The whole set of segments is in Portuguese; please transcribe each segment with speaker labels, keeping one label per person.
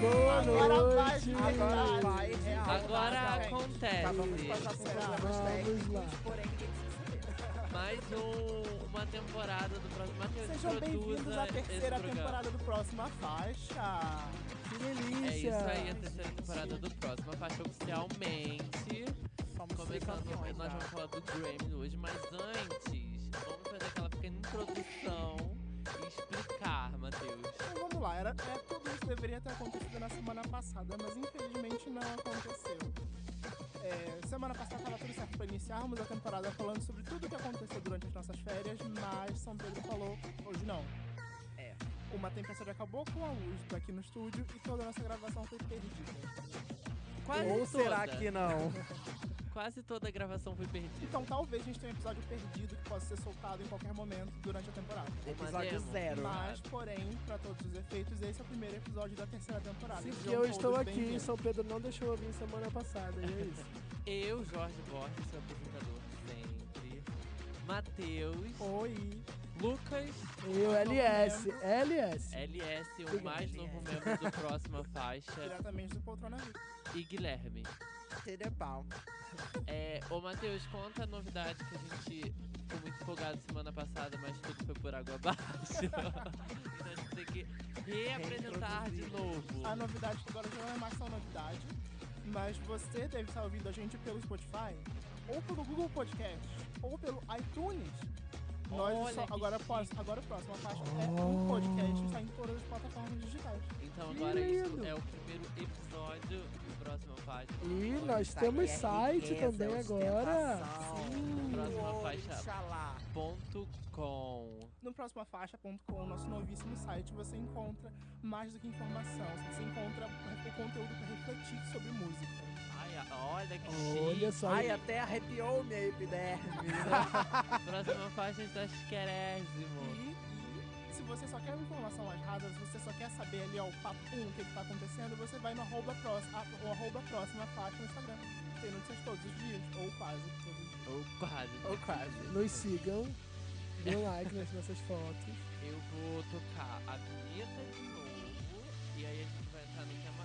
Speaker 1: Boa
Speaker 2: Agora vai
Speaker 1: noite.
Speaker 2: agora vai Tá real.
Speaker 3: Agora
Speaker 2: Tá,
Speaker 3: acontece.
Speaker 2: Vamos passar por problemas
Speaker 1: Vamos lá.
Speaker 2: técnicos, porém ninguém precisa saber.
Speaker 3: Mais um, uma temporada do próximo Matheus.
Speaker 2: Sejam bem-vindos
Speaker 3: produza
Speaker 2: à terceira
Speaker 3: esse programa.
Speaker 2: temporada do Próxima Faixa.
Speaker 1: Que
Speaker 3: É
Speaker 1: delícia.
Speaker 3: isso aí, a terceira temporada do próximo a faixa oficialmente.
Speaker 2: Somos
Speaker 3: Começando,
Speaker 2: tricampeões,
Speaker 3: nós vamos
Speaker 2: tá?
Speaker 3: falar do Grammy hoje, mas antes, vamos fazer aquela pequena introdução e explicar, Matheus.
Speaker 2: Então vamos lá, era, é, tudo isso deveria ter acontecido na semana passada, mas infelizmente não aconteceu. É, semana passada estava tudo certo para iniciarmos a temporada falando sobre tudo o que aconteceu durante as nossas férias, mas São Pedro falou, hoje não.
Speaker 3: É.
Speaker 2: Uma tempestade acabou com a luz daqui no estúdio e toda a nossa gravação foi perdida.
Speaker 3: Quase toda,
Speaker 1: Ou será que não?
Speaker 3: Quase toda a gravação foi perdida.
Speaker 2: Então talvez a gente tenha um episódio perdido que pode ser soltado em qualquer momento durante a temporada.
Speaker 1: Uhum. Episódio
Speaker 3: demo.
Speaker 1: zero.
Speaker 2: Mas, porém, para todos os efeitos, esse é o primeiro episódio da terceira temporada.
Speaker 1: Sim, porque
Speaker 2: Sejam
Speaker 1: eu
Speaker 2: todos
Speaker 1: estou aqui,
Speaker 2: bem-vindos.
Speaker 1: São Pedro não deixou eu vir semana passada, e é isso.
Speaker 3: Eu, Jorge Borges, seu apresentador de sempre. Matheus,
Speaker 2: Oi!
Speaker 3: Lucas,
Speaker 1: E o LS, LS.
Speaker 3: LS, o
Speaker 1: Obrigado,
Speaker 3: mais
Speaker 1: LS.
Speaker 3: novo membro do Próxima Faixa,
Speaker 2: diretamente do Poltrona VIP.
Speaker 3: e Guilherme.
Speaker 4: Seria pau.
Speaker 3: É, ô Matheus, conta a novidade que a gente ficou muito empolgado semana passada, mas tudo foi por água abaixo. então a gente tem que reapresentar de novo.
Speaker 1: Ah,
Speaker 2: A novidade que agora já não é mais só novidade, mas você deve estar ouvindo a gente pelo Spotify, ou pelo Google Podcast, ou pelo iTunes. Nós
Speaker 3: Olha
Speaker 2: só,
Speaker 3: que
Speaker 2: agora,
Speaker 3: chique.
Speaker 2: pós, agora a próxima parte é um podcast, está em todas as plataformas digitais.
Speaker 3: Então
Speaker 1: Que
Speaker 3: agora isso
Speaker 1: lindo.
Speaker 3: é o primeiro episódio do próximo faixa.
Speaker 1: E nós temos site também agora.
Speaker 3: Próxima faixa.
Speaker 4: Oxalá.
Speaker 3: Ponto com.
Speaker 2: No próximafaixa.com, nosso novíssimo site, você encontra mais do que informação, você encontra o conteúdo para refletir sobre música.
Speaker 3: Ai, a- olha que
Speaker 1: Olha
Speaker 3: chique.
Speaker 1: só.
Speaker 4: Ai, até arrepiou minha epiderme.
Speaker 3: Próxima faixa é está chiquerésimo.
Speaker 2: E, e se você só quer uma informação mais rasa, se você só quer saber ali, ó, o papo um, o que, que tá acontecendo, você vai no arroba próxima, o arroba próxima faixa no Instagram. Tem notícias todos os dias, ou quase todos os dias.
Speaker 3: Ou quase.
Speaker 4: Ou quase.
Speaker 1: Nos sigam, dê um like nas nossas fotos.
Speaker 3: Eu vou tocar a vinheta de novo. E aí a gente vai entrar no tema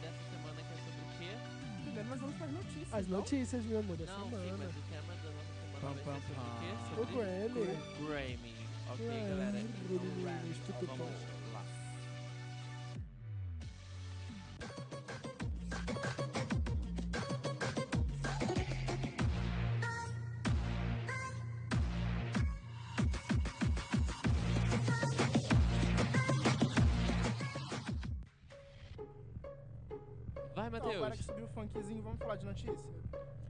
Speaker 3: dessa semana que é sobre o quê?
Speaker 2: Primeiro nós vamos para as notícias. então.
Speaker 1: As
Speaker 2: não?
Speaker 1: notícias, meu amor, da
Speaker 3: Não, sim,
Speaker 1: semana.
Speaker 3: mas o tema da nossa semana
Speaker 4: Pam,
Speaker 3: vai
Speaker 4: pam,
Speaker 3: ser sobre o quê?
Speaker 1: O
Speaker 4: pam.
Speaker 3: Sobre
Speaker 1: Grammy.
Speaker 3: o Grammy. Ok,
Speaker 1: Grammy,
Speaker 3: galera.
Speaker 1: meninos,
Speaker 3: Então,
Speaker 1: tudo
Speaker 3: vamos lá. Vai,
Speaker 2: Então, agora que
Speaker 3: Matheus.
Speaker 2: subiu o funkzinho, vamos falar de notícia?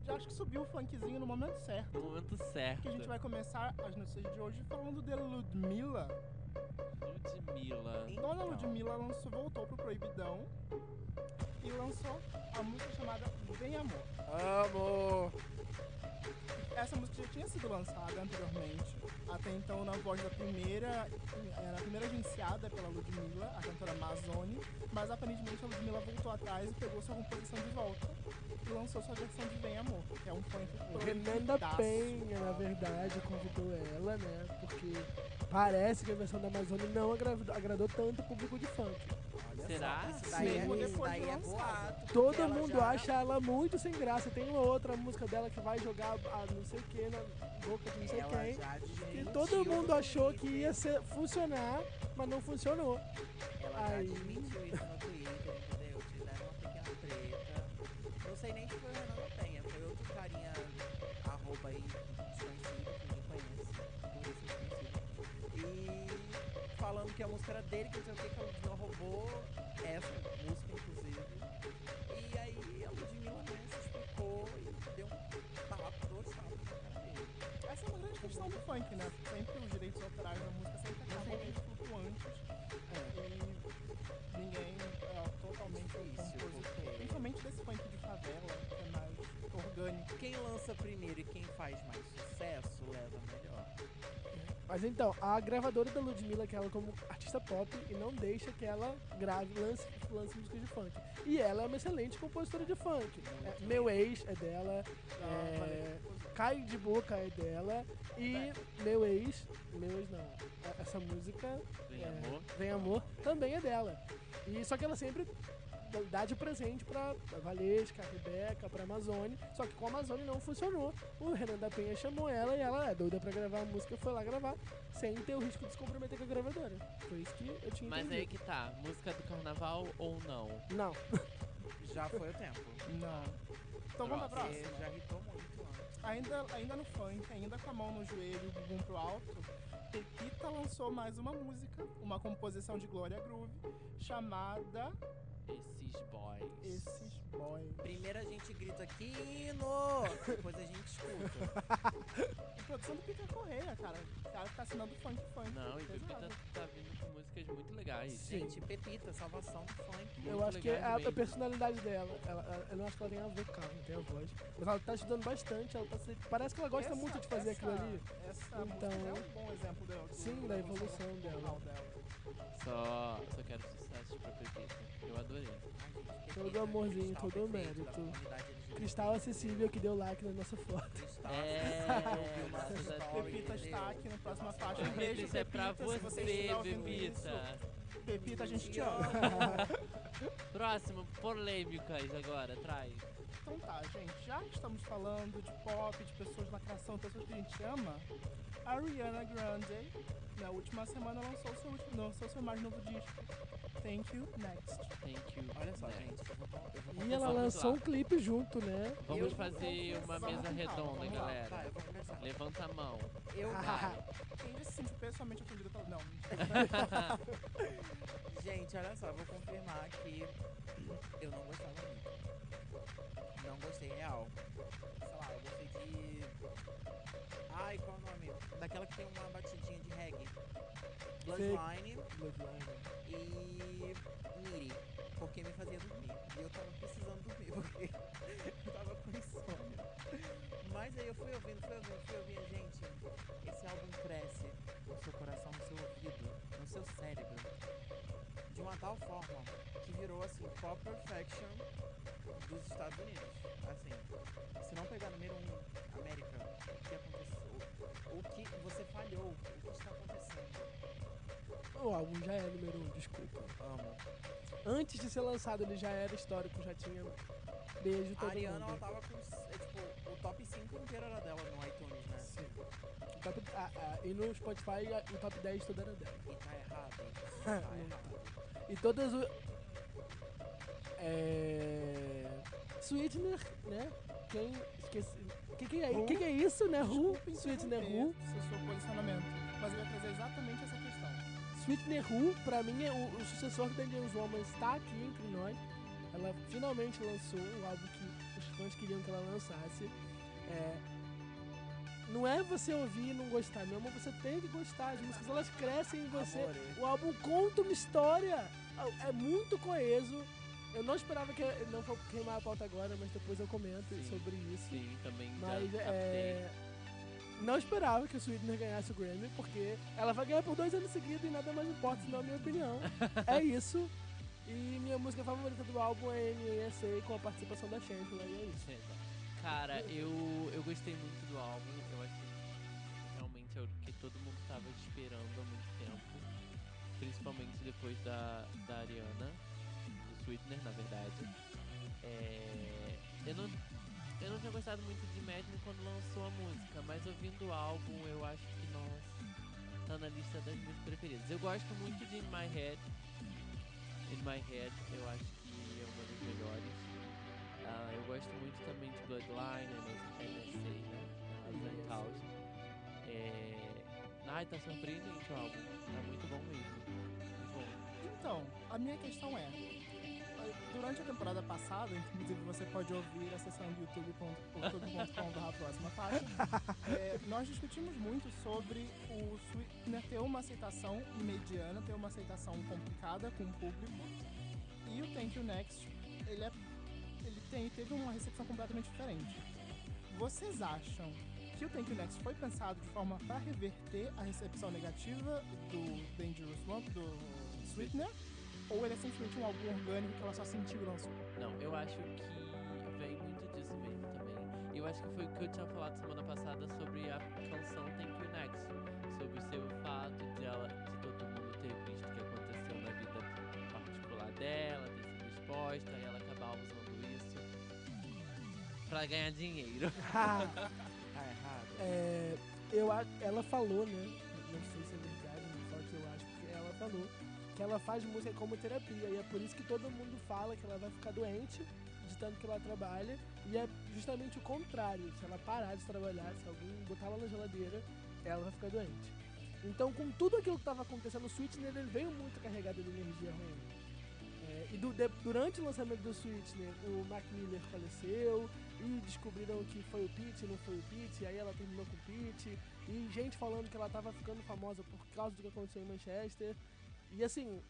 Speaker 2: Já acho que subiu o funkzinho no momento certo.
Speaker 3: No momento
Speaker 2: Que
Speaker 3: certo.
Speaker 2: a gente vai começar as notícias de hoje falando de Ludmilla.
Speaker 3: Ludmilla.
Speaker 2: Dona Ludmilla lançou, voltou pro Proibidão e lançou a música chamada Vem Amor.
Speaker 4: Amo.
Speaker 2: Essa música já tinha sido lançada anteriormente, até então na voz da primeira, eh, na primeira agenciada pela Ludmilla, a cantora Mazone, mas aparentemente a Ludmilla voltou atrás e pegou sua composição de volta e lançou sua versão de Vem Amor, que é um funk
Speaker 1: O Renan da
Speaker 2: proibidaço.
Speaker 1: Penha, na verdade, convidou ela, né? Porque parece que a versão da Amazônia não agradou, agradou tanto o público de funk.
Speaker 4: Olha
Speaker 3: Será?
Speaker 4: só, Isso daí,
Speaker 2: Mesmo
Speaker 4: é, isso
Speaker 2: depois de
Speaker 4: daí é
Speaker 2: lançado.
Speaker 4: boato.
Speaker 1: Todo
Speaker 4: porque ela
Speaker 1: mundo
Speaker 4: já-
Speaker 1: acha ela muito sem graça. Tem uma outra música dela que vai jogar a não sei o que na boca de não sei
Speaker 4: Ela
Speaker 1: quem.
Speaker 4: já
Speaker 1: E
Speaker 4: desmentiu
Speaker 1: todo mundo
Speaker 4: no
Speaker 1: achou que
Speaker 4: Twitter.
Speaker 1: ia ser- funcionar, mas não funcionou.
Speaker 4: Ela já
Speaker 1: Aí.
Speaker 4: desmentiu isso no Twitter, entendeu? Tiveram uma pequena treta. Não sei nem se foi o Renan da Penha, foi outro carinha arroba aí desconhecido, que ninguém conhece, por isso desconhecido. E falando que a música era dele, que não sei o que, que a Ludmilla roubou essa música, inclusive. E aí a Ludmilla né, se explicou e deu um tapa, dois tapas na cara dele.
Speaker 2: Essa é uma grande questão do funk, né? Sempre os direitos autorais da música sempre acabam meio flutuantes
Speaker 4: É.
Speaker 2: e ninguém é totalmente
Speaker 4: Difícil,
Speaker 2: compositor.
Speaker 4: porque-
Speaker 2: Principalmente desse funk de favela, que é mais orgânico.
Speaker 4: Quem lança primeiro e quem faz mais sucesso leva melhor.
Speaker 1: Mas então, a gravadora da Ludmilla quer ela é como artista pop e não deixa que ela grave, lance, lance músicas de funk. E ela é uma excelente compositora de funk. É,
Speaker 4: Muito.
Speaker 1: Meu Ex é dela,
Speaker 2: da
Speaker 1: É.
Speaker 2: Valete Pozo.
Speaker 1: Cai de Boca é dela e Meu Ex... Meu Ex não. essa música
Speaker 3: Vem
Speaker 1: É.
Speaker 3: amor.
Speaker 1: Vem Amor também é dela. E só que ela sempre dá de presente pra Valesca, a Rebeca, pra Amazone. Só que com a Amazone não funcionou. O Renan da Penha chamou ela e ela é doida pra gravar a música, foi lá gravar, sem ter o risco de se comprometer com a gravadora. Foi isso que eu tinha
Speaker 3: Mas é aí
Speaker 1: entendido.
Speaker 3: que tá, música do carnaval ou não?
Speaker 1: Não.
Speaker 4: Já foi o tempo.
Speaker 2: Não. Então vamos pra
Speaker 3: Próxima.
Speaker 4: Você
Speaker 2: próxima.
Speaker 4: é, já irritou muito antes.
Speaker 2: Ainda, ainda no funk, ainda com a mão no joelho, o bumbum pro alto, Pepita lançou mais uma música, uma composição de Glória Groove, chamada
Speaker 3: Esses boys.
Speaker 2: Esses Boys.
Speaker 4: Primeiro a gente grita aqui no, depois a gente escuta.
Speaker 2: Produção do Peter Correia, cara. O cara que tá assinando funk funk.
Speaker 3: Não, e
Speaker 2: é pesado.
Speaker 3: Pepita tá vindo com músicas muito legais.
Speaker 4: Gente, Pepita, salvação do funk.
Speaker 3: Muito
Speaker 1: Eu acho que
Speaker 3: legais
Speaker 1: a, a
Speaker 3: mesmo.
Speaker 1: personalidade dela, ela, ela- eu não acho que ela tem a vocal, não tem a voz. Mas ela tá estudando bastante, ela tá se- Parece que ela gosta
Speaker 2: Essa-
Speaker 1: muito de fazer
Speaker 2: essa-
Speaker 1: aquilo ali.
Speaker 2: Essa
Speaker 1: Então-
Speaker 2: música já é um bom exemplo dela. do-
Speaker 1: Sim,
Speaker 2: do-
Speaker 1: da
Speaker 2: do-
Speaker 1: evolução
Speaker 2: do-
Speaker 1: dela.
Speaker 2: vocal dela.
Speaker 3: Só, só quero sucesso pra Pepita. Eu
Speaker 2: Um
Speaker 3: adorei.
Speaker 4: Ai, gente, Pepita,
Speaker 1: Todo amorzinho,
Speaker 4: Cristal
Speaker 1: todo
Speaker 4: perfeito da
Speaker 1: mérito.
Speaker 4: comunidade LGBT.
Speaker 1: Cristal
Speaker 2: é
Speaker 1: acessível que deu like na nossa foto.
Speaker 4: Cristal
Speaker 3: É,
Speaker 4: acessível, nossa
Speaker 3: nossa
Speaker 4: story,
Speaker 2: Pepita está
Speaker 4: entendeu?
Speaker 2: aqui na próxima
Speaker 4: Nossa,
Speaker 2: página.
Speaker 4: mano.
Speaker 2: Um beijo,
Speaker 3: Isso é pra
Speaker 2: Pepita, se você
Speaker 3: você,
Speaker 2: estiver ouvindo
Speaker 3: Pepita.
Speaker 2: Pepita, a gente te
Speaker 4: Ó,
Speaker 2: ama.
Speaker 3: Próximo, polêmicas agora, traz.
Speaker 2: Então tá, gente, já que estamos falando de pop, de pessoas de lacração, pessoas que a gente ama, a Ariana Grande, na última semana, lançou seu, último- lançou seu mais novo disco, Thank You Next.
Speaker 3: Thank you.
Speaker 4: Olha só,
Speaker 3: Né?
Speaker 4: gente. eu vou- eu vou
Speaker 1: E ela
Speaker 3: Vamos lá.
Speaker 1: lançou um clipe junto, né?
Speaker 2: um
Speaker 3: Vamos
Speaker 4: Eu-
Speaker 3: fazer uma
Speaker 2: vamos
Speaker 3: mesa
Speaker 2: com calma,
Speaker 3: redonda,
Speaker 2: vamos lá, Ah.
Speaker 3: galera.
Speaker 4: Vai, eu vou começar.
Speaker 3: Levanta a mão.
Speaker 4: Eu,
Speaker 2: Quem já se sentiu pessoalmente ofendido pelo. Não,
Speaker 4: gente, olha só, eu vou confirmar que eu não gostava muito. Não gostei real. Sei lá, eu gostei de. Ai, qual o nome? Daquela que tem uma batidinha de reggae. Bloodline e Miri. Porque me fazia dormir. E eu tava precisando dormir, porque eu tava com insônia. Mas aí eu fui ouvindo, fui ouvindo, fui ouvindo, gente. Esse álbum cresce no seu coração, no seu ouvido, no seu cérebro. De uma tal forma que virou assim, pop perfection dos Estados Unidos. Assim, se não pegar número um, América, o que aconteceu? O que você falhou? O que está acontecendo?
Speaker 1: O álbum já é número um, desculpa.
Speaker 4: Amo.
Speaker 1: Antes de ser lançado, ele já era histórico, já tinha né? beijo
Speaker 4: A
Speaker 1: todo
Speaker 4: Ariana, ela
Speaker 1: mundo.
Speaker 4: tava com. s- é, tipo, o top 5 inteiro era dela no iTunes, né?
Speaker 1: Sim. O top- ah, ah, e no Spotify, a- o top 10 toda era dela.
Speaker 4: E tá errado. Tá
Speaker 1: Não
Speaker 4: errado.
Speaker 1: E todas o. É. Sweetener, né? Quem. Esqueci. O que, que, é,
Speaker 2: Who?
Speaker 1: que, que é isso, né? Who?
Speaker 2: Desculpa
Speaker 1: Sweetener
Speaker 2: interromper
Speaker 1: Who?
Speaker 2: Seu, seu posicionamento. Mas eu ia trazer exatamente essa questão.
Speaker 1: Sweetener Who, pra mim, é o, o sucessor do Dangerous Woman está aqui entre nós. Ela finalmente lançou o álbum que os fãs queriam que ela lançasse. É, não é você ouvir e não gostar, meu amor, você tem que gostar. As músicas elas crescem em você.
Speaker 4: Amore.
Speaker 1: O álbum conta uma história, é muito coeso. Eu não esperava que não vou queimar a pauta agora, mas depois eu comento
Speaker 3: Sim.
Speaker 1: sobre isso.
Speaker 3: Sim, também
Speaker 1: Mas
Speaker 3: já tá
Speaker 1: é, não esperava que o Sweetener ganhasse o Grammy, porque ela vai ganhar por dois anos seguidos e nada mais importa, na minha opinião. é isso. E minha música favorita do álbum é NASA com a participação da Shangela, e é isso.
Speaker 3: captei. Cara, eu, eu gostei muito do álbum. Eu acho que realmente é o que todo mundo tava esperando há muito tempo. Principalmente depois da, da Ariana, do Sweetener, na verdade. É, eu, não, eu não tinha gostado muito de Madden quando lançou a música, mas ouvindo o álbum, eu acho que, nossa, tá na lista das minhas preferidas. Eu gosto muito de In My Head. In My Head, eu acho que é uma das melhores. Ah, eu gosto muito também de Bloodline, NSA, né? Bloodline House. É... Ai, tá surpreendente o álbum. Tá muito bom mesmo. Muito bom.
Speaker 2: Então, a minha questão é. Durante a temporada passada, inclusive você pode ouvir acessando youtube.com.br a próxima página, é, nós discutimos muito sobre o Sweetener ter uma aceitação mediana, ter uma aceitação complicada com o público. E o Thank You Next, ele, é, ele tem, teve uma recepção completamente diferente. Vocês acham que o Thank You Next foi pensado de forma para reverter a recepção negativa do Dangerous One, do Sweetener? Ou ele é simplesmente um álbum orgânico que ela só sentiu e lançou?
Speaker 3: Não, eu acho que vem muito disso mesmo também. Eu acho que foi o que eu tinha falado semana passada sobre a canção Thank You Next. Sobre ser o fato dela gosta e ela acabar usando isso pra ganhar dinheiro.
Speaker 4: Tá errado.
Speaker 1: É, eu, a- ela falou, né? Não sei se é verdade, mas só que eu acho que ela falou que ela faz música como terapia. E é por isso que todo mundo fala que ela vai ficar doente de tanto que ela trabalha. E é justamente o contrário. Se ela parar de trabalhar, se alguém botar ela na geladeira, ela vai ficar doente. Então, com tudo aquilo que estava acontecendo, o Sweetener ele veio muito carregado de energia ruim. É, e do- de- durante o lançamento do Sweetener, o Mac Miller faleceu, e descobriram que foi o Pete, não foi o Pete, e aí ela terminou com o Pete, e gente falando que ela tava ficando famosa por causa do que aconteceu em Manchester. E assim,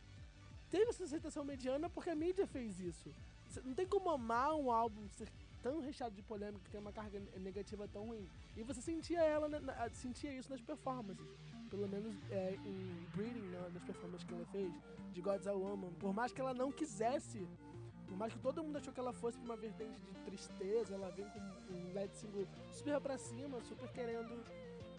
Speaker 1: teve essa aceitação mediana porque a mídia fez isso. Cê- Não tem como amar um álbum ser tão recheado de polêmica, que tem uma carga ne- negativa tão ruim. E você sentia ela, na- na- sentia isso nas performances. Pelo menos é, em Breeding, né, nas performances que ela fez, de God's a Woman. Por mais que ela não quisesse por mais que todo mundo achou que ela fosse pra uma vertente de tristeza, ela vem com um LED single super pra cima, super querendo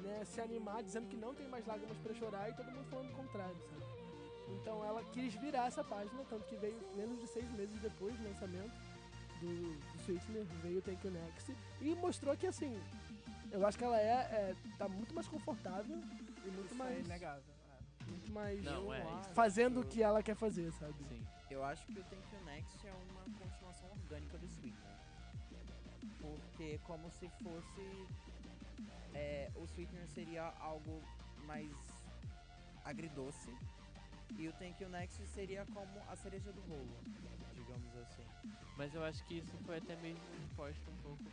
Speaker 1: né, se animar, dizendo que não tem mais lágrimas pra chorar e todo mundo falando o contrário, sabe? Então ela quis virar essa página, tanto que veio menos de seis meses depois do lançamento do, do Sweetener, veio o Take You Next e mostrou que assim, eu acho que ela é, é tá muito mais confortável e
Speaker 2: Isso
Speaker 1: muito
Speaker 2: é
Speaker 1: mais,
Speaker 2: inegável. é.
Speaker 1: muito mais
Speaker 3: Não, é.
Speaker 4: acho
Speaker 1: fazendo o
Speaker 4: que-
Speaker 1: que ela quer fazer, sabe?
Speaker 3: Sim.
Speaker 4: Eu acho que o Thank You Next é uma continuação orgânica do Sweetener. Porque como se fosse... é, o Sweetener seria algo mais agridoce. E o Thank You Next seria como a cereja do bolo, digamos assim.
Speaker 3: Mas eu acho que isso foi até mesmo imposto um pouco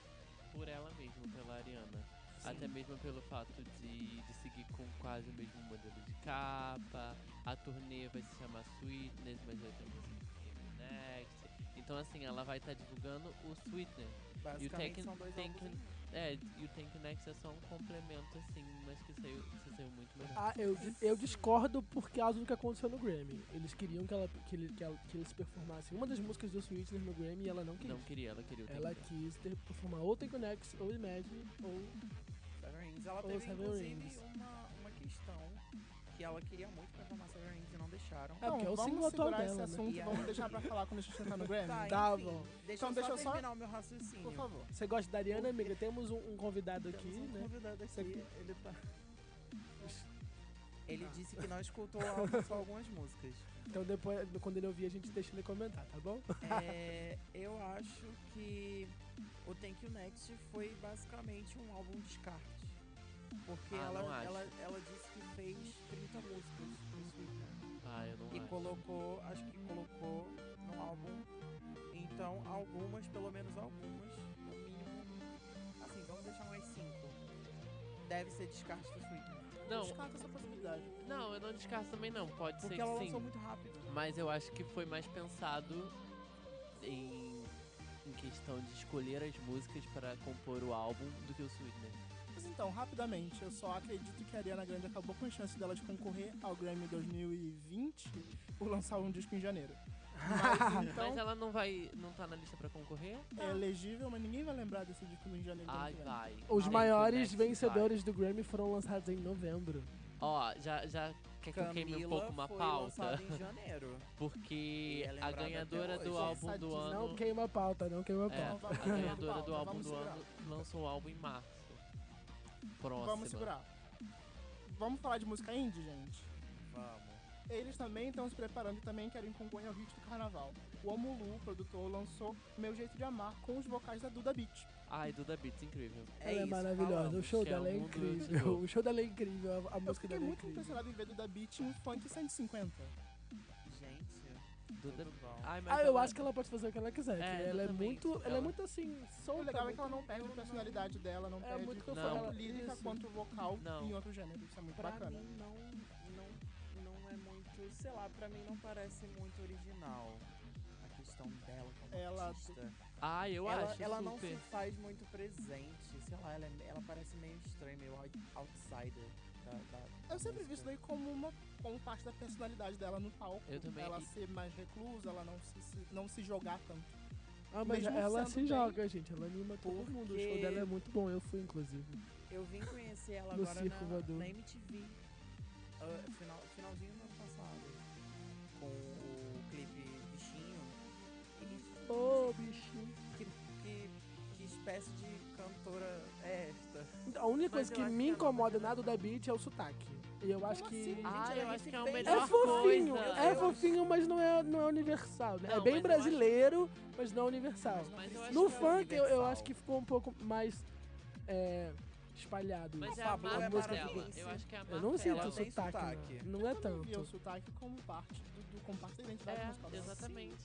Speaker 3: por ela mesma, pela Ariana. Até mesmo pelo fato de, de seguir com quase o mesmo modelo de capa, a turnê vai se chamar Sweetness, mas vai ter música do Next. Então assim, ela vai estar divulgando o Sweetness.
Speaker 4: Basicamente
Speaker 3: Taken-
Speaker 4: são dois
Speaker 3: Taken-
Speaker 4: álbuns em um.
Speaker 3: É, e o Thank You Next é só um complemento assim, mas que saiu, que saiu muito melhor.
Speaker 1: Ah, eu, di- eu discordo por causa do que aconteceu no Grammy. Eles queriam que, ela, que, ele, que, ela, que eles performassem uma das músicas do Sweetener no Grammy e ela
Speaker 4: Ah,
Speaker 1: não quis.
Speaker 3: Não queria, ela queria o Thank
Speaker 1: ela
Speaker 3: You Next.
Speaker 1: quis ter, performar ou Take Next, ou Imagine, ou.
Speaker 4: Severance. Ela
Speaker 1: Ou
Speaker 4: teve,
Speaker 1: Severance.
Speaker 4: inclusive, uma, uma questão que ela queria muito performar Severance e não deixaram.
Speaker 1: É, porque é o
Speaker 2: Então, vamos
Speaker 1: single atual
Speaker 2: segurar esse
Speaker 1: dela, né?
Speaker 2: assunto,
Speaker 4: E aí-
Speaker 2: vamos deixar pra falar quando a gente sentar no Grammy.
Speaker 4: Tá,
Speaker 1: Tá
Speaker 4: enfim,
Speaker 1: bom.
Speaker 4: Deixa
Speaker 2: Então,
Speaker 4: eu
Speaker 2: deixa eu
Speaker 4: só
Speaker 2: só-
Speaker 4: terminar o meu raciocínio.
Speaker 2: Por favor.
Speaker 1: Você gosta da Ariana, amiga? Temos um, um convidado aqui,
Speaker 4: Temos um
Speaker 1: né?
Speaker 4: convidado aqui,
Speaker 1: Você-
Speaker 4: ele tá... Ele disse que não escutou o álbum, só algumas músicas.
Speaker 1: Então depois, quando ele ouvir, a gente deixa ele comentar, tá bom?
Speaker 4: É, eu acho que o Thank You Next foi basicamente um álbum descarte. Porque
Speaker 3: Ah, não
Speaker 4: ela,
Speaker 3: acho.
Speaker 4: ela, ela disse que fez 30 músicas no Sweetener.
Speaker 3: Ah, eu não
Speaker 4: e
Speaker 3: acho.
Speaker 4: colocou, acho que colocou no álbum. Então, algumas, pelo menos algumas, no mínimo. Assim, vamos deixar mais cinco. Deve ser descarte do Sweetener.
Speaker 3: Não,
Speaker 2: Descarta essa possibilidade.
Speaker 3: não, eu não descarto também não. Pode
Speaker 4: Porque
Speaker 3: ser
Speaker 4: ela
Speaker 3: que sim.
Speaker 4: lançou muito rápido.
Speaker 3: Mas eu acho que foi mais pensado em, em questão de escolher as músicas para compor o álbum do que o Sweetener.
Speaker 2: Mas então, rapidamente, eu só acredito que a Ariana Grande acabou com a chance dela de concorrer ao Grammy 2020 por lançar um disco em janeiro. Mas,
Speaker 3: Mas
Speaker 2: então,
Speaker 3: ela não vai. não tá na lista para concorrer?
Speaker 2: é elegível, mas ninguém vai lembrar desse disco em janeiro. do ano
Speaker 3: Ai,
Speaker 2: que vem.
Speaker 3: vai.
Speaker 1: Os
Speaker 3: Thank you,
Speaker 1: maiores
Speaker 3: next,
Speaker 1: vencedores do Grammy foram lançados em novembro.
Speaker 3: vai. Ó, já, já quer que eu queime um pouco uma
Speaker 4: foi
Speaker 3: pauta.
Speaker 4: lançada em janeiro. E
Speaker 3: Porque
Speaker 4: é
Speaker 3: a
Speaker 4: lembrada
Speaker 3: ganhadora
Speaker 4: até
Speaker 3: do
Speaker 4: hoje.
Speaker 3: álbum do
Speaker 2: Essa
Speaker 1: Não
Speaker 3: ano.
Speaker 1: queima a pauta, não queima a
Speaker 3: Ah, É,
Speaker 1: pauta.
Speaker 2: vamos
Speaker 3: a ganhadora
Speaker 2: pauta,
Speaker 3: do álbum
Speaker 2: vamos
Speaker 3: do
Speaker 2: segurar.
Speaker 3: ano lançou o álbum em março. Próximo.
Speaker 2: Vamos segurar. Vamos falar de música indie, gente?
Speaker 4: Vamos.
Speaker 2: Eles também estão se preparando e também querem concorrer ao hit do carnaval. O Omulu, produtor, lançou Meu Jeito de Amar com os vocais da Duda Beat.
Speaker 3: Ai, Duda Beats, incrível.
Speaker 4: É
Speaker 1: ela é
Speaker 4: isso,
Speaker 1: maravilhosa, o
Speaker 4: falamos.
Speaker 1: show
Speaker 3: que é
Speaker 1: dela é
Speaker 3: o mundo
Speaker 1: incrível.
Speaker 3: anterior.
Speaker 1: O show dela é incrível, a- a,
Speaker 2: Eu
Speaker 1: música
Speaker 2: fiquei
Speaker 1: dela é
Speaker 2: muito
Speaker 1: incrível.
Speaker 2: impressionado em ver Duda Beat em funk 150.
Speaker 4: Gente,
Speaker 3: Duda...
Speaker 4: tudo bom.
Speaker 3: Ai, mas
Speaker 1: Ah, eu
Speaker 3: ela-
Speaker 1: acho que ela pode fazer o que ela
Speaker 3: É,
Speaker 1: quiser. que ela é
Speaker 3: exatamente.
Speaker 1: muito. Ela, é
Speaker 3: Ela-
Speaker 1: muito assim,
Speaker 2: O
Speaker 1: solta.
Speaker 2: legal é que ela não
Speaker 1: muito-
Speaker 2: perde a personalidade dela, não
Speaker 1: É
Speaker 2: perde
Speaker 1: muito que eu
Speaker 2: tanto
Speaker 3: falo,
Speaker 2: lírica
Speaker 1: isso.
Speaker 2: quanto vocal
Speaker 3: Não.
Speaker 2: em outro gênero. Isso é muito
Speaker 4: Pra
Speaker 2: bacana.
Speaker 4: mim não, não, não é muito, sei lá, pra mim não parece muito original a questão dela como
Speaker 2: Ela-
Speaker 4: artista.
Speaker 3: Ai, eu
Speaker 4: ela,
Speaker 3: acho.
Speaker 4: ela não
Speaker 3: super.
Speaker 4: se faz muito presente, sei lá, ela, é- ela parece meio estranha, meio out- outsider da, da- da
Speaker 2: Eu sempre vi isso
Speaker 4: música.
Speaker 2: daí como uma como parte da personalidade dela no palco.
Speaker 3: Eu também.
Speaker 2: Ela
Speaker 3: E-
Speaker 2: ser mais reclusa, ela não se, se- não se jogar tanto.
Speaker 1: Ah, mas
Speaker 2: Mesmo
Speaker 1: ela
Speaker 2: sendo
Speaker 1: se
Speaker 2: bem-
Speaker 1: joga, gente. Ela anima todo
Speaker 4: Porque-
Speaker 1: mundo. O show dela é muito bom. Eu fui, inclusive.
Speaker 4: Eu vim conhecer ela
Speaker 1: No
Speaker 4: agora
Speaker 1: circo
Speaker 4: na,
Speaker 1: voador.
Speaker 4: na MTV, ah, final, finalzinho do ano passado, com o clipe Bichinho. E
Speaker 1: Oh.
Speaker 4: espécie de cantora é esta.
Speaker 1: A única
Speaker 4: Mas
Speaker 1: coisa
Speaker 4: eu
Speaker 1: que
Speaker 4: acho
Speaker 1: me
Speaker 4: que ela
Speaker 1: incomoda
Speaker 4: vai
Speaker 1: nada da Beat é o sotaque. E eu acho
Speaker 2: Como
Speaker 1: que.
Speaker 2: assim?
Speaker 3: Ah,
Speaker 4: Gente,
Speaker 3: eu
Speaker 4: ela
Speaker 3: acho
Speaker 4: se
Speaker 3: que é o
Speaker 4: fez-
Speaker 1: É
Speaker 3: melhor
Speaker 1: fofinho,
Speaker 3: coisa.
Speaker 1: é
Speaker 4: Eu-
Speaker 1: fofinho, mas não é, não é universal. né?
Speaker 3: Não,
Speaker 1: é bem
Speaker 3: mas eu acho-
Speaker 1: brasileiro, mas não é universal.
Speaker 3: Mas eu acho
Speaker 1: No
Speaker 3: que é
Speaker 1: funk, eu, eu
Speaker 4: universal.
Speaker 1: acho que ficou um pouco mais é, espalhado.
Speaker 3: Mas
Speaker 1: isso.
Speaker 3: é a
Speaker 4: Pablo
Speaker 3: marca
Speaker 4: é
Speaker 3: dela.
Speaker 4: maravilhoso.
Speaker 3: Eu acho que é a marca
Speaker 1: eu não sinto
Speaker 3: dela.
Speaker 1: o
Speaker 4: tem
Speaker 1: sotaque.
Speaker 4: sotaque.
Speaker 1: Não, Não é
Speaker 2: Eu também via o
Speaker 1: tanto.
Speaker 2: sotaque como parte do, do como parte da identidade musical.
Speaker 3: É,
Speaker 2: dela.
Speaker 3: exatamente.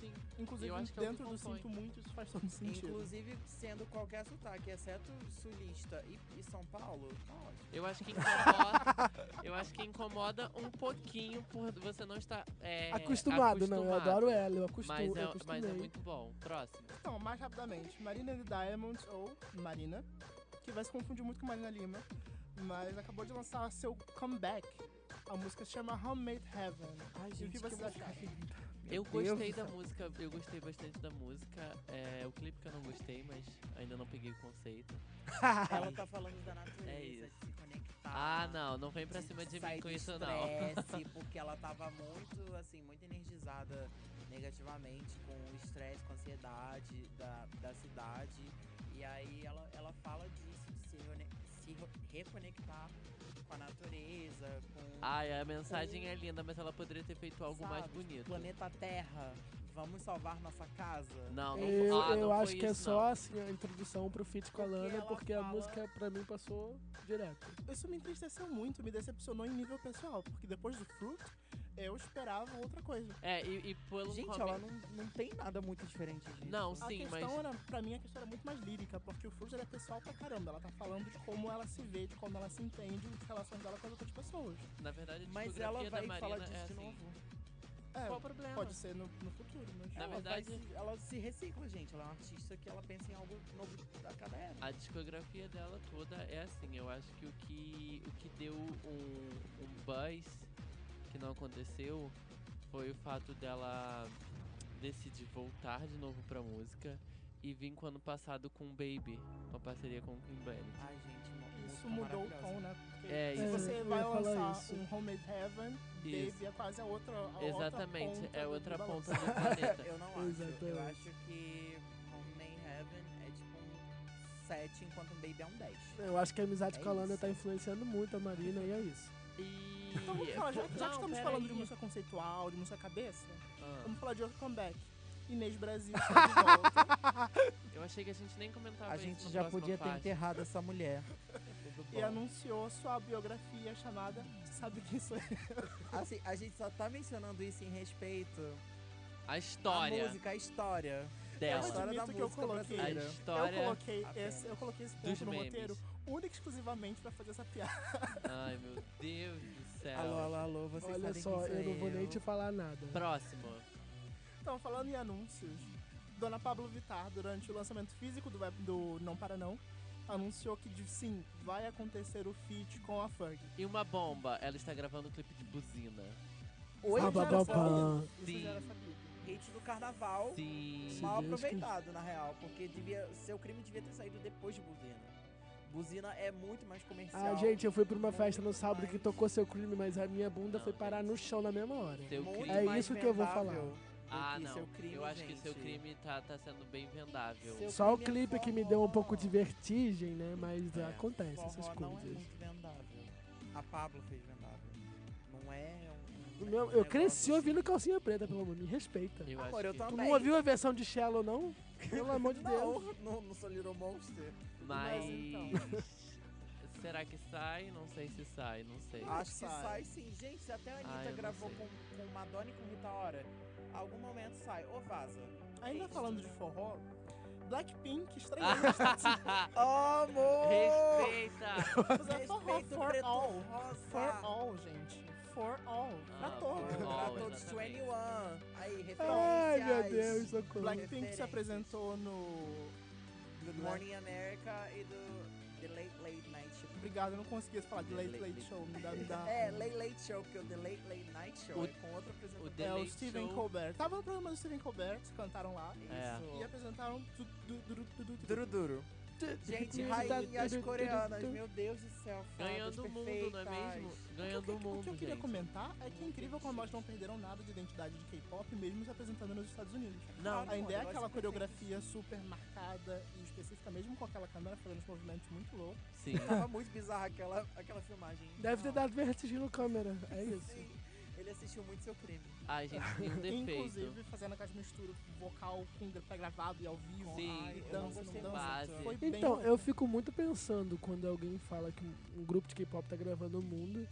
Speaker 3: Sim.
Speaker 2: Inclusive,
Speaker 3: Eu acho que é o que
Speaker 2: dentro do
Speaker 3: compõe.
Speaker 2: Sinto Muito, isso faz todo sentido.
Speaker 4: Inclusive sendo qualquer sotaque, exceto sulista e, e São Paulo, tá ótimo.
Speaker 3: Eu acho que incomoda. eu acho que incomoda um pouquinho por você não estar. é,
Speaker 1: Acostumado, não. Eu
Speaker 3: acostumado.
Speaker 1: adoro ela, eu acostumo.
Speaker 3: Mas
Speaker 1: eu
Speaker 3: é,
Speaker 1: acostumei.
Speaker 3: mas é muito bom. Próximo.
Speaker 2: Então, mais rapidamente, Marina and the Diamonds, ou Marina, que vai se confundir muito com Marina Lima, mas acabou de lançar seu comeback. A música se chama Homemade Heaven.
Speaker 1: Ai,
Speaker 2: E o que
Speaker 1: gente,
Speaker 2: vocês
Speaker 1: que
Speaker 2: acharam?
Speaker 3: eu
Speaker 1: Meu Deus
Speaker 3: gostei
Speaker 1: do
Speaker 3: da
Speaker 1: céu.
Speaker 3: música, eu gostei bastante da música. É, o clipe que eu não gostei, mas ainda não peguei o conceito.
Speaker 4: Ela tá falando da natureza,
Speaker 3: É isso.
Speaker 4: de se conectar.
Speaker 3: Ah, não, não vem pra
Speaker 4: de
Speaker 3: cima de
Speaker 4: sair
Speaker 3: mim com
Speaker 4: do
Speaker 3: isso, não.
Speaker 4: estresse, porque ela tava muito, assim, muito energizada negativamente com o estresse, com a ansiedade da, da cidade. E aí ela, ela fala disso, de se, reone- se ro- reconectar com a natureza, com
Speaker 3: Ai, a mensagem é linda, mas ela poderia ter feito algo mais
Speaker 4: sabe,
Speaker 3: bonito.
Speaker 4: Planeta Terra, vamos salvar nossa casa.
Speaker 3: Não, não
Speaker 1: Eu,
Speaker 3: ah, não
Speaker 1: eu
Speaker 3: foi
Speaker 1: acho que é
Speaker 3: isso,
Speaker 1: só
Speaker 3: não.
Speaker 1: assim a introdução pro feat com a
Speaker 2: Porque
Speaker 1: Lana,
Speaker 2: ela
Speaker 1: porque a
Speaker 2: fala-
Speaker 1: música pra mim passou direto.
Speaker 2: Isso me entristeceu muito, me decepcionou em nível pessoal, porque depois do Fruit, eu esperava outra coisa.
Speaker 3: É, e, e pelo
Speaker 4: Gente,
Speaker 3: comen-
Speaker 4: ela não, não tem nada muito diferente disso.
Speaker 3: Não,
Speaker 2: A
Speaker 3: Sim,
Speaker 2: questão
Speaker 3: mas-
Speaker 2: era, pra mim, a questão era muito mais lírica, porque o Fruit era pessoal pra caramba. Ela tá falando de como ela se vê, de como ela se entende, de relação dela com as outras pessoas.
Speaker 3: na verdade, a
Speaker 4: Mas
Speaker 3: discografia
Speaker 4: ela vai
Speaker 3: da Marina
Speaker 4: falar disso
Speaker 3: é
Speaker 4: de
Speaker 3: assim.
Speaker 4: novo.
Speaker 2: É,
Speaker 3: Qual o problema?
Speaker 2: pode ser no, no futuro, mas... é,
Speaker 3: Na
Speaker 4: ela, vai
Speaker 3: verdade-
Speaker 4: se, ela se recicla, gente. Ela é uma artista que ela pensa em algo novo a cada era.
Speaker 3: A discografia dela toda é assim. Eu acho que o que, o que deu um, um buzz que não aconteceu foi o fato dela decidir voltar de novo pra música e vir com o ano passado com Baby, uma parceria com o Kim Bennett.
Speaker 4: Ai, gente, uma
Speaker 2: Isso
Speaker 4: música
Speaker 2: mudou o
Speaker 4: maravilhosa.
Speaker 2: tom, né? Porque
Speaker 3: É,
Speaker 2: se
Speaker 3: isso.
Speaker 1: É,
Speaker 2: você
Speaker 1: eu
Speaker 2: vai
Speaker 1: ia falar
Speaker 2: lançar
Speaker 1: isso.
Speaker 2: um Homemade Heaven,
Speaker 3: Isso.
Speaker 2: Baby é quase a outra. A
Speaker 3: Exatamente,
Speaker 2: outra ponta
Speaker 3: é
Speaker 2: do-
Speaker 3: outra
Speaker 2: do balanço.
Speaker 3: ponta do planeta.
Speaker 4: Eu não acho.
Speaker 1: Exatamente.
Speaker 4: Eu acho que Homemade Heaven é tipo um 7, enquanto um Baby é um 10.
Speaker 1: Eu acho que a amizade
Speaker 4: É
Speaker 1: com a Lana
Speaker 4: isso.
Speaker 1: tá influenciando muito a Marina e é isso.
Speaker 3: E.
Speaker 2: Então vamos falar, já, já que
Speaker 3: Não,
Speaker 2: estamos
Speaker 3: pera
Speaker 2: falando
Speaker 3: aí.
Speaker 2: de música conceitual, de música cabeça,
Speaker 3: Ah,
Speaker 2: vamos falar de outro comeback. Inês Brasil está de volta.
Speaker 3: eu achei que a gente nem comentava
Speaker 4: A
Speaker 3: isso
Speaker 4: gente
Speaker 3: na
Speaker 4: já
Speaker 3: próxima
Speaker 4: podia ter
Speaker 3: faixa.
Speaker 4: enterrado essa mulher.
Speaker 3: Tudo
Speaker 2: e
Speaker 3: bom.
Speaker 2: anunciou sua biografia chamada Sabe Quem Sou Eu?
Speaker 4: Assim, a gente só tá mencionando isso em respeito
Speaker 3: A
Speaker 4: à
Speaker 3: história
Speaker 4: música, à história. É A
Speaker 2: Eu
Speaker 3: dela.
Speaker 4: história da
Speaker 2: admito que eu
Speaker 4: música
Speaker 2: coloquei.
Speaker 3: A
Speaker 4: brasileira.
Speaker 2: Eu
Speaker 3: história
Speaker 2: coloquei,
Speaker 4: apenas.
Speaker 2: esse, eu coloquei esse
Speaker 3: dos
Speaker 2: ponto no roteiro
Speaker 3: memes.
Speaker 2: única e exclusivamente pra fazer essa piada.
Speaker 3: Ai, meu Deus do céu.
Speaker 4: Alô, alô, alô, vocês
Speaker 1: Olha
Speaker 4: sabem
Speaker 1: só,
Speaker 4: quem sou
Speaker 1: eu não vou nem te falar nada.
Speaker 3: Próximo.
Speaker 2: Então, falando em anúncios, Dona Pablo Vittar, durante o lançamento físico do, web- do Não Para Não, anunciou que de- sim, vai acontecer o feat com a Ferg.
Speaker 3: E uma bomba, ela está gravando o clipe de buzina.
Speaker 4: Oi,
Speaker 1: Ah,
Speaker 2: Isso já
Speaker 1: babá.
Speaker 2: era sabido. Isso
Speaker 3: Sim.
Speaker 2: já era sabido.
Speaker 4: hit do carnaval.
Speaker 3: Sim.
Speaker 1: Sim.
Speaker 4: Mal
Speaker 1: Deus quiser.
Speaker 4: aproveitado, na real, porque devia, seu crime devia ter saído depois de Buzina. Buzina é muito mais comercial.
Speaker 1: Ah, gente, eu fui pra uma
Speaker 4: Muito
Speaker 1: festa no sábado que
Speaker 4: mais-
Speaker 1: tocou seu crime, mas a minha bunda
Speaker 3: Não,
Speaker 1: foi parar
Speaker 3: gente.
Speaker 1: no chão na mesma hora.
Speaker 3: Seu
Speaker 4: muito
Speaker 3: crime.
Speaker 1: É
Speaker 4: mais
Speaker 1: isso que eu vou falar.
Speaker 4: vendável
Speaker 3: Ah,
Speaker 4: do que
Speaker 3: não.
Speaker 4: Seu crime,
Speaker 3: eu acho que o
Speaker 4: gente.
Speaker 3: seu crime tá, tá sendo bem vendável.
Speaker 4: Seu-
Speaker 1: Só o
Speaker 4: crime é
Speaker 1: clipe que me
Speaker 4: forró.
Speaker 1: deu um pouco de vertigem, né? Mas acontece
Speaker 4: É, Forró
Speaker 1: essas
Speaker 4: não é
Speaker 1: coisas.
Speaker 4: muito vendável. A Pablo fez vendável. Não é um.
Speaker 1: O
Speaker 4: um
Speaker 1: meu- eu
Speaker 4: negócio
Speaker 1: cresci
Speaker 4: assim.
Speaker 1: ouvindo calcinha preta, pelo amor, me respeita.
Speaker 3: Eu
Speaker 4: Amor,
Speaker 3: acho
Speaker 4: eu
Speaker 3: que...
Speaker 1: Tu
Speaker 4: também.
Speaker 1: não ouviu a versão de Shallow, não? Pelo amor de Deus.
Speaker 4: é Não, não, não sou Little Monster.
Speaker 3: Mas...
Speaker 2: Mas então.
Speaker 3: Será que sai? Não sei se sai, não sei.
Speaker 4: Acho que
Speaker 2: sai.
Speaker 4: sai sim. Gente, até a
Speaker 3: Ah, eu
Speaker 4: Anitta
Speaker 3: não
Speaker 4: gravou
Speaker 3: sei.
Speaker 4: com, com Madonna e com Rita Ora. Algum momento sai. Ou vaza.
Speaker 2: Ainda
Speaker 4: Isso.
Speaker 2: falando de forró, Blackpink estreando nos Estados
Speaker 1: Ah.
Speaker 4: Amor!
Speaker 3: Respeita!
Speaker 2: Unidos. É forró
Speaker 4: Respeito
Speaker 2: for
Speaker 4: preto
Speaker 2: all.
Speaker 4: rosa.
Speaker 2: For all, gente. For all.
Speaker 3: Ah,
Speaker 2: Pra todos.
Speaker 3: for all.
Speaker 4: Pra todos
Speaker 3: exatamente.
Speaker 4: 21. Aí,
Speaker 1: Ai,
Speaker 4: referenciais.
Speaker 1: meu Deus, socorro.
Speaker 2: Blackpink
Speaker 4: Referências.
Speaker 2: se apresentou no.
Speaker 4: Good Morning America e do The Late Late Night Show.
Speaker 2: Obrigado, eu não consegui falar de
Speaker 3: The
Speaker 2: Late
Speaker 3: Late
Speaker 2: Late
Speaker 3: Late-
Speaker 2: Show. Me dá, me dá.
Speaker 4: É, Late Late Show, porque o The Late Late Night Show
Speaker 3: O-
Speaker 4: é com outro apresentador.
Speaker 3: The
Speaker 2: É o
Speaker 3: Late
Speaker 2: Stephen
Speaker 3: Show.
Speaker 2: Colbert. Tava no programa do Stephen Colbert, cantaram lá.
Speaker 3: É.
Speaker 2: E
Speaker 4: Isso.
Speaker 2: apresentaram. du- du- du- du- du- du-
Speaker 4: Duro Duro. Gente, rainhas coreanas, meu Deus do céu. fadas
Speaker 3: Ganhando o mundo, não é mesmo?
Speaker 4: perfeitas.
Speaker 2: O que,
Speaker 3: Ganhando
Speaker 2: eu-
Speaker 3: o
Speaker 2: o que eu
Speaker 3: mundo,
Speaker 2: queria
Speaker 3: gente.
Speaker 2: comentar é que é incrível como elas não perderam nada de identidade de K-pop, mesmo se apresentando nos Estados Unidos.
Speaker 3: Não.
Speaker 2: Ainda é
Speaker 4: Ah, Olha,
Speaker 2: aquela
Speaker 4: olha,
Speaker 2: coreografia super marcada e específica, mesmo com aquela câmera fazendo uns movimentos muito loucos.
Speaker 3: Sim.
Speaker 4: Tava muito bizarra aquela, aquela filmagem.
Speaker 1: Deve ter dado vertigem no câmera, é isso.
Speaker 4: Sim, ele assistiu muito seu creme.
Speaker 3: Ai, gente, nenhum defeito.
Speaker 2: Inclusive, fazendo aquelas misturas vocal com pré-gravado e ao vivo.
Speaker 3: Sim,
Speaker 2: e
Speaker 4: eu não
Speaker 2: dança,
Speaker 4: gostei
Speaker 2: não dança.
Speaker 3: base.
Speaker 2: Foi bem
Speaker 1: Então,
Speaker 2: ruim.
Speaker 1: eu fico muito pensando quando alguém fala que um um grupo de K-pop tá gravando o mundo,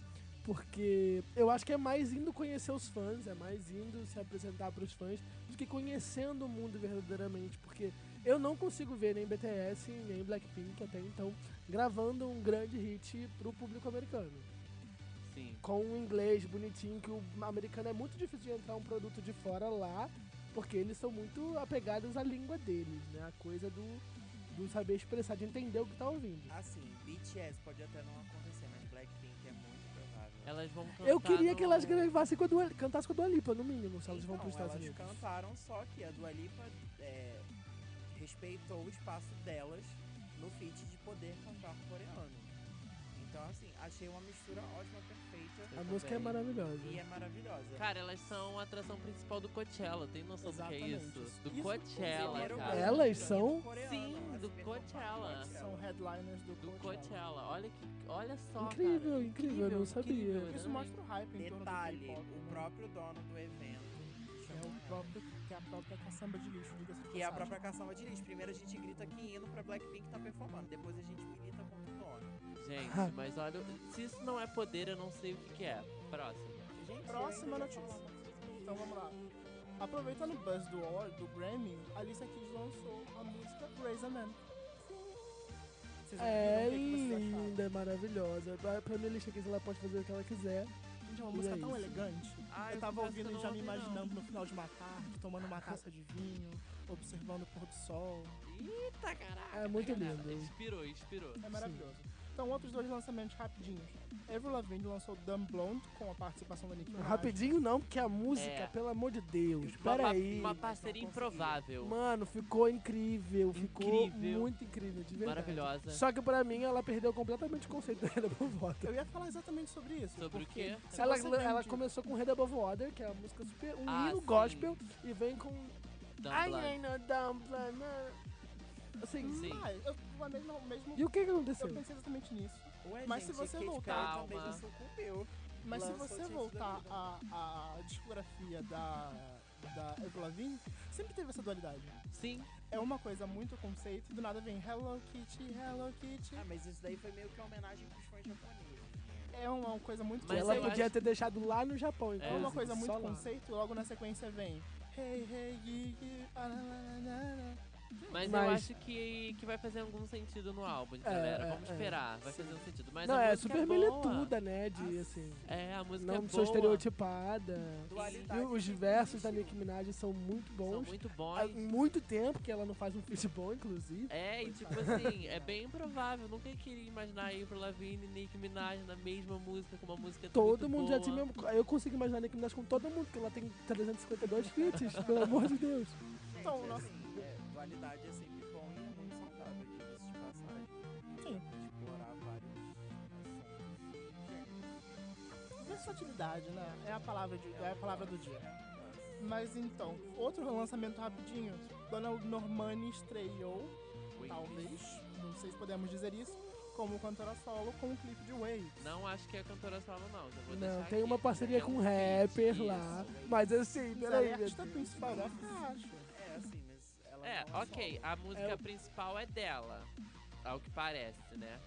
Speaker 1: porque eu acho que é mais indo conhecer os fãs, é mais indo se apresentar pros fãs, do que conhecendo o mundo verdadeiramente, porque eu não consigo ver nem BTS, nem Blackpink até então, gravando um grande hit pro público americano.
Speaker 3: Sim.
Speaker 1: Com um inglês bonitinho, que o americano é muito difícil de entrar um produto de fora lá, porque eles são muito apegados à língua deles, né? A coisa do, do saber expressar, de entender o que tá ouvindo.
Speaker 4: Assim, BTS pode até não acontecer, mas Blackpink é muito provável.
Speaker 3: Elas vão cantar
Speaker 1: Eu queria
Speaker 3: no...
Speaker 1: que elas gravassem com a Dua, cantassem com a Dua Lipa, no mínimo, se elas vão
Speaker 4: Então,
Speaker 1: pros Estados
Speaker 4: elas
Speaker 1: Unidos.
Speaker 4: cantaram, só que a Dua Lipa é, respeitou o espaço delas no feat de poder cantar coreano. Então, assim, achei uma mistura ótima,
Speaker 1: A
Speaker 4: perfeita
Speaker 3: Eu
Speaker 1: música é
Speaker 3: também.
Speaker 1: maravilhosa.
Speaker 4: e é maravilhosa.
Speaker 3: Cara, elas são a atração principal do Coachella, tem noção do que é
Speaker 2: Exatamente.
Speaker 3: isso? Do
Speaker 2: Isso,
Speaker 3: Coachella,
Speaker 4: Dinheiro
Speaker 3: cara.
Speaker 1: Elas
Speaker 4: ganho
Speaker 1: são?
Speaker 4: é coreano,
Speaker 3: Sim,
Speaker 4: elas
Speaker 3: do
Speaker 4: mesmo
Speaker 3: Coachella.
Speaker 4: fazem
Speaker 2: São headliners do,
Speaker 3: Do Coachella, olha que, olha só,
Speaker 1: Incrível,
Speaker 3: cara.
Speaker 1: incrível, eu não sabia.
Speaker 3: incrível, né?
Speaker 2: Isso mostra o hype em torno do
Speaker 4: Detalhe,
Speaker 2: K-pop.
Speaker 4: o
Speaker 2: né?
Speaker 4: próprio dono do evento
Speaker 2: Que é
Speaker 4: chamou
Speaker 2: o
Speaker 4: ela.
Speaker 2: próprio, que é a própria caçamba de lixo, diga-se de
Speaker 4: Que é a
Speaker 2: passagem.
Speaker 4: própria caçamba de lixo. Primeiro a gente grita que hino pra Blackpink tá performando. Depois a gente milita contra o dono.
Speaker 1: Ah.
Speaker 3: Gente, mas olha, se isso não é poder, eu não sei o que, que é. Próximo.
Speaker 4: Gente,
Speaker 2: Próxima
Speaker 4: eu ainda ia
Speaker 2: notícia.
Speaker 4: falar.
Speaker 2: Então vamos lá. Aproveitando o buzz do Or, do Grammy, a Alicia Keys lançou a música Raise a Man. Vocês
Speaker 1: É
Speaker 2: ouviram? O que que vocês acharam?
Speaker 1: linda, é maravilhosa. Pra- Pra minha lista aqui, ela pode fazer o que ela quiser.
Speaker 2: Gente, é uma
Speaker 1: E
Speaker 2: música
Speaker 1: é
Speaker 2: tão
Speaker 1: isso.
Speaker 2: elegante.
Speaker 3: Ah,
Speaker 2: eu
Speaker 3: eu
Speaker 2: tava
Speaker 3: confesso
Speaker 2: ouvindo
Speaker 3: que eu
Speaker 2: e
Speaker 3: não
Speaker 2: já me
Speaker 3: ouvi, não.
Speaker 2: imaginando no final de uma tarde, tomando uma taça de vinho, observando o pôr do sol.
Speaker 3: Eita, caraca.
Speaker 1: É muito
Speaker 3: caraca.
Speaker 1: lindo.
Speaker 3: Inspirou, inspirou.
Speaker 2: É maravilhoso. Então, outros dois lançamentos rapidinhos. Avril Lavigne lançou Dumb Blonde com a participação da Nicki Minaj.
Speaker 1: Rapidinho não, porque a música,
Speaker 3: É.
Speaker 1: pelo amor de Deus,
Speaker 3: Uma, pa-
Speaker 1: peraí.
Speaker 3: uma parceria improvável.
Speaker 1: Mano, ficou incrível, ficou
Speaker 3: Incrível.
Speaker 1: muito incrível, de verdade.
Speaker 3: Maravilhosa.
Speaker 1: Só que pra mim, ela perdeu completamente o conceito do Reda Bovota.
Speaker 2: Eu ia falar exatamente sobre isso.
Speaker 3: Sobre o
Speaker 2: porque
Speaker 3: quê?
Speaker 2: se
Speaker 1: Ela,
Speaker 2: você
Speaker 1: ela
Speaker 2: vende-
Speaker 1: começou com Reda Order, que é uma música super, um
Speaker 3: Ah,
Speaker 1: hino
Speaker 3: sim.
Speaker 1: gospel, e vem com...
Speaker 3: Da
Speaker 1: Ai,
Speaker 3: Blanc.
Speaker 1: ai, não, Dumpling, Assim,
Speaker 3: Sim.
Speaker 2: Ah, eu, o mesmo, o mesmo
Speaker 1: e o que que
Speaker 2: eu
Speaker 1: aconteceu?
Speaker 2: pensei exatamente nisso.
Speaker 4: Ué,
Speaker 2: Mas
Speaker 4: gente,
Speaker 2: se você
Speaker 4: Kate
Speaker 2: voltar-
Speaker 4: Perry também
Speaker 3: Calma.
Speaker 4: já sucumbiu.
Speaker 2: Mas
Speaker 4: Lançou
Speaker 2: se
Speaker 4: o
Speaker 2: você
Speaker 4: Chase
Speaker 2: voltar
Speaker 4: da
Speaker 2: à à discografia da, da Avril Lavigne, sempre teve essa dualidade.
Speaker 3: Sim,
Speaker 2: É uma coisa muito conceito e do nada vem Hello Kitty, Hello Kitty.
Speaker 4: Ah, mas isso daí foi meio que uma homenagem pros fãs japoneses.
Speaker 2: É uma, uma coisa muito
Speaker 3: Mas
Speaker 1: ela
Speaker 3: eu
Speaker 1: podia
Speaker 3: acho-
Speaker 1: ter deixado lá no Japão,
Speaker 2: É
Speaker 1: inclusive.
Speaker 2: uma coisa muito
Speaker 1: só lá.
Speaker 2: conceito e logo na sequência vem Hey, hey, yi, yi, ah, na, na, na, na.
Speaker 3: mas, eu
Speaker 1: Mas-
Speaker 3: acho que, que vai fazer algum sentido no álbum,
Speaker 1: é,
Speaker 3: galera. Vamos
Speaker 1: é.
Speaker 3: esperar, vai fazer um sentido. Mas
Speaker 1: Não,
Speaker 3: a
Speaker 1: é
Speaker 3: música
Speaker 1: super
Speaker 3: boa.
Speaker 1: milituda, né, de, assim...
Speaker 3: É, a música é
Speaker 1: Não
Speaker 3: boa.
Speaker 1: sou estereotipada. E
Speaker 4: Dualidade
Speaker 1: os
Speaker 4: sempre
Speaker 1: versos da Nicki
Speaker 4: existiu.
Speaker 1: Minaj são muito
Speaker 3: São
Speaker 1: bons. Ah,
Speaker 3: muito
Speaker 1: Há
Speaker 3: bons.
Speaker 1: muito tempo que ela não faz um feat bom, inclusive.
Speaker 3: É, e tipo assim, é bem improvável. Nunca queria imaginar aí pro Lavigne e Nicki Minaj na mesma música, com uma música
Speaker 1: Todo
Speaker 3: muito
Speaker 1: mundo
Speaker 3: boa.
Speaker 1: já tinha. mesmo- Eu consigo imaginar a Nicki Minaj com todo mundo, porque ela tem 352 feats, pelo amor de Deus.
Speaker 2: Então,
Speaker 4: Gente,
Speaker 2: nossa-
Speaker 4: assim, é, dualidade é sempre bom e é muito saudável, diga-se de passagem.
Speaker 2: Sim.
Speaker 4: Explorar vários assuntos.
Speaker 2: Versatilidade, né? É a palavra, de, é a palavra do dia.
Speaker 4: Nossa.
Speaker 2: Mas então, outro lançamento rapidinho. Dona Normani estreou,
Speaker 3: Ui,
Speaker 2: talvez, não sei se podemos dizer isso, como cantora solo com o clipe de Waves.
Speaker 3: Não acho que é cantora solo, não. Já vou
Speaker 1: Não,
Speaker 3: deixar
Speaker 1: tem uma
Speaker 3: aqui.
Speaker 1: parceria
Speaker 3: É
Speaker 1: com um
Speaker 3: um feat,
Speaker 1: rapper
Speaker 3: isso.
Speaker 1: lá. Mas assim,
Speaker 2: Mas ela é
Speaker 1: peraí.
Speaker 2: a
Speaker 1: meu
Speaker 2: artista
Speaker 1: Deus.
Speaker 2: principal da faixa.
Speaker 4: É, assim, mas ela
Speaker 3: É,
Speaker 4: não
Speaker 3: ok.
Speaker 4: solo.
Speaker 3: A música
Speaker 1: É o-
Speaker 3: principal é dela. Ao que parece, né?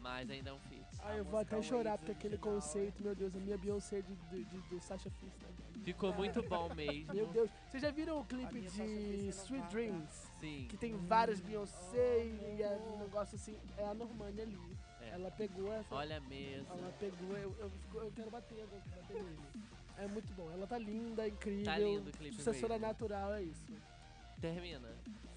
Speaker 3: Mas ainda é um feat.
Speaker 1: Ai,
Speaker 4: A
Speaker 1: eu vou até
Speaker 4: música
Speaker 1: chorar,
Speaker 4: Waves
Speaker 1: porque aquele
Speaker 4: original,
Speaker 1: conceito, meu Deus, a minha Beyoncé de, de, de- do Sasha Fista.
Speaker 3: Ficou muito bom mesmo.
Speaker 1: Meu Deus, vocês já viram o clipe
Speaker 4: minha Sasha
Speaker 3: é
Speaker 1: de
Speaker 4: Fierce não
Speaker 1: Sweet
Speaker 4: dá pra-
Speaker 1: Dreams?
Speaker 3: Sim.
Speaker 1: que tem várias Beyoncé e é um negócio assim, é a Normani ali.
Speaker 3: É.
Speaker 1: Ela pegou essa.
Speaker 3: Olha mesmo.
Speaker 1: Ela pegou, eu, eu, fico- eu quero bater agora, quero bater nele. É muito bom. Ela tá linda, incrível.
Speaker 3: Tá lindo o clipe
Speaker 1: Sucessora
Speaker 3: mesmo.
Speaker 1: natural, é isso.
Speaker 3: Termina.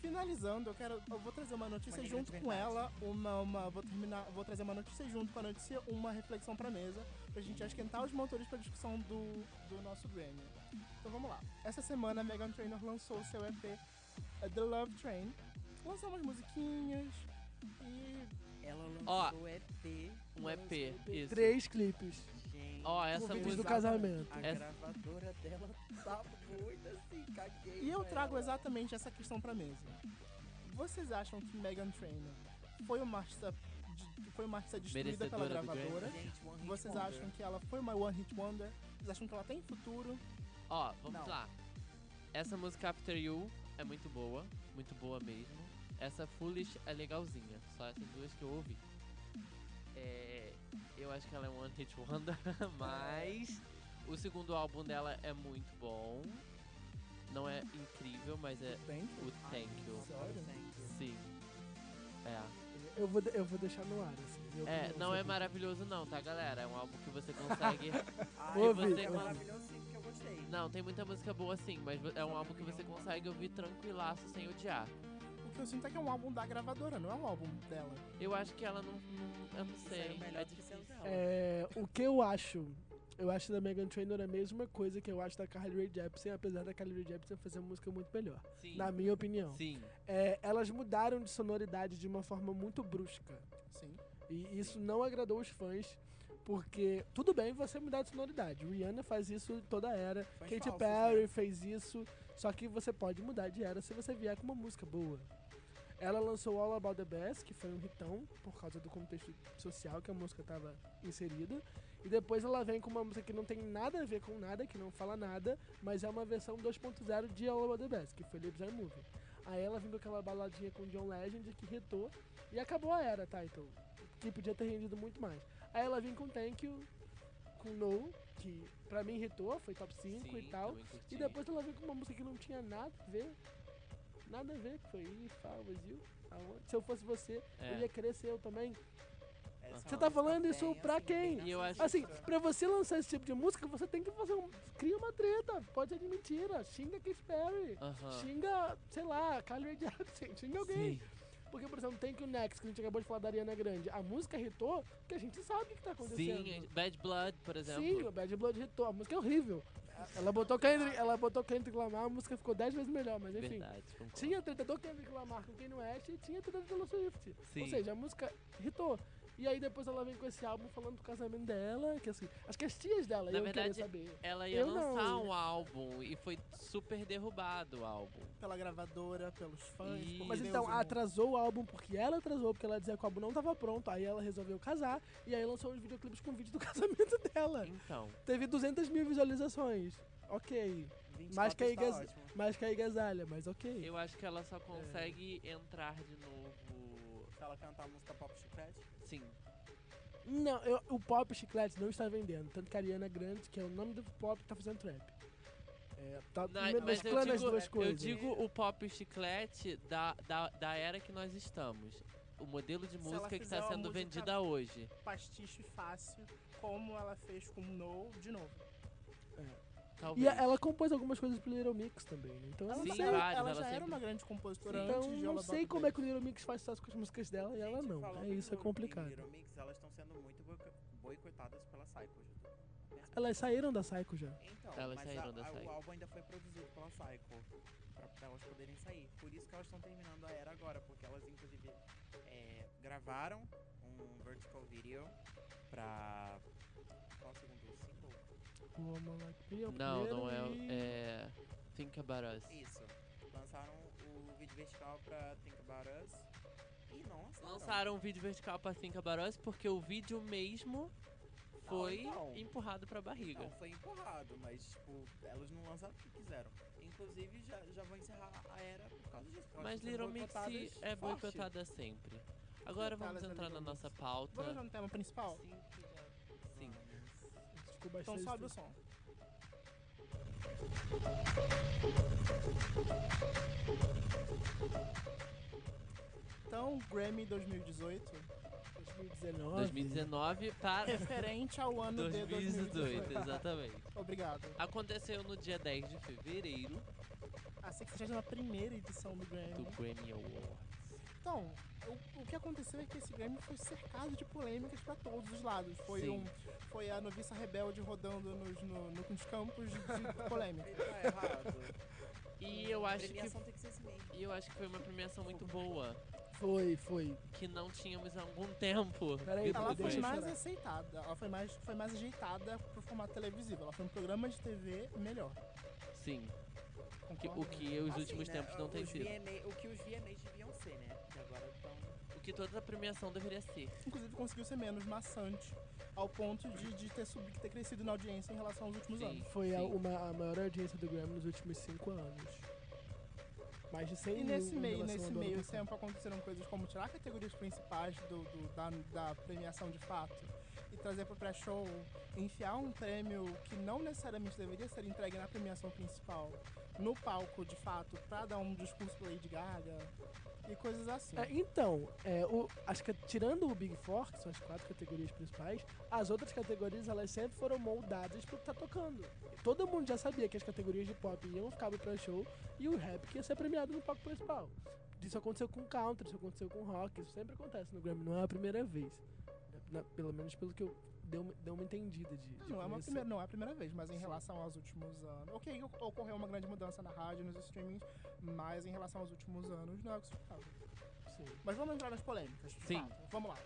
Speaker 2: Finalizando, eu quero. Eu vou trazer uma notícia
Speaker 4: Uma
Speaker 2: junto
Speaker 4: grande
Speaker 2: com
Speaker 4: verdade.
Speaker 2: ela, uma, uma. Vou terminar. Vou trazer uma notícia junto com a notícia, uma reflexão pra mesa, pra gente já esquentar os motores pra discussão do, do nosso Grammy. Então vamos lá. Essa semana a Megan Trainor lançou o seu EP eh, The Love Train. Lançou umas musiquinhas,
Speaker 1: E
Speaker 4: Ela
Speaker 3: Ó.
Speaker 4: lançou o EP.
Speaker 3: Um EP, isso.
Speaker 1: três clipes.
Speaker 4: Gente,
Speaker 3: Ó, É. essa
Speaker 1: vídeos do
Speaker 3: música.
Speaker 1: casamento.
Speaker 4: a
Speaker 3: Essa-
Speaker 4: gravadora dela tá muito assim, caguei.
Speaker 2: E eu
Speaker 4: pra
Speaker 2: trago
Speaker 4: ela.
Speaker 2: exatamente essa questão pra mesa. Vocês acham que Megan Trainor foi uma artista, de- foi uma artista destruída pela
Speaker 3: Merecedora do Grammy.
Speaker 2: gravadora?
Speaker 4: Gente, One Hit
Speaker 2: Vocês
Speaker 4: Wonder.
Speaker 2: acham que ela foi uma One Hit Wonder? Vocês acham que ela tem futuro?
Speaker 3: Ó, vamos
Speaker 2: Não.
Speaker 3: lá. Essa música After You é muito boa, muito boa mesmo. Essa Foolish é legalzinha, só essas duas que eu ouvi. É, eu acho que ela é um One Hit Wonder, mas o segundo álbum dela é muito bom. Não é incrível, mas é
Speaker 2: Tem.
Speaker 3: o Thank You.
Speaker 4: Sério? Thank you.
Speaker 3: Sim. É.
Speaker 1: Eu vou, de- eu vou deixar no ar, assim. Eu
Speaker 3: É,
Speaker 1: vou-
Speaker 3: não é
Speaker 1: eu vou-
Speaker 3: maravilhoso não, tá, galera? É um álbum que você consegue...
Speaker 4: Ai,
Speaker 1: Ouve.
Speaker 4: você é
Speaker 3: Ouve.
Speaker 4: maravilhoso sim, porque eu gostei.
Speaker 3: não, tem muita música boa sim, mas é um álbum que você consegue ouvir tranquilaço, sem odiar.
Speaker 2: O que eu sinto é que é um álbum da gravadora, não é um álbum dela.
Speaker 3: Eu acho que ela não... não- eu não
Speaker 4: Isso
Speaker 3: sei,
Speaker 4: é melhor
Speaker 3: é
Speaker 4: do que
Speaker 3: difícil.
Speaker 4: seu dela.
Speaker 1: É, o que eu acho? Eu acho da Megan Trainor a mesma coisa que eu acho da Carly Rae Jepsen, apesar da Carly Rae Jepsen fazer uma música muito melhor,
Speaker 3: Sim,
Speaker 1: na minha opinião.
Speaker 3: sim.
Speaker 1: É, elas mudaram de sonoridade de uma forma muito brusca.
Speaker 2: Sim.
Speaker 1: E isso não agradou os fãs, porque tudo bem você mudar de sonoridade. Rihanna faz isso em toda a era,
Speaker 4: Fãs
Speaker 1: Katy
Speaker 4: falsos,
Speaker 1: Perry
Speaker 4: né?
Speaker 1: fez isso, só que você pode mudar de era se você vier com uma música boa. Ela lançou All About the Bass, que foi um hitão por causa do contexto social que a música estava inserida. E depois ela vem com uma música que não tem nada a ver com nada, que não fala nada, mas é uma versão 2.0 de All About the Bass, que foi Lips Are Moving. Aí ela vem com aquela baladinha com John Legend que hitou e acabou a era, tá? Então, que podia ter rendido muito mais. Aí ela vem com Thank You, com No, que pra mim hitou, foi top 5
Speaker 3: sim,
Speaker 1: e tal.
Speaker 3: também curti.
Speaker 1: E depois ela veio com uma música que não tinha nada a ver. Nada a ver, que foi If I Was You. aonde- Se eu fosse você,
Speaker 3: É. Ah,
Speaker 1: eu ia crescer eu também.
Speaker 4: Essa
Speaker 3: Você
Speaker 1: tá
Speaker 4: música
Speaker 1: falando
Speaker 4: bem,
Speaker 1: isso pra quem?
Speaker 4: bem
Speaker 3: E eu acho-
Speaker 1: Assim,
Speaker 4: narcisista.
Speaker 1: pra você lançar esse tipo de música, você tem que fazer um. Cria uma treta, pode admitir. ó, Xinga Katy Perry.
Speaker 3: Aham.
Speaker 1: Xinga, sei lá, Carly Rae Jepsen, xinga alguém. Porque, por exemplo, tem que o Next, que a gente acabou de falar da Ariana Grande. A música hitou, porque a gente sabe o que tá acontecendo.
Speaker 3: Sim, é- Bad Blood, por exemplo.
Speaker 1: Sim, o Bad Blood hitou. A música é horrível. Ela botou Kendrick, ela botou Kendrick Lamar, a música ficou 10 vezes melhor, mas enfim.
Speaker 3: Verdade, concordo.
Speaker 1: Tinha treta do Kendrick Lamar com Kanye West e tinha treta do Taylor Swift.
Speaker 3: Sim.
Speaker 1: Ou seja, a música hitou. E aí depois ela vem com esse álbum falando do casamento dela, que assim, acho que as tias dela
Speaker 3: Na
Speaker 1: iam
Speaker 3: verdade,
Speaker 1: querer saber.
Speaker 3: Ela ia
Speaker 1: Eu não.
Speaker 3: lançar um álbum e foi super derrubado o álbum.
Speaker 2: Pela gravadora, pelos fãs.
Speaker 3: Isso.
Speaker 2: como
Speaker 1: Mas
Speaker 2: Deus um
Speaker 1: então,
Speaker 2: amou.
Speaker 1: atrasou o álbum porque ela atrasou, porque ela dizia que o álbum não tava pronto, aí ela resolveu casar, e aí lançou os videoclipes com o vídeo do casamento dela.
Speaker 3: Então,
Speaker 1: Teve 200 mil visualizações. Ok.
Speaker 4: 24
Speaker 1: Mas que a
Speaker 4: tá
Speaker 1: Igaz-
Speaker 4: ótimo.
Speaker 1: Mais que a Igazalha, mas ok.
Speaker 3: eu acho que ela
Speaker 1: É.
Speaker 3: só consegue entrar de novo.
Speaker 4: Se ela cantar a música pop chiclete,
Speaker 3: Sim,
Speaker 1: Não, eu- o pop chiclete não está vendendo. Tanto que a Ariana Grande, que é o nome do pop, tá fazendo trap. É, tá
Speaker 3: Na- mas
Speaker 1: me-
Speaker 3: eu
Speaker 1: mesclando as
Speaker 3: digo-
Speaker 1: duas
Speaker 4: eu
Speaker 1: coisas.
Speaker 3: Eu digo o pop chiclete da, da, da era que nós estamos. O modelo de
Speaker 2: Se ela
Speaker 3: música que
Speaker 2: fizer
Speaker 3: está
Speaker 2: uma
Speaker 3: sendo
Speaker 2: música-
Speaker 3: vendida hoje.
Speaker 2: Pastiche fácil, como ela fez com No, de novo.
Speaker 1: E
Speaker 3: Talvez.
Speaker 1: a- ela compôs algumas coisas pro Little Mix também, né? Então eu
Speaker 2: Ela,
Speaker 1: não
Speaker 3: Sim,
Speaker 1: sei.
Speaker 2: já-
Speaker 3: vários,
Speaker 2: ela
Speaker 3: ela
Speaker 2: já era
Speaker 3: sempre-
Speaker 2: uma grande compositora
Speaker 1: Então
Speaker 2: antes de
Speaker 1: não
Speaker 2: All About
Speaker 1: sei
Speaker 2: the
Speaker 1: como é
Speaker 2: Baby.
Speaker 1: que o Little Mix faz sucesso com as músicas dela e ela
Speaker 4: Gente,
Speaker 1: não.
Speaker 4: falando
Speaker 1: É isso, é
Speaker 4: em
Speaker 1: complicado.
Speaker 4: Little Mix, elas estão sendo muito boico- boicotadas pela Psycho. já tô-
Speaker 1: Elas saíram da Psycho já.
Speaker 4: Então,
Speaker 3: Elas
Speaker 4: mas
Speaker 3: saíram
Speaker 4: a-
Speaker 3: da
Speaker 4: a-
Speaker 3: Psycho.
Speaker 4: o álbum ainda foi produzido pela Psycho, pra, pra elas poderem sair. Por isso que elas estão terminando a era agora, porque elas inclusive é, gravaram um vertical video pra... Qual o segundo single?
Speaker 1: Woman Like Me é o
Speaker 3: Não,
Speaker 1: primeiro
Speaker 3: não é,
Speaker 1: e-
Speaker 3: é. Think About Us.
Speaker 4: Isso. Lançaram o vídeo vertical pra Think About Us. E não lançaram.
Speaker 3: Lançaram um vídeo vertical para Think About Us porque o vídeo mesmo
Speaker 2: Ah,
Speaker 3: foi
Speaker 4: então.
Speaker 3: empurrado pra barriga.
Speaker 2: Então,
Speaker 4: Não, foi empurrado, mas tipo, elas não lançaram o que quiseram. Inclusive, já, já vão encerrar a era por causa disso. porque elas
Speaker 3: Mas
Speaker 4: estão sendo
Speaker 3: Little Mix
Speaker 4: boicotadas
Speaker 3: é
Speaker 4: forte.
Speaker 3: boicotada sempre. Agora vamos
Speaker 2: Boicotadas da
Speaker 3: entrar na
Speaker 2: Little Mix.
Speaker 3: nossa pauta.
Speaker 2: Vamos entrar no tema principal?
Speaker 3: Sim, que já- Sim.
Speaker 1: Ficou bastante
Speaker 2: Então sobe o
Speaker 1: triste.
Speaker 2: som. Então, Grammy 2018,
Speaker 1: 2019.
Speaker 3: 2019 para
Speaker 1: Tá
Speaker 2: referente ao ano de
Speaker 3: 2018,
Speaker 2: 2018.
Speaker 3: exatamente.
Speaker 2: Obrigado.
Speaker 3: Aconteceu no dia 10 de fevereiro
Speaker 2: Ah, A 61ª edição do
Speaker 3: do
Speaker 2: Grammy.
Speaker 3: Grammy Award.
Speaker 2: Então, o, o que aconteceu é que esse Grammy foi cercado de polêmicas pra todos os lados. Foi,
Speaker 3: Sim.
Speaker 2: um, foi a noviça rebelde rodando nos, no- no- nos campos de, de polêmica.
Speaker 4: Ele tá errado.
Speaker 3: E E eu acho que
Speaker 4: Premiação tem que ser esse mesmo.
Speaker 3: e eu acho que foi uma premiação muito boa,
Speaker 1: Foi, foi.
Speaker 3: que não tínhamos há algum tempo.
Speaker 1: Peraí,
Speaker 3: Depois-
Speaker 2: Ela
Speaker 1: Deixa
Speaker 2: foi
Speaker 1: eu
Speaker 2: mais
Speaker 1: chorar.
Speaker 2: aceitada, ela foi mais, foi mais ajeitada pro formato televisivo. Ela foi um programa de TV melhor.
Speaker 3: Sim, que-
Speaker 2: Concorda?
Speaker 3: o que os
Speaker 4: Assim,
Speaker 3: últimos
Speaker 4: né,
Speaker 3: tempos não
Speaker 4: os
Speaker 3: tem sido.
Speaker 4: VMA o que os VMAs deviam ser, né? Que agora estão...
Speaker 3: O que toda premiação deveria ser.
Speaker 2: Inclusive conseguiu ser menos maçante, ao ponto de, de ter, sub, ter crescido na audiência em relação aos últimos
Speaker 3: Sim.
Speaker 2: anos.
Speaker 1: Foi a,
Speaker 3: Sim.
Speaker 1: uma, a maior audiência do Grammy nos últimos cinco anos. Mais de 100
Speaker 2: E
Speaker 1: mil
Speaker 2: nesse
Speaker 1: em
Speaker 2: meio,
Speaker 1: relação
Speaker 2: nesse
Speaker 1: ao do ano
Speaker 2: meio assim,
Speaker 1: passado.
Speaker 2: tempo aconteceram coisas como tirar categorias principais do, do- da, da premiação de fato e trazer pro pré-show, enfiar um prêmio que não necessariamente deveria ser entregue na premiação principal, no palco de fato, pra dar um discurso pra Lady Gaga e coisas assim.
Speaker 1: É, então, é, o- acho que tirando o Big Four, que são as quatro categorias principais, as outras categorias elas sempre foram moldadas pro que tá tocando. Todo mundo já sabia que as categorias de pop iam ficar pro show e o rap que ia ser premiado no palco principal. Isso aconteceu com country, isso aconteceu com rock, isso sempre acontece no Grammy, não é a primeira vez. Na- pelo menos pelo que eu dei uma, dei uma entendida de. de
Speaker 2: Não é, uma
Speaker 1: conhecer.
Speaker 2: primeira, não é a primeira vez, mas em
Speaker 1: Tipo, Sim.
Speaker 2: relação aos últimos anos. Ok, o- ocorreu uma grande mudança na rádio, nos streamings, mas em relação aos últimos anos, não é o que se esperava.
Speaker 1: Sim.
Speaker 2: Mas vamos entrar nas polêmicas. de
Speaker 3: Sim.
Speaker 2: fato. Vamos lá.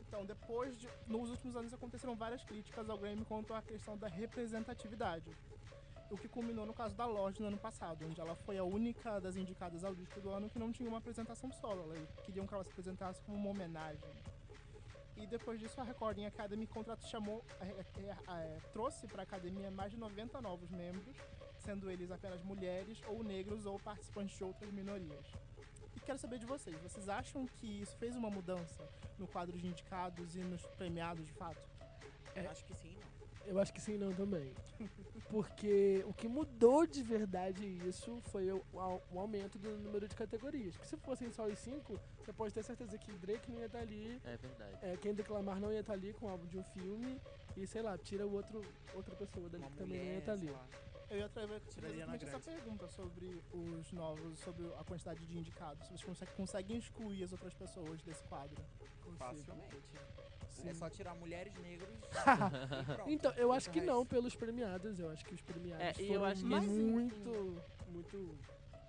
Speaker 2: Então, depois de. Nos últimos anos aconteceram várias críticas ao Grammy quanto à questão da representatividade. O que culminou no caso da Lorde no ano passado, onde ela foi a única das indicadas ao disco do ano que não tinha uma apresentação solo. Elas queriam que ela se apresentasse como uma homenagem. E depois disso, a Recording Academy contrato chamou, eh, eh, eh, trouxe para a academia mais de 90 novos membros, sendo eles apenas mulheres ou negros ou participantes de outras minorias. E quero saber de vocês, vocês acham que isso fez uma mudança no quadro de indicados e nos premiados de fato?
Speaker 1: É.
Speaker 4: Acho que sim, não.
Speaker 1: Eu acho que sim, não também. Porque o que mudou de verdade isso foi o, au- o aumento do número de categorias. Porque se fossem só os cinco, você pode ter certeza que Drake não ia estar ali,
Speaker 3: É verdade.
Speaker 1: é, quem declamar não ia estar ali com o álbum de um filme, e sei lá, tira o outro, outra pessoa dali
Speaker 4: Uma
Speaker 1: que também não ia
Speaker 4: mulher,
Speaker 1: estar ali.
Speaker 4: sei lá.
Speaker 2: Eu ia trazer trazer
Speaker 4: Tiraria na
Speaker 2: exatamente essa pergunta sobre os novos, sobre a quantidade de indicados. Vocês conse- conseguem excluir as outras pessoas desse quadro?
Speaker 1: Consigo.
Speaker 4: Facilmente.
Speaker 1: Sim.
Speaker 4: É só tirar mulheres negros e pronto.
Speaker 1: Então, eu acho
Speaker 4: O
Speaker 1: que não
Speaker 4: resto.
Speaker 1: pelos premiados, eu acho que os premiados
Speaker 3: É, e eu
Speaker 1: foram
Speaker 3: acho que
Speaker 1: muito,
Speaker 3: esse-
Speaker 1: muito, muito...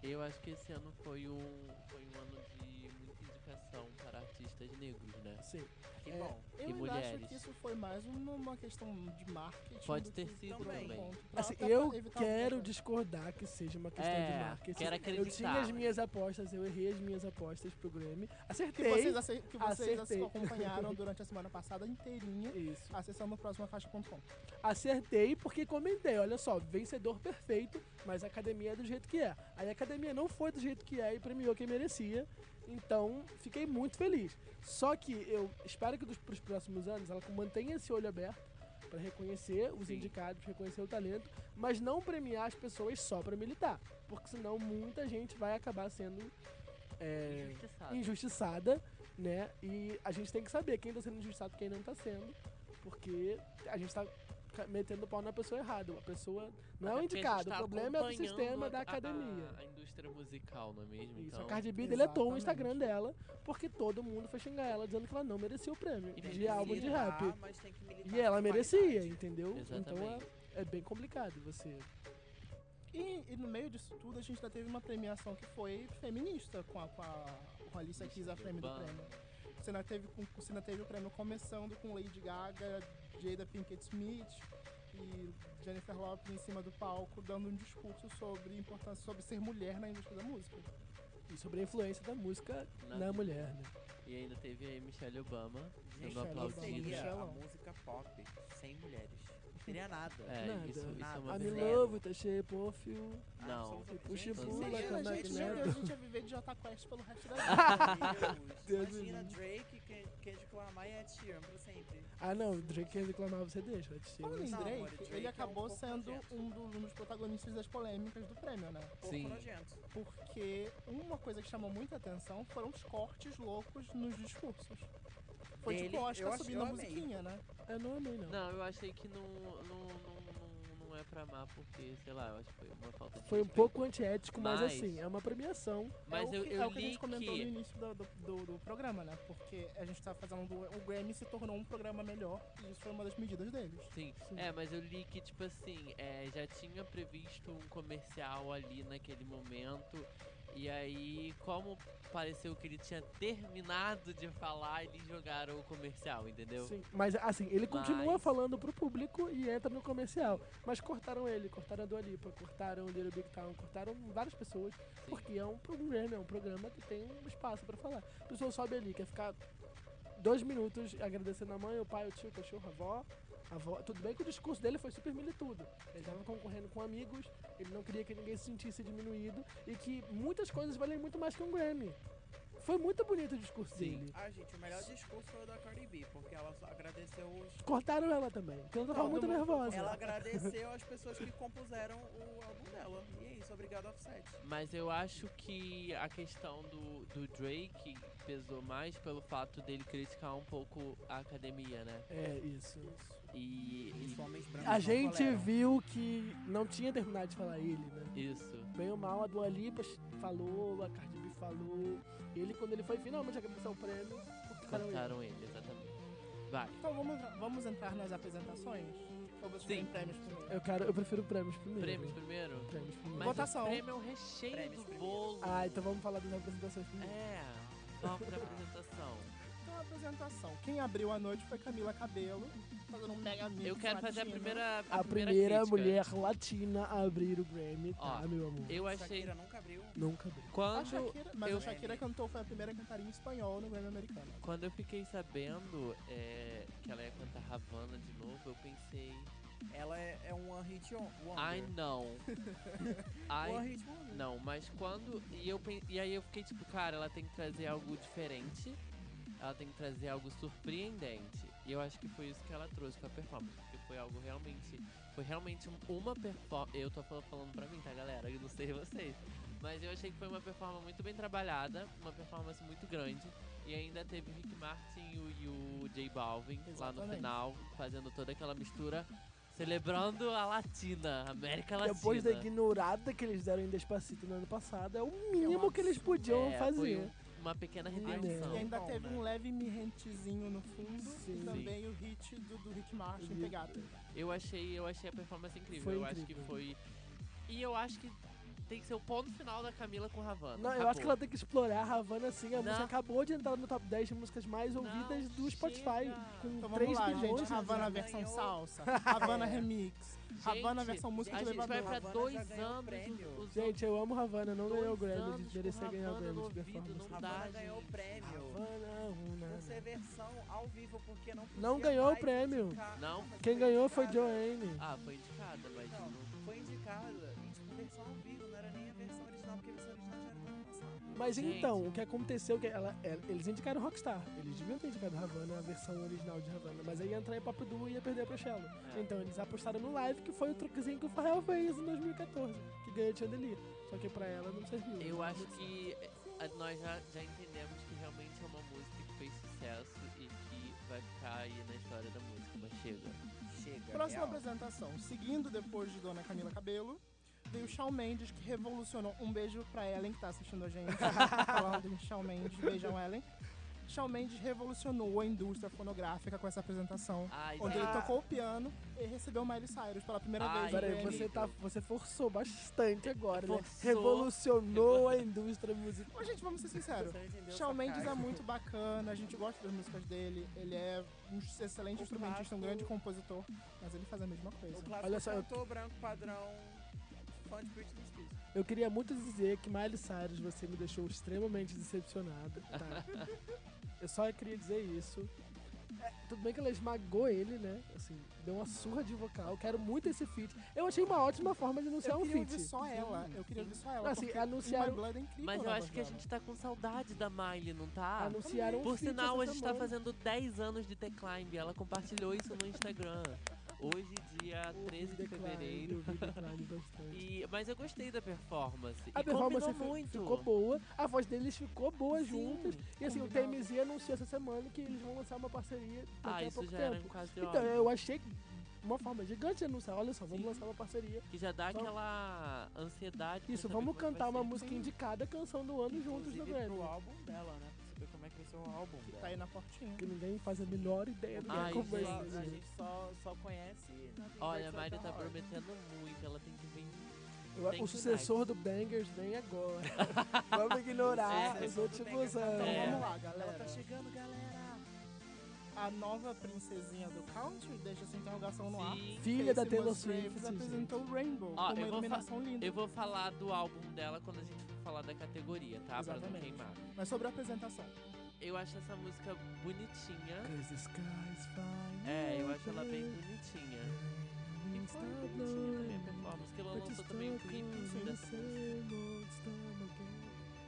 Speaker 3: Eu acho que esse ano foi um, foi um ano de muita indicação para artistas negros, né?
Speaker 1: Sim.
Speaker 4: Que
Speaker 1: É,
Speaker 4: bom.
Speaker 2: Eu
Speaker 3: E
Speaker 2: ainda acho
Speaker 3: mulheres.
Speaker 2: que isso foi mais uma uma questão de marketing.
Speaker 3: Pode
Speaker 2: do
Speaker 3: ter
Speaker 2: que
Speaker 3: sido
Speaker 2: por um
Speaker 4: também.
Speaker 2: ponto, pra-
Speaker 1: Assim,
Speaker 2: até pra
Speaker 1: eu
Speaker 2: evitar um
Speaker 1: quero
Speaker 2: pouco.
Speaker 1: discordar que seja uma questão de
Speaker 3: É,
Speaker 1: marketing.
Speaker 3: quero
Speaker 1: eu tinha as
Speaker 3: acreditar. né?
Speaker 1: minhas apostas, eu errei as minhas apostas pro Grammy.
Speaker 2: que
Speaker 1: Acertei.
Speaker 2: vocês, ace- que vocês ace-
Speaker 1: Acertei.
Speaker 2: acompanharam durante a semana passada inteirinha.
Speaker 1: Isso.
Speaker 2: Acessando o próximo faixa.com.
Speaker 1: Acertei porque comentei, olha só, vencedor perfeito, mas a academia é do jeito que é. Aí a academia não foi do jeito que é e premiou quem merecia. Então, fiquei muito feliz. Só que eu espero que para os próximos anos ela mantenha esse olho aberto para reconhecer os
Speaker 3: Sim.
Speaker 1: indicados, reconhecer o talento, mas não premiar as pessoas só para militar, porque senão muita gente vai acabar sendo é,
Speaker 3: Injustiçado.
Speaker 1: injustiçada, né? E a gente tem que saber quem tá sendo injustiçado e quem não tá sendo, porque a gente tá ca- metendo o pau na pessoa errada. A pessoa não
Speaker 3: Até porque
Speaker 1: é o
Speaker 3: a gente
Speaker 1: indicado, o
Speaker 3: tá
Speaker 1: problema é do
Speaker 3: acompanhando
Speaker 1: sistema da
Speaker 3: a-
Speaker 1: academia.
Speaker 3: A, a indústria musical, não é mesmo?
Speaker 1: Isso,
Speaker 3: então,
Speaker 1: a Cardi B deletou o
Speaker 2: Exatamente.
Speaker 1: Instagram dela porque todo mundo foi xingar ela dizendo que ela não merecia o prêmio
Speaker 3: E
Speaker 4: Tem
Speaker 3: de
Speaker 1: de
Speaker 4: que
Speaker 3: merecia.
Speaker 1: álbum de rap.
Speaker 4: militar, mas tem que militar
Speaker 1: E
Speaker 4: com
Speaker 1: ela merecia,
Speaker 4: qualidade.
Speaker 1: entendeu? Então
Speaker 3: Exatamente.
Speaker 1: é, é bem complicado você.
Speaker 2: E, e no meio disso tudo, a gente ainda teve uma premiação que foi feminista com a, com a, com a Alicia Keys, a frame do
Speaker 3: Urbana.
Speaker 2: prêmio. Você ainda, teve, com- você ainda teve o prêmio começando com Lady Gaga, Jada Pinkett Smith e Jennifer Lopez em cima do palco, dando um discurso sobre a importância sobre ser mulher na indústria da música.
Speaker 1: E sobre a influência da música
Speaker 3: Na
Speaker 1: na,
Speaker 3: vida.
Speaker 1: mulher, né?
Speaker 3: E ainda teve a Michelle Obama sendo
Speaker 2: Michelle
Speaker 4: Não
Speaker 3: aplaudida.
Speaker 4: seria a
Speaker 2: Michelão.
Speaker 4: música pop sem mulheres. Não seria nada.
Speaker 3: É,
Speaker 1: Nada.
Speaker 3: isso, isso é uma
Speaker 1: I'm
Speaker 4: Nada.
Speaker 1: in
Speaker 3: verdade.
Speaker 1: love with a shape of you.
Speaker 3: Não.
Speaker 4: Absolutamente.
Speaker 1: E puxa e
Speaker 4: Gente,
Speaker 1: pula,
Speaker 4: imagina,
Speaker 1: cama
Speaker 2: a
Speaker 1: de
Speaker 2: gente,
Speaker 1: neve.
Speaker 2: a gente ia viver de Jota Quest pelo resto da vida.
Speaker 4: Deus,
Speaker 1: Deus
Speaker 4: imagina
Speaker 1: me
Speaker 4: Drake, Ken- Kendrick Lamar e Ed Sheeran pra sempre.
Speaker 1: Ah, não, Drake reclamar você deixa, vai te tirar.
Speaker 2: Falando em
Speaker 4: Não,
Speaker 2: Drake,
Speaker 4: amor, o Drake
Speaker 2: ele
Speaker 4: é um
Speaker 2: acabou
Speaker 4: pouco
Speaker 2: sendo
Speaker 4: nojento.
Speaker 2: um, do- um dos protagonistas das polêmicas do prêmio, né?
Speaker 4: Pouco
Speaker 3: Sim.
Speaker 4: nojento.
Speaker 2: Porque uma coisa que chamou muita atenção foram os cortes loucos nos discursos. Foi
Speaker 4: Dele,
Speaker 2: tipo o Oscar
Speaker 4: eu acho-
Speaker 2: subindo
Speaker 4: eu
Speaker 2: a
Speaker 4: amei.
Speaker 2: musiquinha, né?
Speaker 1: Eu É não amei, não.
Speaker 3: Não, eu achei que não, não, não, não, não é reclamar porque, sei lá, eu acho que foi uma falta de
Speaker 1: Foi um
Speaker 3: respeito.
Speaker 1: pouco antiético, mas,
Speaker 3: Mas-
Speaker 1: assim, é uma premiação.
Speaker 3: Mas
Speaker 2: é
Speaker 3: eu,
Speaker 2: o que,
Speaker 3: eu
Speaker 2: é o que a
Speaker 3: li
Speaker 2: gente comentou
Speaker 3: que-
Speaker 2: no início do, do, do- do programa, né? Porque a gente tá fazendo. O Grammy se tornou um programa melhor e isso foi uma das medidas deles.
Speaker 3: Sim.
Speaker 1: Sim.
Speaker 3: É, mas eu li que, tipo assim, é, já tinha previsto um comercial ali naquele momento. E aí, como pareceu que ele tinha terminado de falar, eles jogaram o comercial, entendeu?
Speaker 1: Sim, mas assim, ele continua
Speaker 3: Mas-
Speaker 1: falando pro público e entra no comercial. Mas cortaram ele, cortaram a Dua Lipa, cortaram o Little Big Town, cortaram várias pessoas, porque é um programa, é um programa que tem um espaço pra falar. A pessoa sobe ali, quer ficar dois minutos agradecendo a mãe, o pai, o tio, o cachorro, a avó. A avó. Tudo bem que o discurso dele foi super militudo. Ele tava concorrendo com amigos, ele não queria que ninguém se sentisse diminuído e que muitas coisas valem muito mais que um Grammy. Foi muito bonito o discurso
Speaker 3: Sim.
Speaker 1: dele.
Speaker 4: Ah, gente, o melhor discurso foi o da Cardi B, porque ela só agradeceu os.
Speaker 1: Cortaram ela também, porque ela tava
Speaker 2: Todo
Speaker 1: muito
Speaker 2: mundo-
Speaker 1: nervosa.
Speaker 4: Ela agradeceu as pessoas que compuseram o álbum dela. E é isso, obrigado, Offset.
Speaker 3: Mas eu acho que a questão do, do Drake pesou mais pelo fato dele criticar um pouco a academia, né?
Speaker 1: É, isso.
Speaker 3: E.
Speaker 4: Os homens brancos
Speaker 1: A
Speaker 4: não
Speaker 1: gente
Speaker 4: toleram.
Speaker 1: viu que não tinha terminado de falar ele, né?
Speaker 3: e- isso.
Speaker 1: Bem ou mal, a Dua Lipa falou, a Cardi B falou. Ele, quando ele foi finalmente agradecer o prêmio, cortaram ele.
Speaker 3: Cortaram ele, exatamente. Vai.
Speaker 2: Então vamos, entrar- vamos entrar nas apresentações? Ou vocês
Speaker 3: Sim.
Speaker 2: querem prêmios primeiro?
Speaker 1: Eu, quero, eu prefiro prêmios primeiro.
Speaker 3: Prêmios primeiro?
Speaker 1: Prêmios primeiro.
Speaker 3: Mas
Speaker 2: Votação.
Speaker 3: o prêmio é o recheio
Speaker 4: Prêmios
Speaker 3: do
Speaker 4: primeiro.
Speaker 3: bolo.
Speaker 1: Ah, então vamos falar das apresentações primeiro.
Speaker 3: É, palco da apresentação.
Speaker 2: Então, a apresentação. Quem abriu a noite foi Camila Cabelo, fazendo um mega mix
Speaker 3: Eu quero fazer a
Speaker 2: latino.
Speaker 3: primeira.
Speaker 1: né? A, primeira,
Speaker 3: crítica.
Speaker 1: mulher latina a abrir o Grammy, tá,
Speaker 3: Ó,
Speaker 1: meu amor?
Speaker 3: Eu achei.
Speaker 4: Shakira nunca abriu.
Speaker 1: Nunca bem.
Speaker 2: A
Speaker 3: Quando,
Speaker 2: Shakira, mas
Speaker 3: eu-
Speaker 2: a Shakira cantou, foi a primeira cantarinha em espanhol no Grammy americano.
Speaker 3: quando eu fiquei sabendo é, que ela ia cantar Havana de novo, eu pensei.
Speaker 4: Ela é, é um one hit on- wonder.
Speaker 3: Ai não.
Speaker 4: One
Speaker 3: Ai
Speaker 4: hit wonder.
Speaker 3: não, mas quando. E, eu, pen- e aí eu fiquei tipo, cara, ela tem que trazer algo diferente. Ela tem que trazer algo surpreendente. E eu acho que foi isso que ela trouxe com a performance. Porque foi algo realmente. Foi realmente um- uma performance. Eu tô fal- falando pra mim, tá, galera? Eu não sei vocês. Mas eu achei que foi uma performance muito bem trabalhada, uma performance muito grande. E ainda teve o Rick Martin e o, e o J Balvin lá no
Speaker 2: Exatamente.
Speaker 3: final, fazendo toda aquela mistura, celebrando a Latina, a América Latina.
Speaker 1: Depois da ignorada que eles deram em Despacito no ano passado, é o mínimo que eles podiam
Speaker 3: É,
Speaker 1: fazer.
Speaker 3: Foi um- uma pequena redenção.
Speaker 2: E ainda
Speaker 4: Bom,
Speaker 2: teve
Speaker 4: né?
Speaker 2: um leve mirrentezinho no fundo
Speaker 1: Sim.
Speaker 2: e também o hit do, do Rick Martin,
Speaker 1: Sim.
Speaker 2: Pegata.
Speaker 3: Eu achei, eu achei a performance incrível.
Speaker 1: Foi
Speaker 3: eu acho que
Speaker 1: incrível.
Speaker 3: foi. E eu acho que tem que ser o ponto final da Camila com Havana.
Speaker 1: Não, eu
Speaker 3: Acabou.
Speaker 1: acho que ela tem que explorar a Havana assim. A
Speaker 3: Não.
Speaker 1: música acabou de entrar no top 10 de músicas mais
Speaker 3: Não,
Speaker 1: ouvidas do
Speaker 3: chega.
Speaker 1: Spotify. Com
Speaker 2: Então
Speaker 1: 3
Speaker 2: vamos lá,
Speaker 1: milhões
Speaker 2: gente.
Speaker 1: de
Speaker 2: Havana
Speaker 4: ganhou.
Speaker 2: versão salsa, Havana remix, Havana
Speaker 3: Gente,
Speaker 2: versão música
Speaker 3: A
Speaker 2: de
Speaker 4: Gente,
Speaker 3: gente vai
Speaker 2: elevador.
Speaker 3: pra
Speaker 4: Havana já
Speaker 3: dois
Speaker 4: ganhou o
Speaker 3: anos.
Speaker 4: prêmio.
Speaker 3: os- os
Speaker 1: Gente, eu amo Havana, não
Speaker 3: Dois
Speaker 1: ganhou o Grammy. A
Speaker 3: anos
Speaker 1: gente
Speaker 3: com
Speaker 1: merecia ganhar o
Speaker 3: Havana
Speaker 1: Grammy
Speaker 3: no
Speaker 1: de
Speaker 3: ouvido,
Speaker 1: performance.
Speaker 3: não
Speaker 4: Havana
Speaker 3: dá,
Speaker 4: ganhou o
Speaker 3: gente.
Speaker 4: prêmio.
Speaker 1: Havana,
Speaker 4: Por
Speaker 1: Havana.
Speaker 4: ser versão ao vivo, porque não
Speaker 1: Não
Speaker 4: podia
Speaker 1: ganhou o
Speaker 4: mais
Speaker 1: prêmio.
Speaker 4: indicar-
Speaker 3: Não?
Speaker 4: mas
Speaker 1: Quem ganhou
Speaker 3: tá
Speaker 1: foi
Speaker 4: indicada.
Speaker 1: Joanne.
Speaker 3: Ah, foi indicada, mas.
Speaker 4: Não,
Speaker 3: não-
Speaker 4: foi indicada. E tipo, versão ao vivo, não era nem a versão original, porque a versão original já era do ano passado.
Speaker 1: Mas
Speaker 3: Gente.
Speaker 1: então, o que aconteceu é que ela- ela- eles indicaram Rockstar. Eles deviam ter indicado Havana, a versão original de Havana. Mas aí ia entrar em Pop Duo e ia perder pra Shello.
Speaker 3: É.
Speaker 1: Então eles apostaram no live, que foi o truquezinho que o Pharrell fez em 2014. Que ganhou o Chandelier. Só que pra ela não serviu.
Speaker 3: Eu acho que eh, nós já, já entendemos que realmente é uma música que fez sucesso e que vai ficar aí na história da música, mas chega.
Speaker 4: Chega.
Speaker 2: Próxima
Speaker 4: real.
Speaker 2: apresentação. Seguindo depois de Dona Camila Cabelo, veio Shawn Mendes, que revolucionou. Um beijo pra Ellen, que tá assistindo a gente. falando em Shawn Mendes. Beijão, Ellen. Shawn Mendes revolucionou a indústria fonográfica com essa apresentação.
Speaker 3: Ai, tá.
Speaker 2: Onde
Speaker 3: gente.
Speaker 1: tá
Speaker 2: ele tocou o piano e recebeu o Miley Cyrus pela primeira
Speaker 3: Ai,
Speaker 2: vez. no
Speaker 1: Peraí,
Speaker 2: Grammy.
Speaker 1: você, tá, você forçou bastante agora, né?
Speaker 3: Forçou.
Speaker 1: Revolucionou a indústria musical.
Speaker 2: Mas, gente, vamos ser sinceros.
Speaker 4: Você não entendeu
Speaker 2: Shawn
Speaker 4: essa
Speaker 2: Mendes é
Speaker 4: cara.
Speaker 2: muito bacana, a gente gosta das músicas dele, ele é um excelente
Speaker 4: O
Speaker 2: instrumentista, um
Speaker 4: Pato-
Speaker 2: grande compositor, mas ele faz a mesma coisa.
Speaker 4: O clássico
Speaker 1: Olha só, eu-
Speaker 4: cantor branco padrão fã de Britney Spears.
Speaker 1: Eu queria muito dizer que Miley Cyrus, você me deixou extremamente decepcionado, tá? Eu só queria dizer isso. É, tudo bem que ela esmagou ele, né? Assim, deu uma surra de vocal. Quero muito esse feat. Eu achei uma ótima forma de anunciar
Speaker 2: Eu
Speaker 1: um
Speaker 2: queria
Speaker 1: feat.
Speaker 2: ouvir só ela, eu queria
Speaker 3: sim.
Speaker 2: ouvir só ela,
Speaker 1: Assim,
Speaker 2: porque In
Speaker 1: anunciaram-
Speaker 2: My Blood é incrível
Speaker 3: Mas
Speaker 2: na
Speaker 3: eu
Speaker 1: né,
Speaker 3: acho
Speaker 2: voz
Speaker 3: que a
Speaker 2: dela.
Speaker 3: gente tá com saudade da Miley, não tá?
Speaker 1: Anunciaram um
Speaker 3: Por
Speaker 1: feat
Speaker 3: sinal, a
Speaker 1: essa
Speaker 3: gente tá
Speaker 1: semana.
Speaker 3: fazendo 10 anos de The Climb. Ela compartilhou isso no Instagram. Hoje, dia
Speaker 1: Ouvi
Speaker 3: 13 de
Speaker 1: Decline,
Speaker 3: fevereiro.
Speaker 1: ouvi Decline bastante.
Speaker 3: E- mas eu gostei da performance.
Speaker 1: A
Speaker 3: e
Speaker 1: performance
Speaker 3: combinou
Speaker 1: fi-
Speaker 3: muito.
Speaker 1: ficou boa, a voz deles ficou boa
Speaker 3: Sim.
Speaker 1: juntas. E assim,
Speaker 2: Combinado.
Speaker 1: o TMZ anunciou essa semana que eles vão lançar uma parceria daqui
Speaker 3: Ah,
Speaker 1: a
Speaker 3: isso
Speaker 1: pouco
Speaker 3: já
Speaker 1: tempo.
Speaker 3: era quase
Speaker 1: Então,
Speaker 3: óbvio.
Speaker 1: eu achei uma forma gigante de anunciar, olha só, vamos lançar uma parceria.
Speaker 3: Que já dá
Speaker 1: Vamos-
Speaker 3: aquela ansiedade. pra
Speaker 1: é Isso,
Speaker 3: saber
Speaker 1: vamos
Speaker 3: como é que vai
Speaker 1: cantar uma
Speaker 3: ser.
Speaker 1: música indicada, canção do ano juntos no
Speaker 5: Inclusive
Speaker 1: Grammy.
Speaker 5: pro álbum dela, né? Pra saber como é que vai ser o álbum
Speaker 2: Que
Speaker 5: dela.
Speaker 2: tá aí na portinha.
Speaker 1: Que ninguém faz a melhor ideia do que
Speaker 3: Ai,
Speaker 1: é como
Speaker 5: Só-
Speaker 1: vai
Speaker 3: gente.
Speaker 5: a
Speaker 1: ser.
Speaker 5: gente só, só conhece.
Speaker 3: Olha, a Mari tá prometendo muito, ela tem que vir.
Speaker 1: Eu-
Speaker 3: tem
Speaker 1: O
Speaker 3: que
Speaker 1: sucessor do Bangers vem agora. vamos ignorar
Speaker 3: É,
Speaker 1: os
Speaker 4: sucessor do
Speaker 1: últimos
Speaker 4: Bangers.
Speaker 2: Então
Speaker 3: É.
Speaker 2: vamos
Speaker 1: anos.
Speaker 2: lá,
Speaker 5: Ela
Speaker 2: galera.
Speaker 5: tá chegando, galera.
Speaker 2: A nova princesinha do country, deixa essa interrogação no ar.
Speaker 3: Sim.
Speaker 1: Filha da
Speaker 2: Casey
Speaker 1: Taylor
Speaker 2: Musgraves
Speaker 1: Swift. gente.
Speaker 2: apresentou Rainbow
Speaker 3: Ó,
Speaker 2: com
Speaker 3: eu
Speaker 2: uma
Speaker 3: vou fa-
Speaker 2: iluminação linda.
Speaker 3: Eu vou falar do álbum dela quando a gente for falar da categoria, tá? Pra não
Speaker 2: Exatamente.
Speaker 3: queimar.
Speaker 2: Mas sobre a apresentação.
Speaker 3: Eu acho essa música bonitinha.
Speaker 1: Cause the sky's fine.
Speaker 3: É, eu acho ela bem bonitinha. E foi bonitinha também a performance, que ela lançou também o clipe dessa música.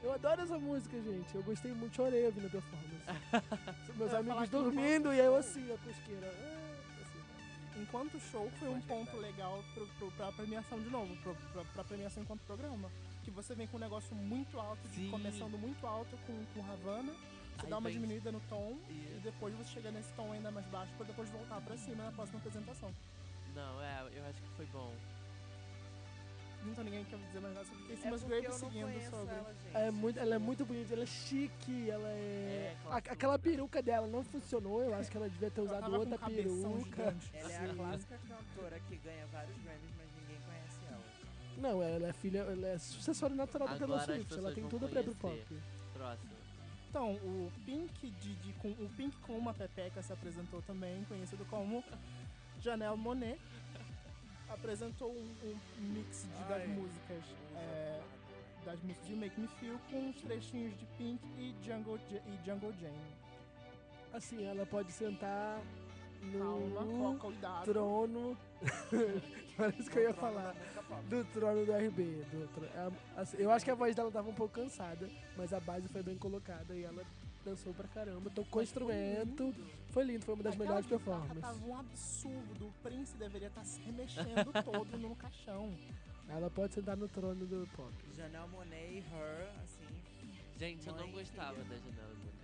Speaker 1: Eu adoro essa música, gente. Eu gostei muito, chorei ouvindo a performance. Meus
Speaker 2: Eu ia falar
Speaker 1: amigos
Speaker 2: que
Speaker 1: dormindo
Speaker 2: enquanto-
Speaker 1: e eu assim, a cosqueira. Ah, assim.
Speaker 2: Enquanto o show foi um ponto legal pro, pro, pra premiação de novo, pro, pra, pra premiação enquanto programa. Que você vem com um negócio muito alto, de-
Speaker 3: Sim.
Speaker 2: começando muito alto com, com Havana, você
Speaker 3: Aí
Speaker 2: dá uma
Speaker 3: vem-
Speaker 2: diminuída no tom e
Speaker 3: E-
Speaker 2: depois você chega nesse tom ainda mais baixo pra depois voltar pra cima na próxima apresentação.
Speaker 3: Não, é, eu acho que foi bom.
Speaker 2: Não tem ninguém que quer dizer mais nada sobre Casey
Speaker 4: É porque
Speaker 2: Musgraves
Speaker 4: eu não
Speaker 2: seguindo
Speaker 4: conheço
Speaker 2: sobre.
Speaker 4: ela, gente.
Speaker 1: É muito, ela é muito bonita, ela é chique, ela é.
Speaker 3: É,
Speaker 1: A-
Speaker 3: classuda.
Speaker 1: aquela peruca dela não funcionou, eu acho que ela devia ter
Speaker 2: Ela
Speaker 1: usado
Speaker 2: tava com
Speaker 1: outra
Speaker 2: um cabeção
Speaker 1: peruca.
Speaker 2: gigante.
Speaker 4: Ela é a
Speaker 1: Sim.
Speaker 4: clássica cantora que ganha vários Grammys, mas ninguém conhece ela.
Speaker 1: Não, ela é filha, ela é sucessora natural da Taylor
Speaker 3: Agora as
Speaker 1: Swift, ela
Speaker 3: pessoas
Speaker 1: tem
Speaker 3: vão
Speaker 1: tudo pra ir pro pop.
Speaker 3: conhecer. Próximo.
Speaker 2: Então, o Pink, de, de- com, o Pink com uma pepeca se apresentou também, conhecido como Janelle Monet. Apresentou um, um mix de, das
Speaker 4: Ai.
Speaker 2: músicas é, das músicas de Make Me Feel com uns trechinhos de Pink e Django, Ja- e Django Jane.
Speaker 1: Assim, ela pode sentar
Speaker 2: Calma, com
Speaker 1: no
Speaker 2: cuidado.
Speaker 1: trono. Parece que eu ia falar. Do trono do RB. do tro- é, assim, eu acho que a voz dela tava um pouco cansada, mas a base foi bem colocada e ela dançou pra caramba, tocou instrumento. Foi lindo, foi uma das
Speaker 2: Aquela
Speaker 1: melhores
Speaker 2: guitarra
Speaker 1: performances.
Speaker 2: Tava um absurdo. O Prince deveria estar se remexendo todo no caixão.
Speaker 1: Ela pode sentar no trono do pop.
Speaker 4: Janelle Monet e Her, assim.
Speaker 3: Gente, eu não
Speaker 4: Mãe,
Speaker 3: gostava da Janela Monet.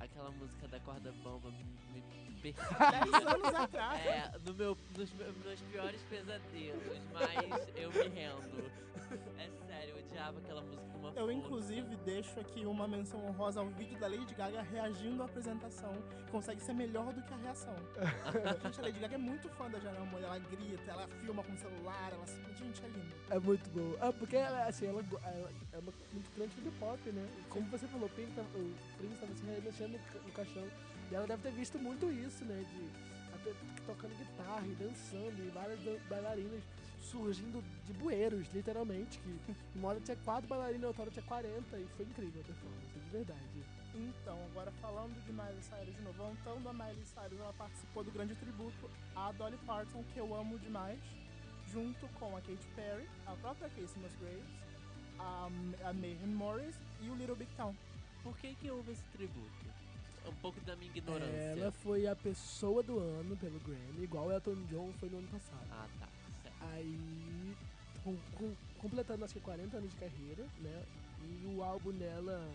Speaker 3: Aquela música da corda bamba me
Speaker 2: Dez
Speaker 3: perseguia.
Speaker 2: anos atrás. né?
Speaker 3: É, no meu, nos meus meus piores pesadelos, mas eu me rendo. É sério, eu odiava aquela música uma
Speaker 2: Eu,
Speaker 3: força.
Speaker 2: inclusive, deixo aqui uma menção honrosa ao vídeo da Lady Gaga reagindo à apresentação. Consegue ser melhor do que a reação. gente, a Lady Gaga é muito fã da Janelle Monáe. Ela grita, ela filma com o celular, ela... se- Gente, é lindo.
Speaker 1: É muito bom. Ah, porque ela, assim, ela, go- ela é uma muito grande do pop, né? Como você falou, o Prince tava, o Prince tava se remexendo no ca- no caixão. E ela deve ter visto muito isso, né? De a pe- tocando guitarra e dançando, e várias dan- bailarinas surgindo de bueiros, literalmente. Que uma hora tinha quatro bailarinas, outra hora tinha 40, e foi incrível a performance, de verdade.
Speaker 2: Então, agora falando de Miley Cyrus de novo, voltando a Miley Cyrus, ela participou do grande tributo à Dolly Parton, que eu amo demais, junto com a Katy Perry, a própria Casey Musgraves, a, a Mayhem Morris e o Little Big Town.
Speaker 3: Por que que houve esse tributo? Um pouco da minha ignorância.
Speaker 1: Ela foi a pessoa do ano pelo Grammy, igual o Elton John foi no ano passado.
Speaker 3: Ah, tá. Certo.
Speaker 1: Aí, com- com- completando acho que 40 anos de carreira, né? E o álbum dela.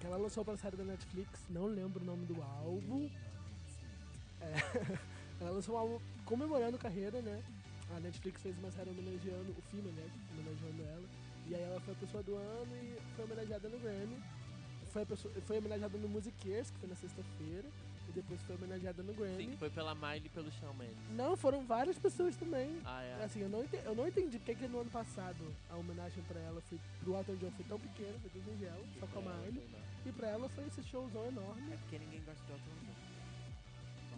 Speaker 1: Que ela lançou pra série da Netflix, não lembro o nome do álbum. É, ela lançou um álbum comemorando a carreira, né? A Netflix fez uma série homenageando o filme, né? Homenageando ela. E aí ela foi a pessoa do ano e foi homenageada no Grammy. Foi, a pessoa- foi homenageada no Musiqueiros, que foi na sexta-feira. E depois foi homenageada no Grammy.
Speaker 3: Sim, foi pela Miley e pelo Shawn Mendes.
Speaker 1: Não, foram várias pessoas também.
Speaker 3: Ah, é.
Speaker 1: Assim, eu não entendi, eu não entendi porque que no ano passado a homenagem pra ela foi pro Elton John foi tão pequena, foi tão singela, só com a
Speaker 3: É.
Speaker 1: Miley. E pra ela foi esse showzão enorme.
Speaker 4: É porque ninguém gosta do Elton John.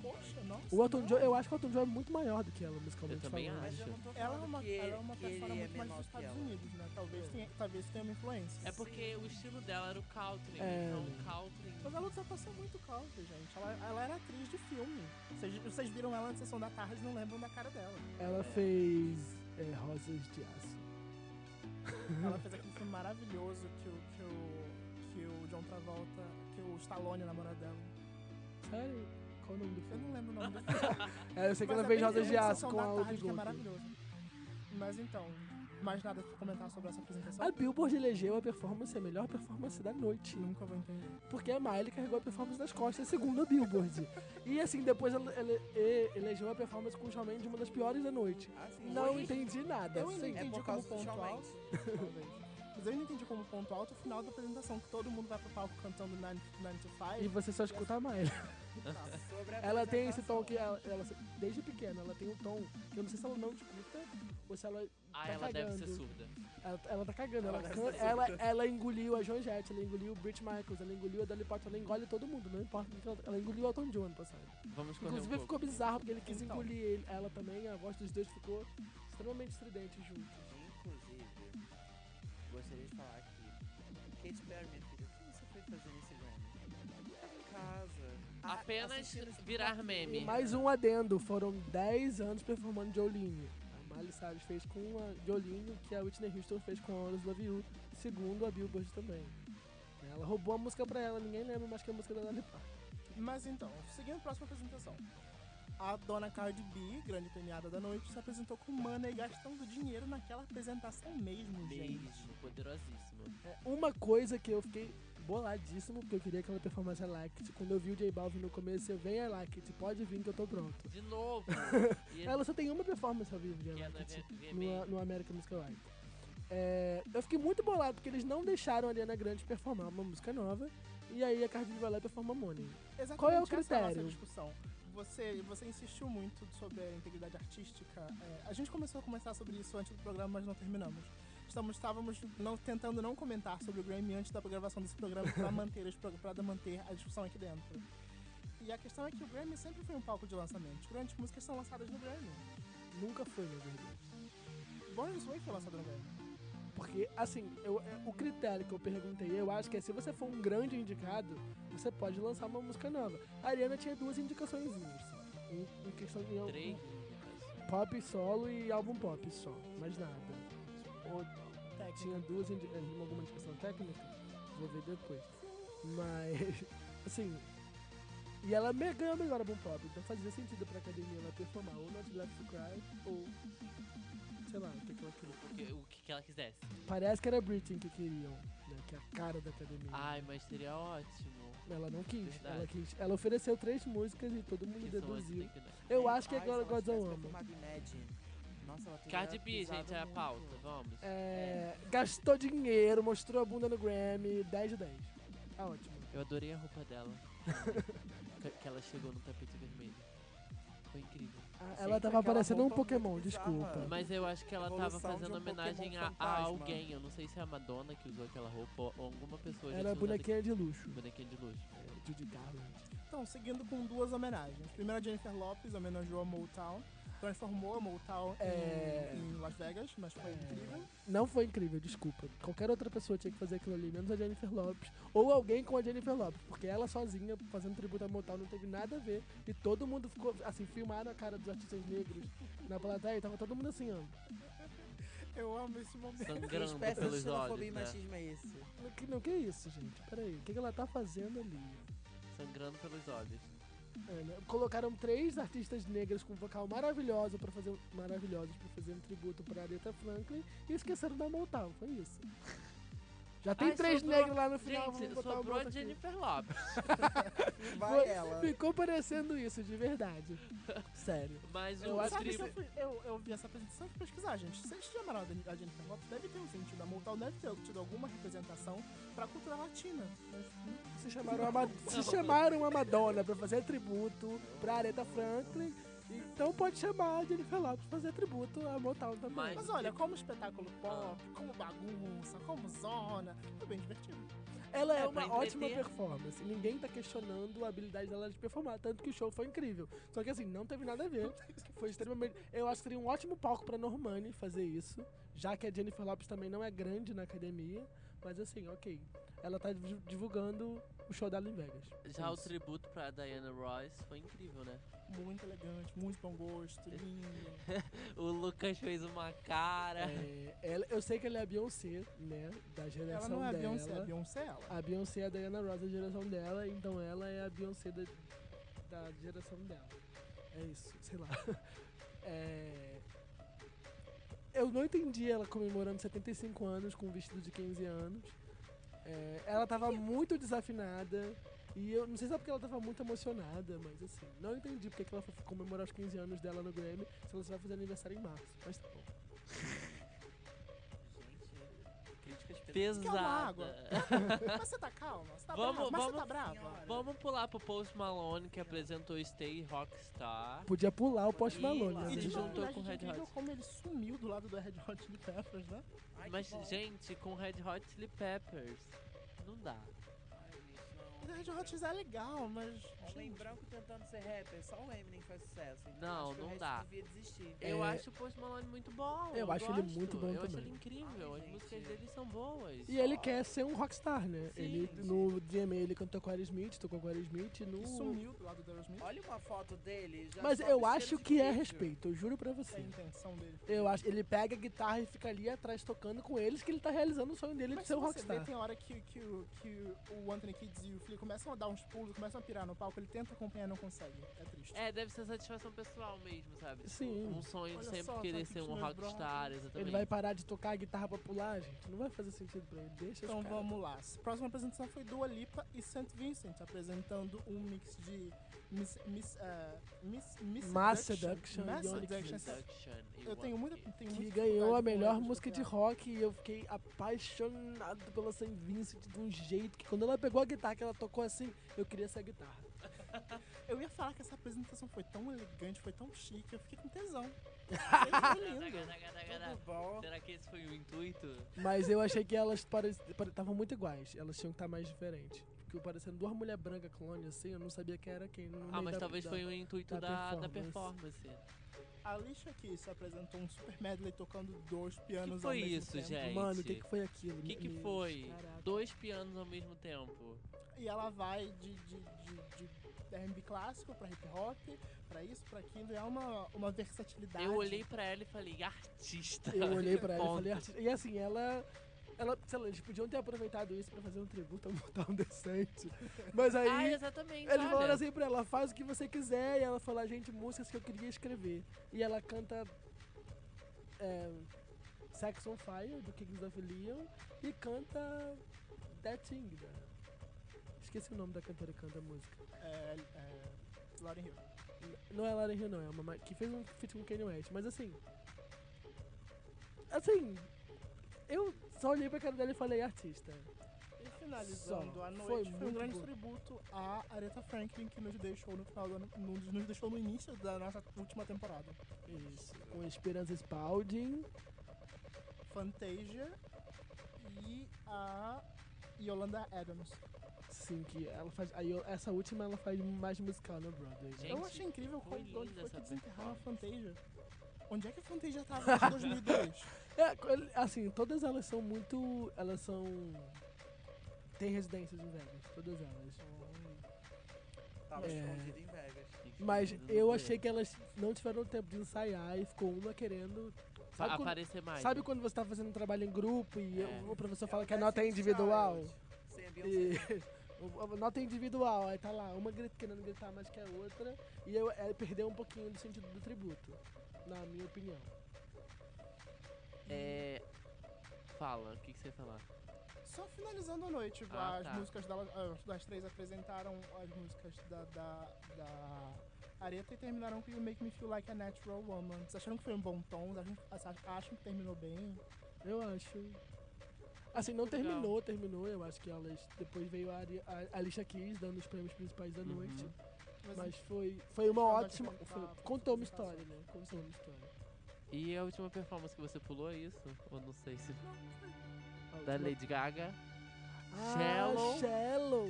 Speaker 2: Poxa, nossa.
Speaker 1: O Elton John, eu acho que o Elton John é muito maior do que ela
Speaker 3: Eu
Speaker 1: musicalmente
Speaker 3: também
Speaker 1: falando. né?
Speaker 4: Mas eu
Speaker 3: acho.
Speaker 4: não tô falando
Speaker 2: Ela é uma,
Speaker 4: que,
Speaker 2: ela é uma
Speaker 4: que ele
Speaker 2: persona
Speaker 4: é
Speaker 2: muito mais
Speaker 4: menor
Speaker 2: dos
Speaker 4: que
Speaker 2: Estados
Speaker 4: ela.
Speaker 2: Unidos, né? Talvez tenha, talvez tenha uma influência.
Speaker 3: É porque o estilo dela era o country,
Speaker 1: É. tá
Speaker 3: então o country...
Speaker 2: Mas ela ultrapassou muito o country, gente. Ela, ela era atriz de filme. Vocês, vocês viram ela na sessão da tarde e não lembram da cara dela.
Speaker 1: Ela fez é, Rosas de Aço.
Speaker 2: Ela fez aquele filme maravilhoso que o, que o, que o John Travolta, que o Stallone namora dela.
Speaker 1: Sério? Qual o nome do
Speaker 2: Eu
Speaker 1: filme?
Speaker 2: não lembro o nome do filme.
Speaker 1: É, eu sei que
Speaker 2: mas
Speaker 1: ela
Speaker 2: é
Speaker 1: fez
Speaker 2: bem-
Speaker 1: Rosas
Speaker 2: é
Speaker 1: de
Speaker 2: uma
Speaker 1: Aço
Speaker 2: Sessão
Speaker 1: com
Speaker 2: da
Speaker 1: a Olivia
Speaker 2: tarde, que é
Speaker 1: Goldberg.
Speaker 2: maravilhoso. Mas então, Mais nada pra comentar sobre essa apresentação?
Speaker 1: A Billboard elegeu a performance, a melhor performance da noite.
Speaker 2: Nunca vou entender.
Speaker 1: Porque a Miley carregou a performance das costas, segundo a Billboard. E assim, depois ela, ela e- elegeu a performance com o Shawn Mendes uma das piores da noite.
Speaker 4: Ah, sim.
Speaker 1: Não
Speaker 4: Oi.
Speaker 3: É
Speaker 1: entendi nada.
Speaker 2: Eu
Speaker 1: sim.
Speaker 2: entendi
Speaker 4: É por
Speaker 2: como
Speaker 4: causa do
Speaker 2: ponto
Speaker 4: Shawn
Speaker 2: alto, talvez. Mas eu entendi como ponto alto o final da apresentação, que todo mundo vai pro palco cantando 9 to
Speaker 1: E
Speaker 2: 5.
Speaker 1: você só escuta a Miley.
Speaker 4: Tá. Sobre a
Speaker 1: Ela tem esse
Speaker 4: apresentação.
Speaker 1: tom que é- ela, ela se- desde pequena, ela tem um tom que eu não sei se ela não escuta ou se ela
Speaker 3: Ah,
Speaker 1: Tá
Speaker 3: ela deve ser
Speaker 1: cagando.
Speaker 3: surda.
Speaker 1: ela, ela tá cagando. Ela,
Speaker 4: Ela
Speaker 1: can-
Speaker 4: deve ser
Speaker 1: ela, ela engoliu a Joan Jett, ela engoliu o Brit Michaels, ela engoliu a Dolly Parton, ela engole todo mundo, não importa. quem que Ela, ela engoliu o Elton John ano passado.
Speaker 3: Vamos correr
Speaker 1: Inclusive
Speaker 3: um pouco.
Speaker 1: ficou bizarro porque ele quis
Speaker 2: Então.
Speaker 1: engolir ele- ela também, a voz dos dois ficou extremamente estridente junto.
Speaker 4: Inclusive, gostaria de falar que Kate Perry, minha filha, o que você foi fazer nesse Grammy? Tá em casa. a-
Speaker 3: Ah, Apenas
Speaker 4: assistindo esse
Speaker 3: virar
Speaker 4: papinho.
Speaker 1: E
Speaker 3: meme.
Speaker 1: mais um adendo, foram 10 anos performando Jolene. A Miley Cyrus fez com a Jolene, que a Whitney Houston fez com a Always Love You, segundo a Billboard também. Ela roubou a música pra ela, ninguém lembra mais que a música da Dolly Parton.
Speaker 2: Mas então, seguindo a próxima apresentação. A dona Cardi B, grande premiada da noite, se apresentou com Money gastando dinheiro naquela apresentação mesmo, gente.
Speaker 3: Beijo, poderosíssima.
Speaker 1: É, Uma coisa que eu fiquei boladíssimo, porque eu queria que ela performasse a Like It, quando eu vi o J Balvin no começo, eu venho a Like It, pode vir que eu tô pronto.
Speaker 3: De novo. E
Speaker 1: Ela só tem uma performance ao vivo de
Speaker 3: que é
Speaker 1: Like
Speaker 3: na
Speaker 1: It.
Speaker 3: V-
Speaker 1: no,
Speaker 3: VMA.
Speaker 1: no American Music Live. É, eu fiquei muito bolado porque eles não deixaram a Ariana Grande performar uma música nova e aí a Cardi B vai lá e performa Money.
Speaker 2: Exatamente
Speaker 1: Qual é o
Speaker 2: essa a nossa
Speaker 1: critério?
Speaker 2: discussão. Você, você insistiu muito sobre a integridade artística. É, a gente começou a conversar sobre isso antes do programa, mas não terminamos. Estamos, estávamos não, tentando não comentar sobre o Grammy antes da gravação desse programa para manter, esse pro- pra manter a discussão aqui dentro. E a questão é que o Grammy sempre foi um palco de lançamento. Grandes músicas são lançadas no Grammy.
Speaker 1: Nunca foi, na verdade.
Speaker 2: Born This Way foi lançado no Grammy.
Speaker 1: Porque, assim, eu- é, o critério que eu perguntei, eu acho que é se você for um grande indicado, você pode lançar uma música nova. A Ariana tinha duas indicações. assim, Em, em questão de
Speaker 3: Três.
Speaker 1: pop solo e álbum pop só, mais nada. Ou tinha duas indi eh, alguma indicação técnica, vou ver depois. Mas, assim. E ela me- ganhou o melhor álbum pop, então fazia sentido pra academia ela performar ou Not Left to Cry ou. Sei lá, o que que ela queria.
Speaker 3: O que, o que que ela quisesse.
Speaker 1: Parece que era a Britney que queriam, né? Que é a cara da academia.
Speaker 3: Ai, mas seria ótimo.
Speaker 1: Ela não quis,
Speaker 3: Ah, Verdade.
Speaker 1: ela quis. Ela ofereceu três músicas e todo mundo
Speaker 3: Que são as
Speaker 1: deduziu.
Speaker 3: integrantes.
Speaker 1: Eu
Speaker 4: Ai,
Speaker 1: acho que é
Speaker 4: se
Speaker 1: agora
Speaker 4: ela
Speaker 1: God's
Speaker 4: tivesse
Speaker 1: Woman.
Speaker 4: performado Imagine. Nossa, ela teria
Speaker 3: Cardi B,
Speaker 4: pisado
Speaker 3: gente, é a
Speaker 4: muito.
Speaker 3: pauta. Vamos.
Speaker 1: É, gastou dinheiro, mostrou a bunda no Grammy, 10 de 10. Tá ótimo.
Speaker 3: Eu adorei a roupa dela. que- que ela chegou no tapete vermelho. Foi incrível.
Speaker 1: Ah,
Speaker 4: Gente,
Speaker 1: ela tava
Speaker 4: aquela
Speaker 1: parecendo um
Speaker 4: roupa muito
Speaker 1: Pokémon,
Speaker 4: bizarra.
Speaker 1: desculpa.
Speaker 3: Mas eu acho que ela tava
Speaker 4: Evolução de
Speaker 3: fazendo
Speaker 4: um
Speaker 3: homenagem
Speaker 4: Pokémon
Speaker 3: a, a
Speaker 4: fantasma.
Speaker 3: alguém. Eu não sei se é a Madonna que usou aquela roupa ou alguma pessoa já
Speaker 1: Era
Speaker 3: tinha usado
Speaker 1: é bonequinha de luxo.
Speaker 3: aquele- bonequinha de luxo.
Speaker 1: É, Judy Garland.
Speaker 2: Então, seguindo com duas homenagens. Primeiro, a Jennifer Lopez homenageou a Motown, transformou a Motown em-
Speaker 1: É.
Speaker 2: em, Las Vegas, mas foi
Speaker 1: É.
Speaker 2: incrível.
Speaker 1: Não foi incrível, desculpa. Qualquer outra pessoa tinha que fazer aquilo ali, menos a Jennifer Lopes. Ou alguém com a Jennifer Lopes, porque ela sozinha, fazendo tributo a Motown, não teve nada a ver. E todo mundo ficou, assim, filmaram a cara dos artistas negros na plateia e tava todo mundo assim, ó.
Speaker 2: Eu amo esse momento.
Speaker 4: Que
Speaker 3: Sangrando
Speaker 4: espécie de
Speaker 3: pelos
Speaker 4: xenofobia e
Speaker 3: olhos, né?
Speaker 4: machismo é esse?
Speaker 1: Não, que, não, que isso, gente? Peraí, o que, que ela tá fazendo ali?
Speaker 3: Sangrando pelos olhos.
Speaker 1: É, né? Colocaram três artistas negras com um vocal maravilhoso para fazer um, maravilhosos para fazer um tributo para Aretha Franklin e esqueceram da Motown, foi isso. Já tem
Speaker 3: Ai,
Speaker 1: três
Speaker 3: sobrou-
Speaker 1: negros lá no final,
Speaker 3: Gente,
Speaker 1: vamos botar
Speaker 3: sobrou
Speaker 1: o
Speaker 3: a
Speaker 1: outro aqui.
Speaker 3: Jennifer Lopes.
Speaker 4: Vai ela.
Speaker 1: Ficou parecendo isso, de verdade. Sério.
Speaker 3: Mas
Speaker 1: Eu
Speaker 3: o
Speaker 1: acho
Speaker 2: Sabe
Speaker 1: que
Speaker 2: se
Speaker 3: tribo...
Speaker 2: eu, fui- eu, eu vi essa apresentação e fui pesquisar, gente. Se eles chamaram a Den- a Jennifer Lopez, deve ter um sentido. A Motown deve ter tido alguma representação pra cultura latina.
Speaker 1: Se chamaram a, Ma- se chamaram a Madonna para fazer tributo para Aretha Franklin, então pode chamar a Jennifer Lopez pra fazer tributo a Motown também.
Speaker 3: Mas-
Speaker 2: Mas olha, como espetáculo pop, como bagunça, como zona, foi bem divertido.
Speaker 1: Ela é,
Speaker 3: É,
Speaker 1: uma
Speaker 3: pra
Speaker 1: ótima
Speaker 3: entreter.
Speaker 1: performance. Ninguém tá questionando a habilidade dela de performar. Tanto que o show foi incrível. Só que assim, não teve nada a ver. Foi extremamente. Eu acho que seria um ótimo palco pra Normani fazer isso. Já que a Jennifer Lopes também não é grande na academia. Mas assim, ok. Ela tá div- divulgando o show dela em Vegas.
Speaker 3: Já o
Speaker 1: é Isso.
Speaker 3: tributo pra Diana Royce foi incrível, né?
Speaker 2: Muito elegante, muito bom gosto, lindo.
Speaker 3: O Lucas fez uma cara.
Speaker 1: É, ela- eu sei que ela é a Beyoncé, né? Da
Speaker 2: Ela
Speaker 1: geração
Speaker 2: não é a
Speaker 1: dela.
Speaker 2: Beyoncé, a Beyoncé é ela.
Speaker 1: A Beyoncé é a Diana Ross da geração dela, então ela é a Beyoncé da, da geração dela. É isso, sei lá. É, eu não entendi ela comemorando 75 anos com um vestido de 15 anos. É, ela tava muito desafinada. E eu não sei se é porque ela tava muito emocionada, mas assim, não entendi porque que ela foi comemorar os 15 anos dela no Grammy se ela só vai fazer aniversário em março. Mas tá bom.
Speaker 4: Gente, críticas
Speaker 1: É.
Speaker 2: água.
Speaker 3: Pesada.
Speaker 2: Mas você tá calma? Você tá
Speaker 3: Vamos-
Speaker 2: brava? Mas
Speaker 3: vamos-
Speaker 2: você tá brava?
Speaker 4: Senhora.
Speaker 3: Vamos pular pro Post Malone, que apresentou Stay Rockstar.
Speaker 1: Podia pular o Post
Speaker 3: Ih,
Speaker 1: Malone.
Speaker 3: lá.
Speaker 1: né,
Speaker 2: E
Speaker 3: Ele
Speaker 2: de
Speaker 1: gente?
Speaker 2: novo,
Speaker 3: juntou
Speaker 2: né,
Speaker 3: com
Speaker 2: gente,
Speaker 3: Red Hot.
Speaker 2: incrível como ele sumiu do lado da Red Hot Chili Peppers, né?
Speaker 4: Ai, que
Speaker 3: Mas,
Speaker 4: bom.
Speaker 3: gente, com Red Hot Chili Peppers, não dá.
Speaker 4: Ai, gente, não.
Speaker 2: E da Red
Speaker 4: Homem
Speaker 2: Hot é legal, mas...
Speaker 4: branco- Homem
Speaker 2: gente,
Speaker 4: branco tentando ser rapper, só o Eminem faz sucesso. Então
Speaker 3: Não,
Speaker 4: acho que
Speaker 3: não
Speaker 4: o resto
Speaker 3: dá.
Speaker 4: devia desistir.
Speaker 3: Eu
Speaker 1: É.
Speaker 3: acho o Post Malone muito bom.
Speaker 1: Eu acho ele
Speaker 3: gosto,
Speaker 1: muito bom
Speaker 3: Eu acho
Speaker 1: também.
Speaker 3: ele incrível.
Speaker 4: Ai,
Speaker 3: As músicas
Speaker 4: gente.
Speaker 3: dele são boas.
Speaker 1: E ele quer ser um rockstar, né?
Speaker 3: Sim,
Speaker 1: ele,
Speaker 3: sim.
Speaker 1: no DMA ele cantou com a Smith, tocou com a Smith. No...
Speaker 2: Que sumiu do lado da Aerosmith.
Speaker 4: Olha uma foto dele. Já
Speaker 1: Mas
Speaker 4: só
Speaker 1: eu
Speaker 4: cheiro
Speaker 1: acho
Speaker 4: de
Speaker 1: que é
Speaker 4: queijo.
Speaker 1: respeito, eu juro pra
Speaker 2: É a
Speaker 1: você.
Speaker 2: intenção dele.
Speaker 1: Eu acho, ele pega a guitarra e fica ali atrás tocando com eles que ele tá realizando o sonho dele
Speaker 2: Mas
Speaker 1: de ser
Speaker 2: se
Speaker 1: um
Speaker 2: você vê,
Speaker 1: rockstar.
Speaker 2: tem hora que, que, o- que o Anthony Kids e o Flea começam a dar uns pulos, começam a pirar no palco, ele tenta acompanhar e não consegue. É triste.
Speaker 3: É, deve ser satisfação pessoal mesmo, sabe? Tipo,
Speaker 1: Sim.
Speaker 3: Um sonho de
Speaker 2: Olha
Speaker 3: sempre
Speaker 2: só,
Speaker 3: querer
Speaker 2: tá
Speaker 3: ser
Speaker 2: aqui
Speaker 3: um
Speaker 2: os meus
Speaker 3: rockstar, exatamente.
Speaker 1: Ele vai parar de tocar a guitarra pra pular, gente. Não vai fazer sentido pra ele. Deixa
Speaker 2: Então
Speaker 1: os caras.
Speaker 2: vamos lá. A próxima apresentação foi Dua Lipa e St. Vincent, apresentando um mix de Miss, miss, eh, miss, miss
Speaker 1: Mass Seduction
Speaker 2: Seduction. Mass
Speaker 1: e Onyx
Speaker 2: Seduction.
Speaker 3: Seduction e
Speaker 2: Eu tenho muita.
Speaker 3: Wanted.
Speaker 2: Tenho
Speaker 1: Que
Speaker 2: muita
Speaker 1: ganhou a
Speaker 2: dificuldade com
Speaker 1: melhor
Speaker 2: letras
Speaker 1: música de
Speaker 2: copiadas.
Speaker 1: rock e eu fiquei apaixonado pela Saint Vincent de um jeito que quando ela pegou a guitarra que ela tocou assim, eu queria essa guitarra.
Speaker 2: Eu ia falar que essa apresentação foi tão elegante, foi tão chique, eu fiquei com tesão. Foi
Speaker 3: é,
Speaker 2: lindo.
Speaker 4: Tudo bom.
Speaker 3: Será que esse foi o intuito? Ah,
Speaker 1: Mas eu achei que elas estavam muito iguais. Elas tinham que estar mais diferentes. Porque eu parecendo duas mulher branca clone assim, eu não sabia quem era quem. no
Speaker 3: Ah,
Speaker 1: meio
Speaker 3: mas
Speaker 1: da-
Speaker 3: talvez
Speaker 1: da-
Speaker 3: foi o intuito
Speaker 1: da
Speaker 3: da, da
Speaker 1: performance.
Speaker 3: performance.
Speaker 2: A Alicia Keys apresentou um super medley tocando dois pianos
Speaker 3: foi
Speaker 2: ao mesmo
Speaker 3: isso,
Speaker 2: tempo.
Speaker 3: um gente?
Speaker 1: Mano, o que, que foi aquilo?
Speaker 3: O que, que
Speaker 1: Meu
Speaker 3: foi?
Speaker 1: Caraca.
Speaker 3: Dois pianos ao mesmo tempo.
Speaker 2: E ela vai de, de, de, de R&B clássico pra hip hop, pra isso, pra aquilo. E é uma, uma versatilidade.
Speaker 3: Eu olhei pra ela e falei, artista.
Speaker 1: Eu olhei pra ela e
Speaker 3: Ponto.
Speaker 1: falei, "Artista." E assim, ela. Ela, sei lá, eles podiam ter aproveitado isso pra fazer um tributo a um mortal decente. Mas aí.
Speaker 3: Ah, exatamente.
Speaker 1: eles
Speaker 3: olha.
Speaker 1: falaram assim pra ela, faz o que você quiser. E ela falou, gente, músicas que eu queria escrever. E ela canta. É, Sex on Fire, do Kings of Leon. E canta. That Thing. da- Esqueci o nome da cantora que canta a música.
Speaker 2: É, é, Lauryn Hill.
Speaker 1: N- Não é Lauren Hill, não. É uma ma- que fez um feat com Kanye West. Mas assim... Assim... Eu só olhei pra cara dela e falei, artista.
Speaker 2: E finalizando
Speaker 1: Só.
Speaker 2: a noite,
Speaker 1: Foi
Speaker 2: foi,
Speaker 1: muito
Speaker 2: um grande
Speaker 1: boa.
Speaker 2: tributo à Aretha Franklin, que nos deixou no final do ano, nos nos deixou no início da nossa última temporada.
Speaker 1: Isso. Com Esperança Spalding.
Speaker 2: Fantasia e a Yolanda Adams.
Speaker 1: Sim, que ela faz... Aí eu- essa última ela faz mais musical, né, brother?
Speaker 3: Gente,
Speaker 2: eu achei incrível
Speaker 3: foi
Speaker 2: como onde
Speaker 3: linda
Speaker 2: foi
Speaker 3: essa
Speaker 2: que desenterraram a
Speaker 3: performance.
Speaker 2: Fantasia. Onde é que a Fantasia tava em 2002?
Speaker 1: É, co- ele- assim, todas elas são muito... Elas são... Tem residências em Vegas, todas elas.
Speaker 4: Tava
Speaker 1: É.
Speaker 4: escondido em Vegas.
Speaker 1: Mas eu achei que elas não tiveram tempo de ensaiar e ficou uma querendo...
Speaker 3: Fa-
Speaker 1: Sabe quando-
Speaker 3: aparecer mais. né?
Speaker 1: Sabe quando você tá fazendo um trabalho em grupo e
Speaker 3: É.
Speaker 1: o professor fala que a nota é individual?
Speaker 4: Sem a
Speaker 1: E,
Speaker 4: Beyoncé.
Speaker 1: a nota é individual, aí tá lá, uma grita, querendo gritar mais que a outra, e eu, é, perdeu um pouquinho do sentido do tributo, na minha opinião.
Speaker 3: É... Fala, o que, que você ia falar?
Speaker 2: Só finalizando a noite,
Speaker 3: Ah,
Speaker 2: as
Speaker 3: tá.
Speaker 2: músicas dela, as- das três apresentaram as músicas da, da, da Areta e terminaram com You Make Me Feel Like a Natural Woman. Vocês acharam que foi um bom tom? Vocês Acham, vocês acham que terminou bem?
Speaker 1: Eu acho. Assim, não
Speaker 3: Legal.
Speaker 1: terminou, terminou, eu acho que elas. Depois veio a, Ari- a, a Alicia Keys dando os prêmios principais da
Speaker 3: Uhum. assim,
Speaker 1: noite.
Speaker 2: Mas,
Speaker 1: Mas é foi, foi uma
Speaker 2: Ela
Speaker 1: ótima.
Speaker 2: vai
Speaker 1: foi-
Speaker 2: cantar
Speaker 1: contou uma
Speaker 2: apresentação.
Speaker 1: história, né? Contou uma história.
Speaker 3: E a última performance que você pulou é isso? Ou não sei se...
Speaker 1: A
Speaker 3: Da
Speaker 1: última-
Speaker 3: Lady Gaga.
Speaker 1: Ah,
Speaker 3: Shallow.
Speaker 1: Shallow.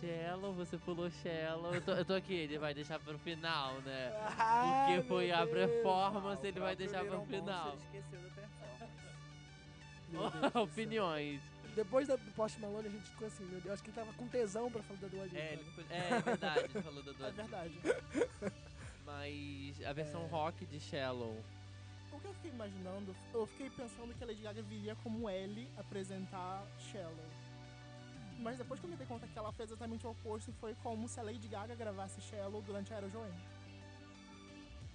Speaker 3: Shallow, você pulou Shallow. Eu tô, eu tô aqui, ele vai deixar pro final, né?
Speaker 1: Ah,
Speaker 3: Porque foi
Speaker 1: meu
Speaker 3: a
Speaker 1: Deus.
Speaker 3: performance,
Speaker 4: Ah,
Speaker 3: ele
Speaker 4: o
Speaker 3: vai
Speaker 4: próprio
Speaker 3: deixar pro
Speaker 4: Little Monster
Speaker 3: final.
Speaker 4: esqueceu da performance.
Speaker 1: Meu Deus do céu.
Speaker 3: Opiniões.
Speaker 1: Depois da, do Post Malone, a gente ficou assim, meu Deus, acho que ele tava com tesão pra falar da Dua Lipa.
Speaker 3: É, ele, pu- é, é verdade, ele falou da
Speaker 2: é
Speaker 3: Dua Lipa.
Speaker 2: verdade.
Speaker 3: Mas a versão
Speaker 1: É.
Speaker 3: rock de Shallow.
Speaker 2: O que eu fiquei imaginando, eu fiquei pensando que a Lady Gaga viria como L apresentar Shallow. Mas depois que eu me dei conta que ela fez exatamente o oposto, foi como se a Lady Gaga gravasse Shallow durante a Era Joanne.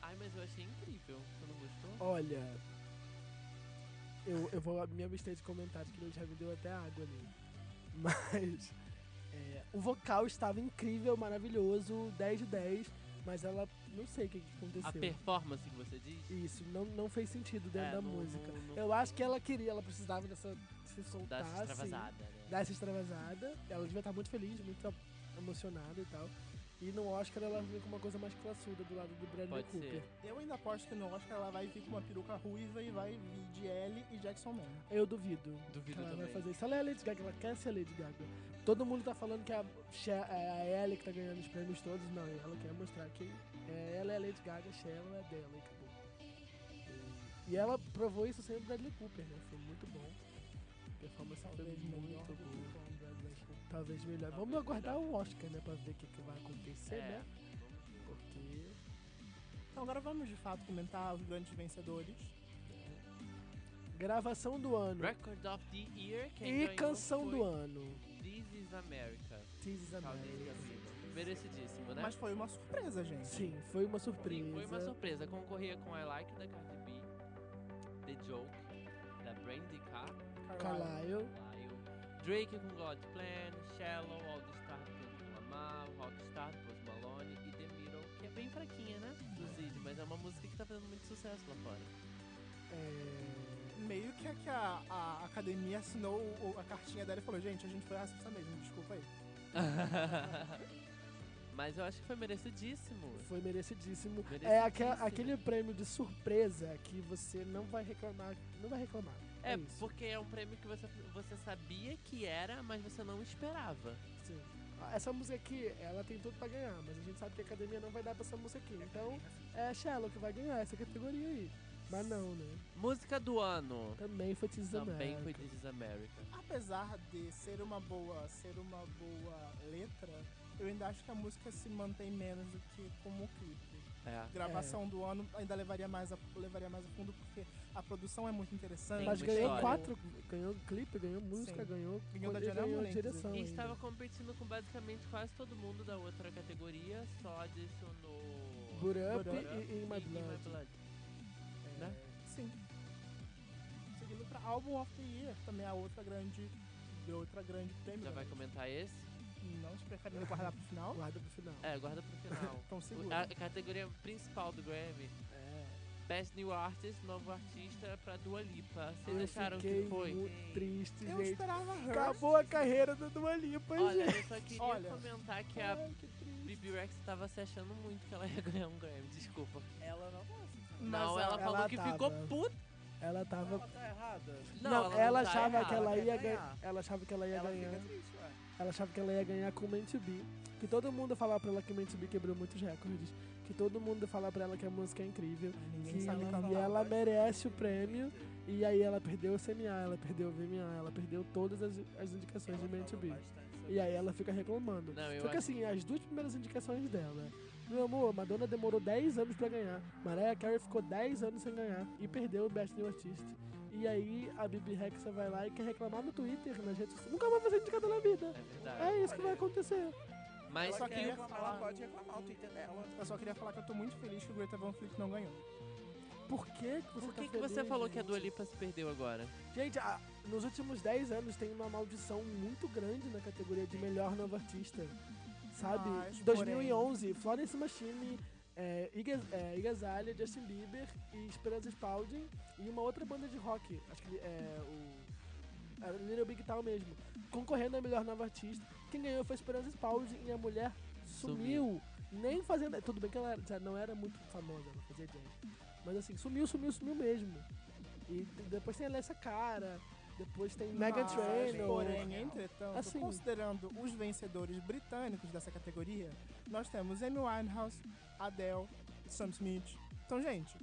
Speaker 3: Ai, mas eu achei incrível. Você não gostou?
Speaker 1: Olha, Eu, eu vou me abster de comentários, que ele já me deu até água nele. Mas. é, o vocal estava incrível, maravilhoso, 10 de 10, mas ela. Não sei o que, que aconteceu.
Speaker 3: A performance que você diz?
Speaker 1: Isso, não, não fez sentido dentro
Speaker 3: É,
Speaker 1: da
Speaker 3: não-
Speaker 1: música.
Speaker 3: não- não-
Speaker 1: Eu acho que ela queria, ela precisava dessa. se soltar.
Speaker 3: Dá essa
Speaker 1: assim,
Speaker 3: extravasada, né?
Speaker 1: dar essa extravasada. Ela devia estar muito feliz, muito a- emocionada e tal. E no Oscar ela veio com uma coisa mais classuda do lado do Bradley
Speaker 3: Pode
Speaker 1: Cooper.
Speaker 3: ser.
Speaker 2: Eu ainda aposto que no Oscar ela vai vir com uma peruca ruiva e vai vir de Ellie e Jackson Man.
Speaker 1: Eu duvido. que
Speaker 3: Duvido
Speaker 1: ela
Speaker 3: também.
Speaker 1: vai fazer isso. Ela é a Lady Gaga, ela quer ser a Lady Gaga. Todo mundo tá falando que é a, Cher- é a Ellie que tá ganhando os prêmios todos. Não, ela quer mostrar que é, ela é a Lady Gaga, Sheryl é dela e acabou. E- E ela provou isso sem o Bradley Cooper, né? Foi muito bom. A performance foi
Speaker 2: Talvez melhor
Speaker 1: muito
Speaker 2: do que
Speaker 1: boa.
Speaker 2: com o Bradley Cooper.
Speaker 1: Talvez melhor.
Speaker 3: Talvez
Speaker 1: Vamos aguardar
Speaker 3: melhor.
Speaker 1: o Oscar, né? Pra ver o que, que vai acontecer,
Speaker 3: É,
Speaker 1: né?
Speaker 3: vamos ver.
Speaker 1: Porque
Speaker 2: Então agora vamos de fato comentar os grandes vencedores.
Speaker 1: Gravação do ano
Speaker 3: Record of the Year, quem
Speaker 1: e
Speaker 3: ganhou
Speaker 1: canção
Speaker 3: foi
Speaker 1: do ano.
Speaker 3: This is America.
Speaker 1: This is
Speaker 3: Talvez
Speaker 1: America.
Speaker 3: assim, Merecidíssimo, né?
Speaker 2: Mas foi uma surpresa, gente.
Speaker 1: Sim, foi uma surpresa.
Speaker 3: Sim, foi uma surpresa. Concorria com I Like da Cardi B, The Joke, da Brandy Carr,
Speaker 1: Carlyle.
Speaker 3: Lyle, Drake com God Plan, Shallow, All the Star do Kendrick Lamar, o Rockstar do Post Malone e The Middle, que é bem fraquinha, né? Do Zid, mas é uma música que tá fazendo muito sucesso lá fora.
Speaker 1: É...
Speaker 2: Meio que é que a, a academia assinou o- a cartinha dela e falou, gente, a gente foi racista mesmo, desculpa aí.
Speaker 3: mas eu acho que foi merecidíssimo.
Speaker 1: Foi merecidíssimo. É
Speaker 3: Merecidíssimo.
Speaker 1: aque- aquele prêmio de surpresa que você não vai reclamar. Não vai reclamar. É,
Speaker 3: É,
Speaker 1: isso.
Speaker 3: porque é um prêmio que você, você sabia que era, mas você não esperava.
Speaker 1: Sim. Ah, Essa música aqui, ela tem tudo pra ganhar, mas a gente sabe que a academia não vai dar pra essa música aqui. Então é a Shallow que vai ganhar essa categoria aí. Mas não, né?
Speaker 3: Música do ano.
Speaker 1: Também foi This is
Speaker 3: Também foi
Speaker 1: America.
Speaker 3: This is America.
Speaker 2: Apesar de ser uma boa, ser uma boa letra, eu ainda acho que a música se mantém menos do que como o clipe.
Speaker 3: É.
Speaker 2: Gravação do ano ainda levaria mais a, levaria mais a fundo porque a produção é muito interessante.
Speaker 3: Tem
Speaker 1: Mas
Speaker 3: uma
Speaker 1: ganhou
Speaker 3: história.
Speaker 1: quatro. Ganhou clipe, ganhou música,
Speaker 2: Sim.
Speaker 1: ganhou.
Speaker 2: Ganhou da
Speaker 1: e
Speaker 2: Janela
Speaker 1: ganhou
Speaker 2: Monáe,
Speaker 1: direção.
Speaker 3: E
Speaker 1: ainda.
Speaker 3: estava competindo com basicamente quase todo mundo da outra categoria, só adicionou.
Speaker 1: Boot Up
Speaker 2: Boot Up
Speaker 1: e, e In My Blood. É,
Speaker 3: Né?
Speaker 2: Sim. Seguindo pra Album of the Year, também é a outra grande. de Outra grande prêmio.
Speaker 3: Já vai
Speaker 2: né?
Speaker 3: comentar esse?
Speaker 2: Não se preferindo guardar pro final.
Speaker 1: Guarda pro final.
Speaker 3: É, guarda pro final.
Speaker 2: Então
Speaker 3: O-
Speaker 2: segura.
Speaker 3: a categoria principal do Grammy.
Speaker 1: É.
Speaker 3: Best New Artist, novo artista pra Dua Lipa. Vocês
Speaker 1: Eu
Speaker 3: acharam
Speaker 1: fiquei
Speaker 3: que foi?
Speaker 1: muito triste,
Speaker 2: Eu
Speaker 1: gente.
Speaker 2: esperava Her.
Speaker 1: Acabou a carreira da Dua Lipa,
Speaker 3: Olha,
Speaker 1: gente.
Speaker 3: eu só queria
Speaker 2: Olha.
Speaker 3: comentar que é a
Speaker 2: Ai, que triste.
Speaker 3: Bibi Rex tava se achando muito que ela ia ganhar um Grammy, desculpa.
Speaker 4: Ela não tá assim.
Speaker 2: Mas
Speaker 3: não, ela,
Speaker 2: ela-
Speaker 3: falou
Speaker 1: ela
Speaker 3: que
Speaker 1: tava.
Speaker 3: ficou puta.
Speaker 1: Ela tava...
Speaker 4: Ela tá errada.
Speaker 3: Não,
Speaker 1: ela,
Speaker 3: não tá
Speaker 1: achava
Speaker 3: errada.
Speaker 1: que ela
Speaker 4: Ela
Speaker 1: ia
Speaker 4: quer
Speaker 1: ganhar.
Speaker 4: ganhar.
Speaker 1: Ela achava que ela ia
Speaker 4: Ela
Speaker 1: ganhar.
Speaker 4: fica triste, ué.
Speaker 1: Ela achava que ela ia ganhar com Meant to Be. Que todo mundo falava pra ela que Meant to Be quebrou muitos recordes. Que todo mundo falava pra ela que a música é incrível.
Speaker 2: Ninguém
Speaker 1: que
Speaker 2: sabe
Speaker 1: ela,
Speaker 2: cantar.
Speaker 1: e ela merece o prêmio. E aí ela perdeu o CMA, ela perdeu o VMA, ela perdeu todas as, as indicações de Meant to Be. E aí ela fica reclamando.
Speaker 3: Não, eu
Speaker 1: Só que
Speaker 3: acho-
Speaker 1: assim, as duas primeiras indicações dela. Meu amor, Madonna demorou 10 anos pra ganhar. Mariah Carey ficou 10 anos sem ganhar e perdeu o Best New Artist. E aí a Bibi Rexa vai lá e quer reclamar no Twitter, nas redes sociais. Nunca mais vai ser indicada na vida.
Speaker 3: É verdade.
Speaker 1: É isso que vai acontecer.
Speaker 3: Mas
Speaker 2: Ela
Speaker 4: Ela
Speaker 2: só
Speaker 4: quer
Speaker 2: queria
Speaker 4: reclamar,
Speaker 2: falar-
Speaker 4: ela pode reclamar o Twitter dela.
Speaker 2: Eu só queria falar que eu tô muito feliz que o Greta Van Fleet não ganhou.
Speaker 1: Por que que você
Speaker 3: por
Speaker 1: tá
Speaker 3: que, que você
Speaker 1: feliz,
Speaker 3: falou que é a
Speaker 1: gente?
Speaker 3: Dua Lipa se perdeu agora?
Speaker 1: Gente, a- nos últimos 10 anos tem uma maldição muito grande na categoria de melhor novo artista. Sabe?
Speaker 2: Mas,
Speaker 1: 2011, Florence Machine, é, Iga, é, Iggy Azalea, Justin Bieber e Esperanza Spalding e uma outra banda de rock, acho que é o é o Little Big Town mesmo, concorrendo a melhor nova artista. Quem ganhou foi Esperanza Spalding e a mulher sumiu. Nem fazendo. Tudo bem que ela já não era muito famosa, ela fazia jazz. Mas assim, sumiu, sumiu, sumiu mesmo. E d- depois tem a Alessia Cara, depois tem Megan
Speaker 2: Mas,
Speaker 1: Trainor.
Speaker 2: Porém, entretanto,
Speaker 1: Assim.
Speaker 2: considerando os vencedores britânicos dessa categoria, nós temos Amy Winehouse, Adele, Sam Smith. Então, gente,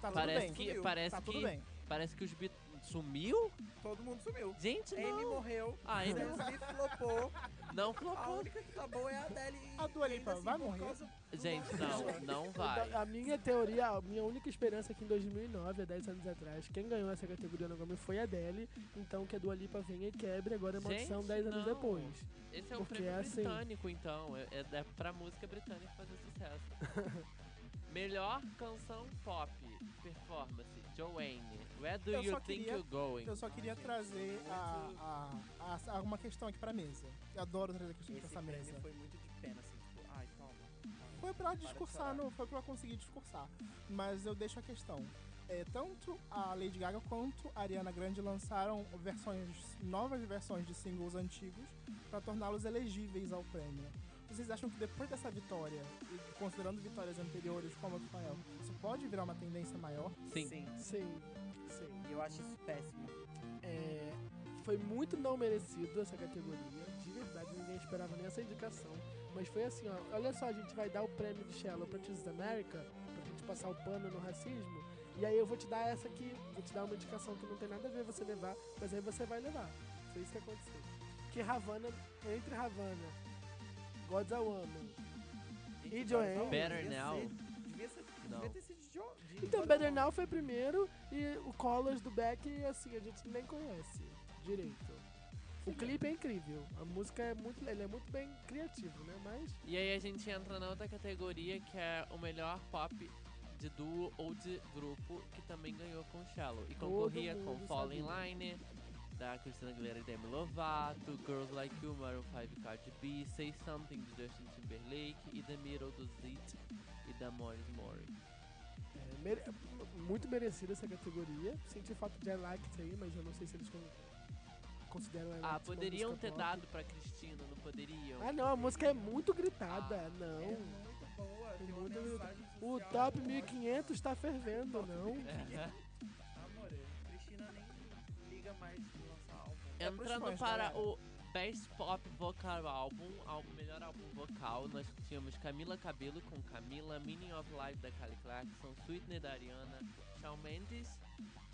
Speaker 2: tá
Speaker 3: Parece
Speaker 2: tudo bem.
Speaker 3: que-
Speaker 2: sumiu.
Speaker 3: parece
Speaker 2: tá
Speaker 3: que-
Speaker 2: tudo bem.
Speaker 3: Parece que os Beat... Sumiu?
Speaker 4: Todo mundo sumiu.
Speaker 3: Gente,
Speaker 4: Amy
Speaker 3: não.
Speaker 4: morreu.
Speaker 3: Ah, Amy
Speaker 4: Sam Smith flopou.
Speaker 3: Não
Speaker 4: A
Speaker 3: flopou.
Speaker 4: única que tá boa é a Adele. e
Speaker 2: A Dua Lipa
Speaker 4: ainda assim,
Speaker 2: vai
Speaker 4: por
Speaker 2: morrer?
Speaker 4: causa do
Speaker 3: Gente,
Speaker 4: nome
Speaker 3: não,
Speaker 4: dela.
Speaker 3: não vai.
Speaker 1: Então, A minha teoria, a minha única esperança é que em 2009, há 10 anos atrás, quem ganhou essa categoria no Grammy foi a Adele. Então que a Dua Lipa venha e quebre agora é a maldição
Speaker 3: Gente,
Speaker 1: 10 anos
Speaker 3: não.
Speaker 1: depois.
Speaker 3: Esse é o
Speaker 1: Porque
Speaker 3: prêmio
Speaker 1: é assim.
Speaker 3: britânico, então. É, é, é pra música britânica fazer sucesso. Melhor canção pop, performance, Joanne. Where do
Speaker 2: Eu
Speaker 3: you
Speaker 2: só
Speaker 3: think
Speaker 2: queria-
Speaker 3: you're going?
Speaker 2: Eu só queria trazer a, a, a- a- uma questão aqui pra mesa. Eu adoro trazer questões pra
Speaker 4: Esse
Speaker 2: essa
Speaker 4: prêmio
Speaker 2: mesa.
Speaker 4: foi muito de pena, assim, tipo, ai, calma. calma.
Speaker 2: Foi pra
Speaker 4: de
Speaker 2: discursar,
Speaker 4: chorar.
Speaker 2: não foi pra eu conseguir discursar. Mas eu deixo a questão. É, tanto a Lady Gaga quanto a Ariana Grande lançaram versões, novas versões de singles antigos pra torná-los elegíveis ao prêmio. Vocês acham que depois dessa vitória, e considerando vitórias anteriores como a do Fael, isso pode virar uma tendência maior?
Speaker 3: Sim.
Speaker 1: Sim, sim.
Speaker 4: E eu acho isso péssimo.
Speaker 1: É, foi muito não merecido essa categoria. De verdade, ninguém esperava nem essa indicação. Mas foi assim, ó. Olha só, a gente vai dar o prêmio de Shallow pra Jesus America, pra gente passar o pano no racismo. E aí eu vou te dar essa aqui, vou te dar uma indicação que não tem nada a ver você levar, mas aí você vai levar. Foi isso que aconteceu. Que Havana, entre Havana, God's a Woman. E Joanne?
Speaker 3: Better
Speaker 4: Devia
Speaker 3: Now?
Speaker 4: ser- Devia, ser,
Speaker 3: Não.
Speaker 4: devia ter sido Jo- de
Speaker 1: Então,
Speaker 4: Joanne.
Speaker 1: Better Now foi primeiro e o Colors do Beck, assim, a gente nem conhece direito. O clipe é incrível, a música é muito, ele é muito bem criativo, né? Mas
Speaker 3: E aí a gente entra na outra categoria que é o melhor pop de duo ou de grupo, que também ganhou com Shallow. E concorria com
Speaker 1: mundo
Speaker 3: Fall in
Speaker 1: sabia.
Speaker 3: Line, da Cristina Aguilera e Demi Lovato, Girls Like You, Maroon 5 Cardi B, Say Something de Justin Timberlake e The Middle do Zit e da Morris Mori.
Speaker 1: é mere- muito merecida essa categoria. Senti falta de I Like It aí, mas eu não sei se eles con- consideram I Like
Speaker 3: Ah,
Speaker 1: It uma
Speaker 3: poderiam
Speaker 1: música
Speaker 3: ter
Speaker 1: pop.
Speaker 3: dado pra Cristina, não poderiam?
Speaker 1: Ah, não, a música é muito gritada,
Speaker 3: Ah,
Speaker 1: não.
Speaker 4: É muito boa, tem uma
Speaker 1: Muito-
Speaker 4: mensagem
Speaker 1: O
Speaker 4: social
Speaker 1: Top
Speaker 4: ótima.
Speaker 1: 1500 tá fervendo, não.
Speaker 4: Amor, Cristina nem liga mais de lançar álbum.
Speaker 3: É,
Speaker 1: É,
Speaker 2: pros
Speaker 3: Entrando
Speaker 2: fãs,
Speaker 3: para
Speaker 2: galera.
Speaker 3: o Best Pop Vocal Album, álbum, melhor álbum vocal, nós tínhamos Camila Cabelo com Camila, Meaning of Life da Kelly Clarkson, Sweetener da Ariana, Shawn Mendes,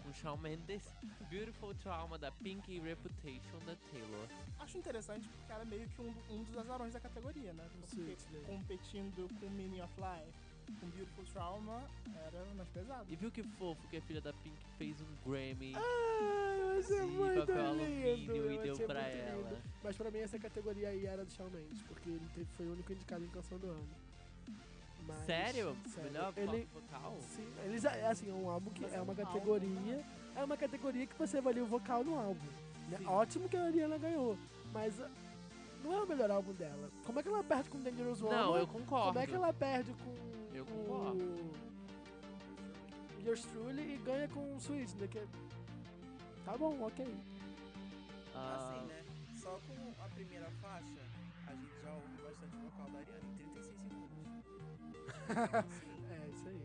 Speaker 3: um Shawn Mendes, Beautiful Trauma da Pink e Reputation da Taylor.
Speaker 2: Acho interessante porque era meio que um, do- um dos azarões da categoria, né? Porque
Speaker 1: Sim, sim.
Speaker 2: competindo com Meaning of Life, com Beautiful Trauma, era mais pesado.
Speaker 3: E viu que fofo que a filha da Pink fez um Grammy
Speaker 1: Ah, mas é
Speaker 3: de
Speaker 1: muito
Speaker 3: papel
Speaker 1: lindo.
Speaker 3: alumínio
Speaker 1: eu
Speaker 3: e deu
Speaker 1: achei
Speaker 3: pra
Speaker 1: muito lindo.
Speaker 3: ela.
Speaker 1: Mas pra mim essa categoria aí era do Shawn Mendes, porque ele teve- foi o único indicado em canção do ano. Mas-
Speaker 3: Sério?
Speaker 1: sério,
Speaker 3: Melhor
Speaker 1: Ele,
Speaker 3: pop vocal?
Speaker 1: sim, eles, é assim, é um álbum que
Speaker 2: Mas
Speaker 1: é
Speaker 2: é
Speaker 1: uma
Speaker 2: um álbum,
Speaker 1: categoria. É uma categoria que você avalia o vocal no álbum. né?
Speaker 2: Sim.
Speaker 1: Ótimo que a Ariana ganhou, mas ah, não é o melhor álbum dela. Como é que ela perde com Dangerous Woman?
Speaker 3: Não, eu concordo.
Speaker 1: Como é que ela perde com
Speaker 3: Eu
Speaker 1: com
Speaker 3: concordo.
Speaker 1: Yours Truly e ganha com Sweet, né? Que... é- Tá bom, ok.
Speaker 3: Ah,
Speaker 4: Assim, né? Só com a primeira faixa, a gente já ouve bastante vocal da Ariana em 36 segundos. Então, assim,
Speaker 1: É, isso aí.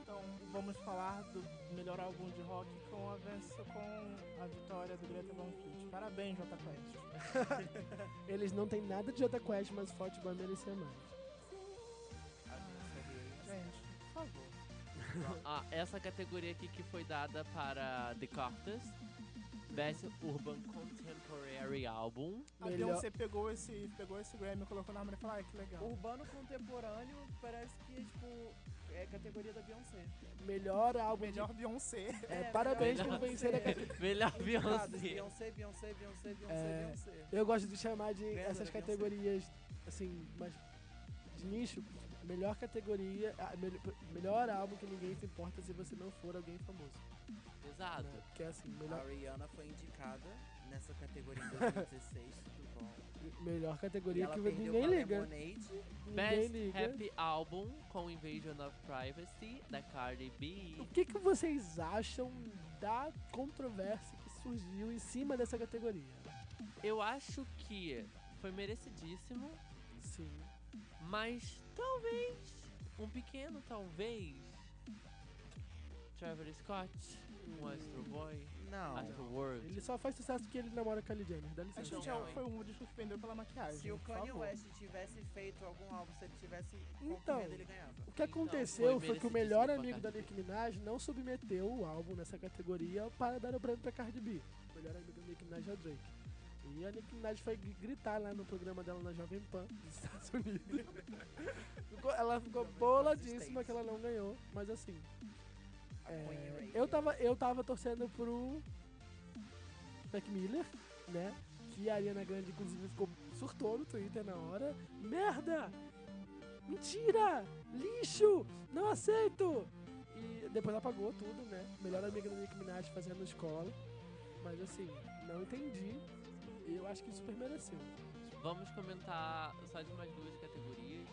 Speaker 2: Então vamos falar do melhor álbum de rock com a, vença-
Speaker 1: É,
Speaker 2: com a vitória do Greta Van Fleet. Parabéns, Jota Quest.
Speaker 1: Eles não têm nada de Jota Quest, mas o Fault Boy merecia mais.
Speaker 4: a gente só vê
Speaker 2: Gente, por favor.
Speaker 3: Ah, essa categoria aqui que foi dada para The Carters, Best Urban Contemporary Album.
Speaker 2: A
Speaker 1: Melhor-
Speaker 2: Beyoncé pegou esse, pegou esse Grammy, colocou na arma e falou, ai que
Speaker 1: É.
Speaker 2: legal.
Speaker 4: Urbano contemporâneo parece que é tipo. É categoria da Beyoncé.
Speaker 1: Melhor álbum de-
Speaker 2: Melhor Beyoncé.
Speaker 1: É,
Speaker 4: É,
Speaker 1: parabéns
Speaker 4: melhor
Speaker 1: por vencer a
Speaker 4: Beyoncé.
Speaker 1: categoria.
Speaker 3: Melhor
Speaker 4: Trocadas,
Speaker 3: Beyoncé.
Speaker 4: Beyoncé, Beyoncé, Beyoncé, Beyoncé,
Speaker 1: É.
Speaker 4: Beyoncé.
Speaker 1: Eu gosto de chamar de
Speaker 4: Merda,
Speaker 1: essas
Speaker 4: Beyoncé.
Speaker 1: categorias, assim, mais de nicho. Melhor categoria, ah, mel- melhor álbum que ninguém se importa se você não for alguém famoso.
Speaker 3: Exato.
Speaker 1: Né? Que é assim,
Speaker 4: A
Speaker 1: melhor,
Speaker 4: Ariana foi indicada nessa categoria em 2016, tudo bom.
Speaker 1: melhor
Speaker 4: E
Speaker 1: categoria
Speaker 4: ela
Speaker 1: que
Speaker 4: perdeu
Speaker 1: ninguém
Speaker 4: pra
Speaker 1: liga.
Speaker 4: Lemonade.
Speaker 1: Ninguém
Speaker 3: Best
Speaker 1: liga.
Speaker 3: Happy Album com Invasion of Privacy, da Cardi B.
Speaker 1: O que, que vocês acham da controvérsia que surgiu em cima dessa categoria?
Speaker 3: Eu acho que foi merecidíssimo,
Speaker 1: Sim.
Speaker 3: mas talvez, um pequeno talvez, Trevor Scott, um Astro Boy,
Speaker 4: Não.
Speaker 3: Astro World.
Speaker 1: Ele só faz sucesso porque ele namora com a Kylie Jenner, dá
Speaker 2: Acho
Speaker 1: licença.
Speaker 2: que já foi um disco que vendeu pela maquiagem.
Speaker 4: Se o
Speaker 2: por
Speaker 4: Kanye
Speaker 2: favor.
Speaker 4: West tivesse feito algum álbum, se ele tivesse
Speaker 1: Então.
Speaker 4: concorrido, ele ganhava.
Speaker 1: O que
Speaker 3: Então,
Speaker 1: aconteceu
Speaker 3: foi
Speaker 1: foi que o melhor
Speaker 3: merecidíssimo
Speaker 1: amigo
Speaker 3: pra
Speaker 1: da
Speaker 3: Cardi
Speaker 1: Nicki Minaj não submeteu o álbum nessa categoria para dar o prêmio pra Cardi B. O melhor amigo da Nicki Minaj é o Drake. E a Nicki Minaj foi gri- gritar lá no programa dela na Jovem Pan dos Estados Unidos. Ficou- ela ficou
Speaker 4: Jovem Pan dos
Speaker 1: boladíssima
Speaker 4: States.
Speaker 1: que ela não ganhou, mas assim. é,
Speaker 4: Apanhei Ray
Speaker 1: eu,
Speaker 4: Charles.
Speaker 1: tava, eu tava torcendo pro Mac Miller, né? Que a Ariana Grande, inclusive, ficou surtou no Twitter na hora. Merda! Mentira! Lixo! Não aceito! E depois apagou tudo, né? Melhor amiga da Nicki Minaj fazendo escola. Mas assim, não entendi. E eu acho que super mereceu.
Speaker 3: Vamos comentar só de mais duas categorias,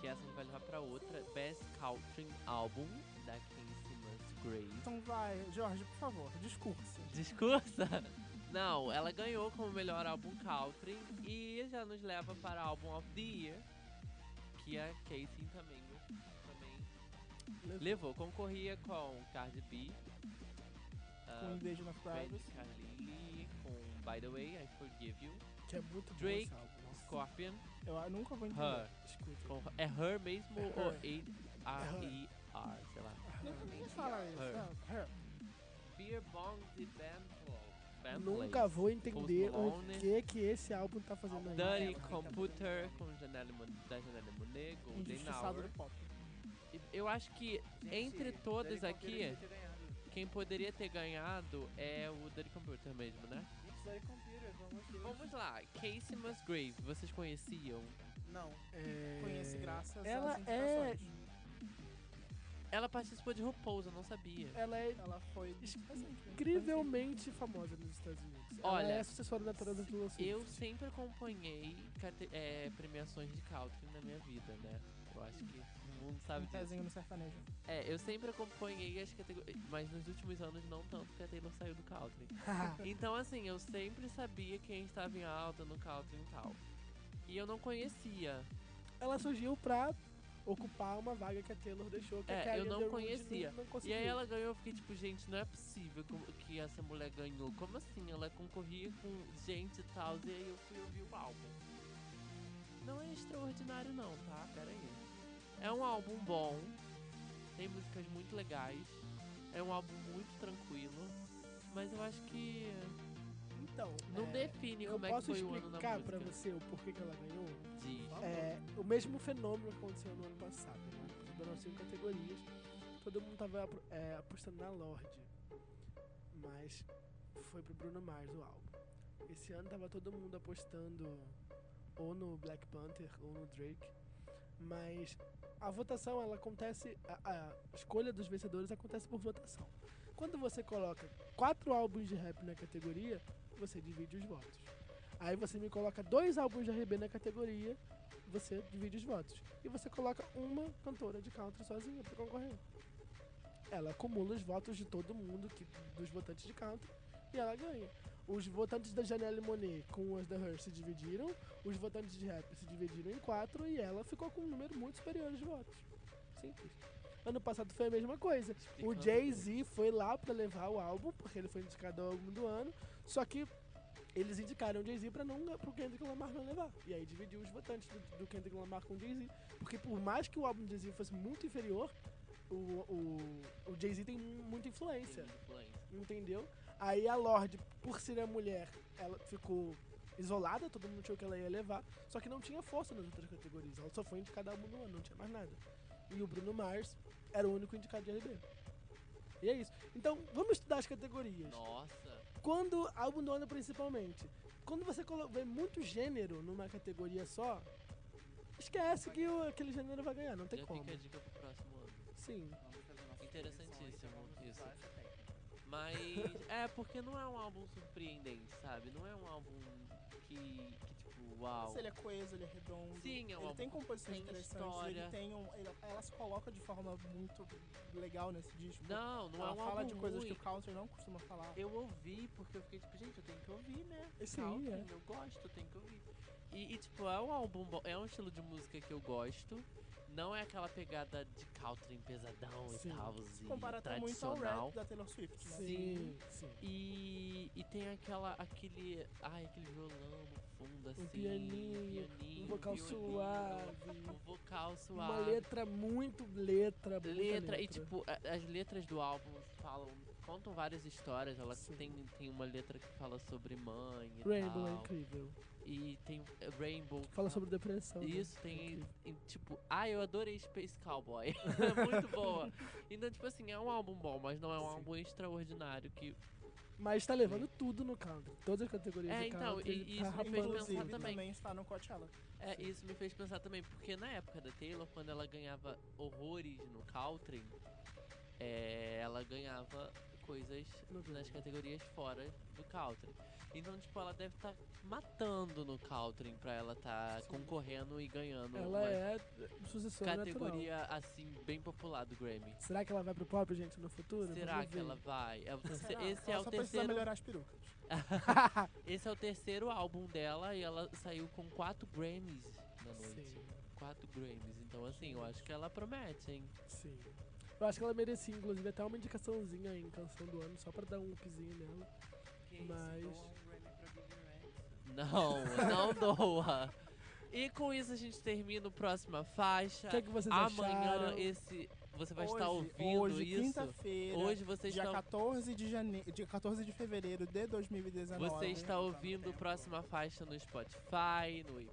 Speaker 3: que essa vai levar pra outra. Best Country Album, da Casey Musgraves.
Speaker 2: Então vai, Jorge, por favor, discurso.
Speaker 1: Assim,
Speaker 3: Discursa! Não, ela ganhou como melhor álbum country e já nos leva para álbum of the year, que a Casey também, também levou. Concorria com Cardi B,
Speaker 2: Com um
Speaker 3: ah,
Speaker 2: beijo na
Speaker 3: Brandy
Speaker 2: Travis.
Speaker 3: Carlile, com By the Way, I Forgive You,
Speaker 1: Que é muito bom
Speaker 3: Drake,
Speaker 1: esse álbum. Nossa,
Speaker 3: Scorpion,
Speaker 2: Eu ah, nunca vou entender.
Speaker 3: Her.
Speaker 1: escuta.
Speaker 3: Com- é Her mesmo
Speaker 1: É
Speaker 3: ou
Speaker 1: Her.
Speaker 3: H-E-R, sei lá.
Speaker 1: Ah,
Speaker 2: Nunca ninguém fala isso.
Speaker 3: Her.
Speaker 2: não. Her.
Speaker 3: Beer Bong de Bandplay.
Speaker 1: Nunca vou entender
Speaker 3: Post
Speaker 1: o
Speaker 3: Malone.
Speaker 1: que que esse álbum tá fazendo aí.
Speaker 4: Dan-
Speaker 3: Dirty
Speaker 4: Ela também tá
Speaker 3: Computer
Speaker 4: fazendo
Speaker 3: com Janelle, Mon- da Janelle Monáe, Golden
Speaker 2: Injustiçado
Speaker 3: Hour.
Speaker 2: do pop.
Speaker 3: E Eu acho que Entre todas aqui-
Speaker 1: é
Speaker 3: quem poderia ter ganhado é o Dirty Computer mesmo, né? Vamos lá, Casey Musgrave, vocês conheciam?
Speaker 4: Não,
Speaker 1: É...
Speaker 2: Conhece assim, graças
Speaker 1: Ela
Speaker 2: às
Speaker 1: é-
Speaker 2: indicações.
Speaker 3: Ela participou de RuPaul's, eu não sabia.
Speaker 1: Ela é
Speaker 2: Ela foi né?
Speaker 1: incrivelmente famosa nos Estados Unidos. Ela
Speaker 3: Olha,
Speaker 1: é a sucessora da Taylor do Swift.
Speaker 3: Eu sempre acompanhei cate- é, premiações de country na minha vida, né? Eu acho que todo mundo sabe
Speaker 2: Um
Speaker 3: disso.
Speaker 2: pezinho no sertanejo.
Speaker 3: É, eu sempre acompanhei as categorias, mas nos últimos anos não tanto, porque a Taylor saiu do country. então, assim, eu sempre sabia quem estava em alta no country e tal. E eu não conhecia.
Speaker 1: Ela surgiu pra ocupar uma vaga que a Taylor deixou. Que
Speaker 3: É,
Speaker 1: a Carrie
Speaker 3: eu não
Speaker 1: Underwood
Speaker 3: conhecia.
Speaker 1: Não, não
Speaker 3: E
Speaker 1: conseguiu.
Speaker 3: aí ela ganhou, eu fiquei tipo, gente, não é possível como- que essa mulher ganhou. Como assim? Ela concorria com gente e tal, e aí eu fui ouvir o álbum. Não é extraordinário não, tá? Pera aí. É um álbum bom, tem músicas muito legais, é um álbum muito tranquilo, mas eu acho que
Speaker 1: Então,
Speaker 3: não
Speaker 1: é,
Speaker 3: define
Speaker 1: Eu
Speaker 3: como é que
Speaker 1: posso
Speaker 3: foi o ano da
Speaker 1: explicar pra
Speaker 3: música.
Speaker 1: você o porquê que ela ganhou?
Speaker 3: Diz.
Speaker 1: É, o mesmo fenômeno aconteceu no ano passado. Né? Sobraram cinco categorias. Todo mundo tava apro- é, apostando na Lorde. Mas foi pro Bruno Mars o álbum. Esse ano tava todo mundo apostando ou no Black Panther ou no Drake. Mas a votação, ela acontece. A, a escolha dos vencedores acontece por votação. Quando você coloca quatro álbuns de rap na categoria, você divide os votos. Aí você me coloca dois álbuns de RB na categoria, você divide os votos. E você coloca uma cantora de country sozinha pra concorrer. Ela acumula os votos de todo mundo, que, dos votantes de country, e ela ganha. Os votantes da Janelle Monet com as da Her se dividiram, os votantes de rap se dividiram em quatro e ela ficou com um número muito superior de votos. Simples. Ano passado foi a mesma coisa. O
Speaker 3: Explicando
Speaker 1: Jay-Z foi lá pra levar o álbum, porque ele foi indicado ao álbum do ano, só que eles indicaram o Jay-Z para não pro Kendrick Lamar não levar. E aí dividiu os votantes do, do Kendrick Lamar com o Jay-Z. Porque por mais que o álbum do Jay-Z fosse muito inferior, o, o, o Jay-Z tem muita
Speaker 3: depois,
Speaker 1: influência,
Speaker 3: tem influência.
Speaker 1: entendeu? Aí a Lorde, por ser a mulher, ela ficou isolada, todo mundo achou que ela ia levar, só que não tinha força nas outras categorias. Ela só foi indicada ao álbum do ano, não tinha mais nada. E o Bruno Mars era o único indicado de RB. E é isso. Então, vamos estudar as categorias
Speaker 3: Nossa.
Speaker 1: quando álbum do ano principalmente quando você colo- vê muito gênero numa categoria só esquece que o- aquele gênero vai ganhar não tem
Speaker 3: já
Speaker 1: como
Speaker 3: fica a dica pro próximo ano.
Speaker 1: sim
Speaker 4: vamos fazer nossa
Speaker 3: Interessantíssimo isso.
Speaker 4: Essa técnica.
Speaker 3: Mas é porque não é um álbum surpreendente, sabe? Não é um álbum que, que tipo, uau.
Speaker 2: Se ele é coeso, ele é redondo.
Speaker 3: Sim, é um
Speaker 2: Ele tem
Speaker 3: álbum.
Speaker 2: composições
Speaker 3: tem
Speaker 2: interessantes,
Speaker 3: história.
Speaker 2: ele tem um. ele- ela se coloca de forma muito legal nesse disco.
Speaker 3: Não, não
Speaker 2: ela
Speaker 3: é um
Speaker 2: fala
Speaker 3: álbum
Speaker 2: de coisas
Speaker 3: ruim.
Speaker 2: que o country não costuma falar.
Speaker 3: Eu ouvi porque eu fiquei tipo, gente, eu tenho que ouvir, né?
Speaker 1: Sim,
Speaker 3: Country,
Speaker 1: é.
Speaker 3: Eu gosto, eu tenho que ouvir. E, e, tipo, é um álbum bom, é um estilo de música que eu gosto. Não é aquela pegada de country pesadão
Speaker 1: Sim.
Speaker 3: e tal,
Speaker 2: Se
Speaker 3: e
Speaker 2: compara até muito ao rap
Speaker 3: é tradicional.
Speaker 2: da Taylor Swift, né?
Speaker 1: sim sim
Speaker 3: E, e tem aquela, aquele, ai, aquele violão no fundo, assim.
Speaker 1: Um pianinho,
Speaker 3: pianinho,
Speaker 1: um vocal
Speaker 3: violino,
Speaker 1: suave
Speaker 3: Um vocal suave.
Speaker 1: uma letra muito letra muita
Speaker 3: letra, e tipo, a- as letras do álbum falam, contam várias histórias. Ela
Speaker 1: Sim.
Speaker 3: tem, tem uma letra que fala sobre mãe e
Speaker 1: Rainbow é
Speaker 3: tal.
Speaker 1: incrível
Speaker 3: E tem eh, Rainbow. que
Speaker 1: fala sobre depressão né?
Speaker 3: Isso,
Speaker 1: É
Speaker 3: tem,
Speaker 1: incrível.
Speaker 3: e, tipo, ah, eu adorei Space Cowboy. É Muito boa. Então, tipo assim, é um álbum bom, mas não é um
Speaker 1: Sim.
Speaker 3: álbum extraordinário que
Speaker 1: Mas tá levando tudo no country. Todas as categorias
Speaker 3: É,
Speaker 1: do
Speaker 3: então,
Speaker 1: country.
Speaker 3: e-
Speaker 1: ele
Speaker 3: e
Speaker 1: tá
Speaker 3: isso me fez
Speaker 1: rapando
Speaker 3: pensar
Speaker 1: tudo.
Speaker 2: Inclusive,
Speaker 3: também.
Speaker 2: também está no Coachella.
Speaker 3: É, isso me fez pensar também, porque na época da Taylor, quando ela ganhava horrores no country, é, ela ganhava coisas
Speaker 1: No
Speaker 3: nas
Speaker 1: country.
Speaker 3: categorias fora do country. Então, tipo, ela deve estar matando no country pra ela tá concorrendo e ganhando
Speaker 1: Ela
Speaker 3: uma
Speaker 1: é sucessora natural.
Speaker 3: categoria, assim, bem popular do Grammy.
Speaker 1: Será que ela vai pro pop, gente, no futuro?
Speaker 3: Será
Speaker 1: Vamos
Speaker 3: que
Speaker 1: ver.
Speaker 3: ela vai? É o terce-
Speaker 2: Será?
Speaker 3: Esse
Speaker 2: Ela
Speaker 3: é o
Speaker 2: só precisa
Speaker 3: terceiro
Speaker 2: melhorar as perucas.
Speaker 3: Esse é o terceiro álbum dela e ela saiu com quatro Grammys na noite.
Speaker 1: Sim,
Speaker 3: Quatro Grammys. Então, assim, eu acho que ela promete, hein?
Speaker 1: sim. Eu acho que ela merecia, inclusive, até uma indicaçãozinha em canção do ano, só pra dar um upzinho nela.
Speaker 4: Que isso,
Speaker 1: Mas-
Speaker 4: doa um Grammy pra Vivian Rex.
Speaker 3: Não, não doa. E com isso a gente termina o próxima faixa.
Speaker 1: O que é que vocês
Speaker 3: Tá. Amanhã
Speaker 1: acharam?
Speaker 3: esse você vai estar
Speaker 2: Hoje-
Speaker 3: ouvindo
Speaker 2: hoje,
Speaker 3: isso.
Speaker 2: quinta-feira,
Speaker 3: Hoje você
Speaker 2: dia,
Speaker 3: está
Speaker 2: 14 de jane... dia 14 de fevereiro de 2019.
Speaker 3: você está ouvindo
Speaker 4: tempo.
Speaker 3: próxima faixa no Spotify, no Apple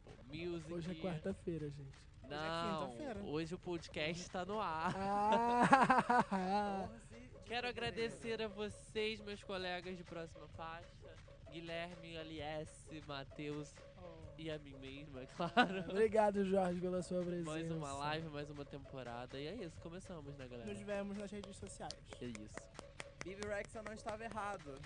Speaker 3: Music.
Speaker 1: Hoje é quarta-feira, gente.
Speaker 3: Não,
Speaker 2: quinta-feira.
Speaker 3: hoje o podcast está no ar.
Speaker 1: Ah!
Speaker 4: 11 de
Speaker 3: Quero
Speaker 4: fevereiro.
Speaker 3: agradecer a vocês, meus colegas de próxima faixa. Guilherme, Aliesse, Matheus
Speaker 4: Oh.
Speaker 3: e a mim mesma, é claro.
Speaker 1: Obrigado, Jorge, pela sua presença.
Speaker 3: Mais uma live, mais uma temporada. E é isso, começamos, né, galera?
Speaker 2: Nos vemos nas redes sociais.
Speaker 3: É isso.
Speaker 4: Vivi Rex, eu não estava errado.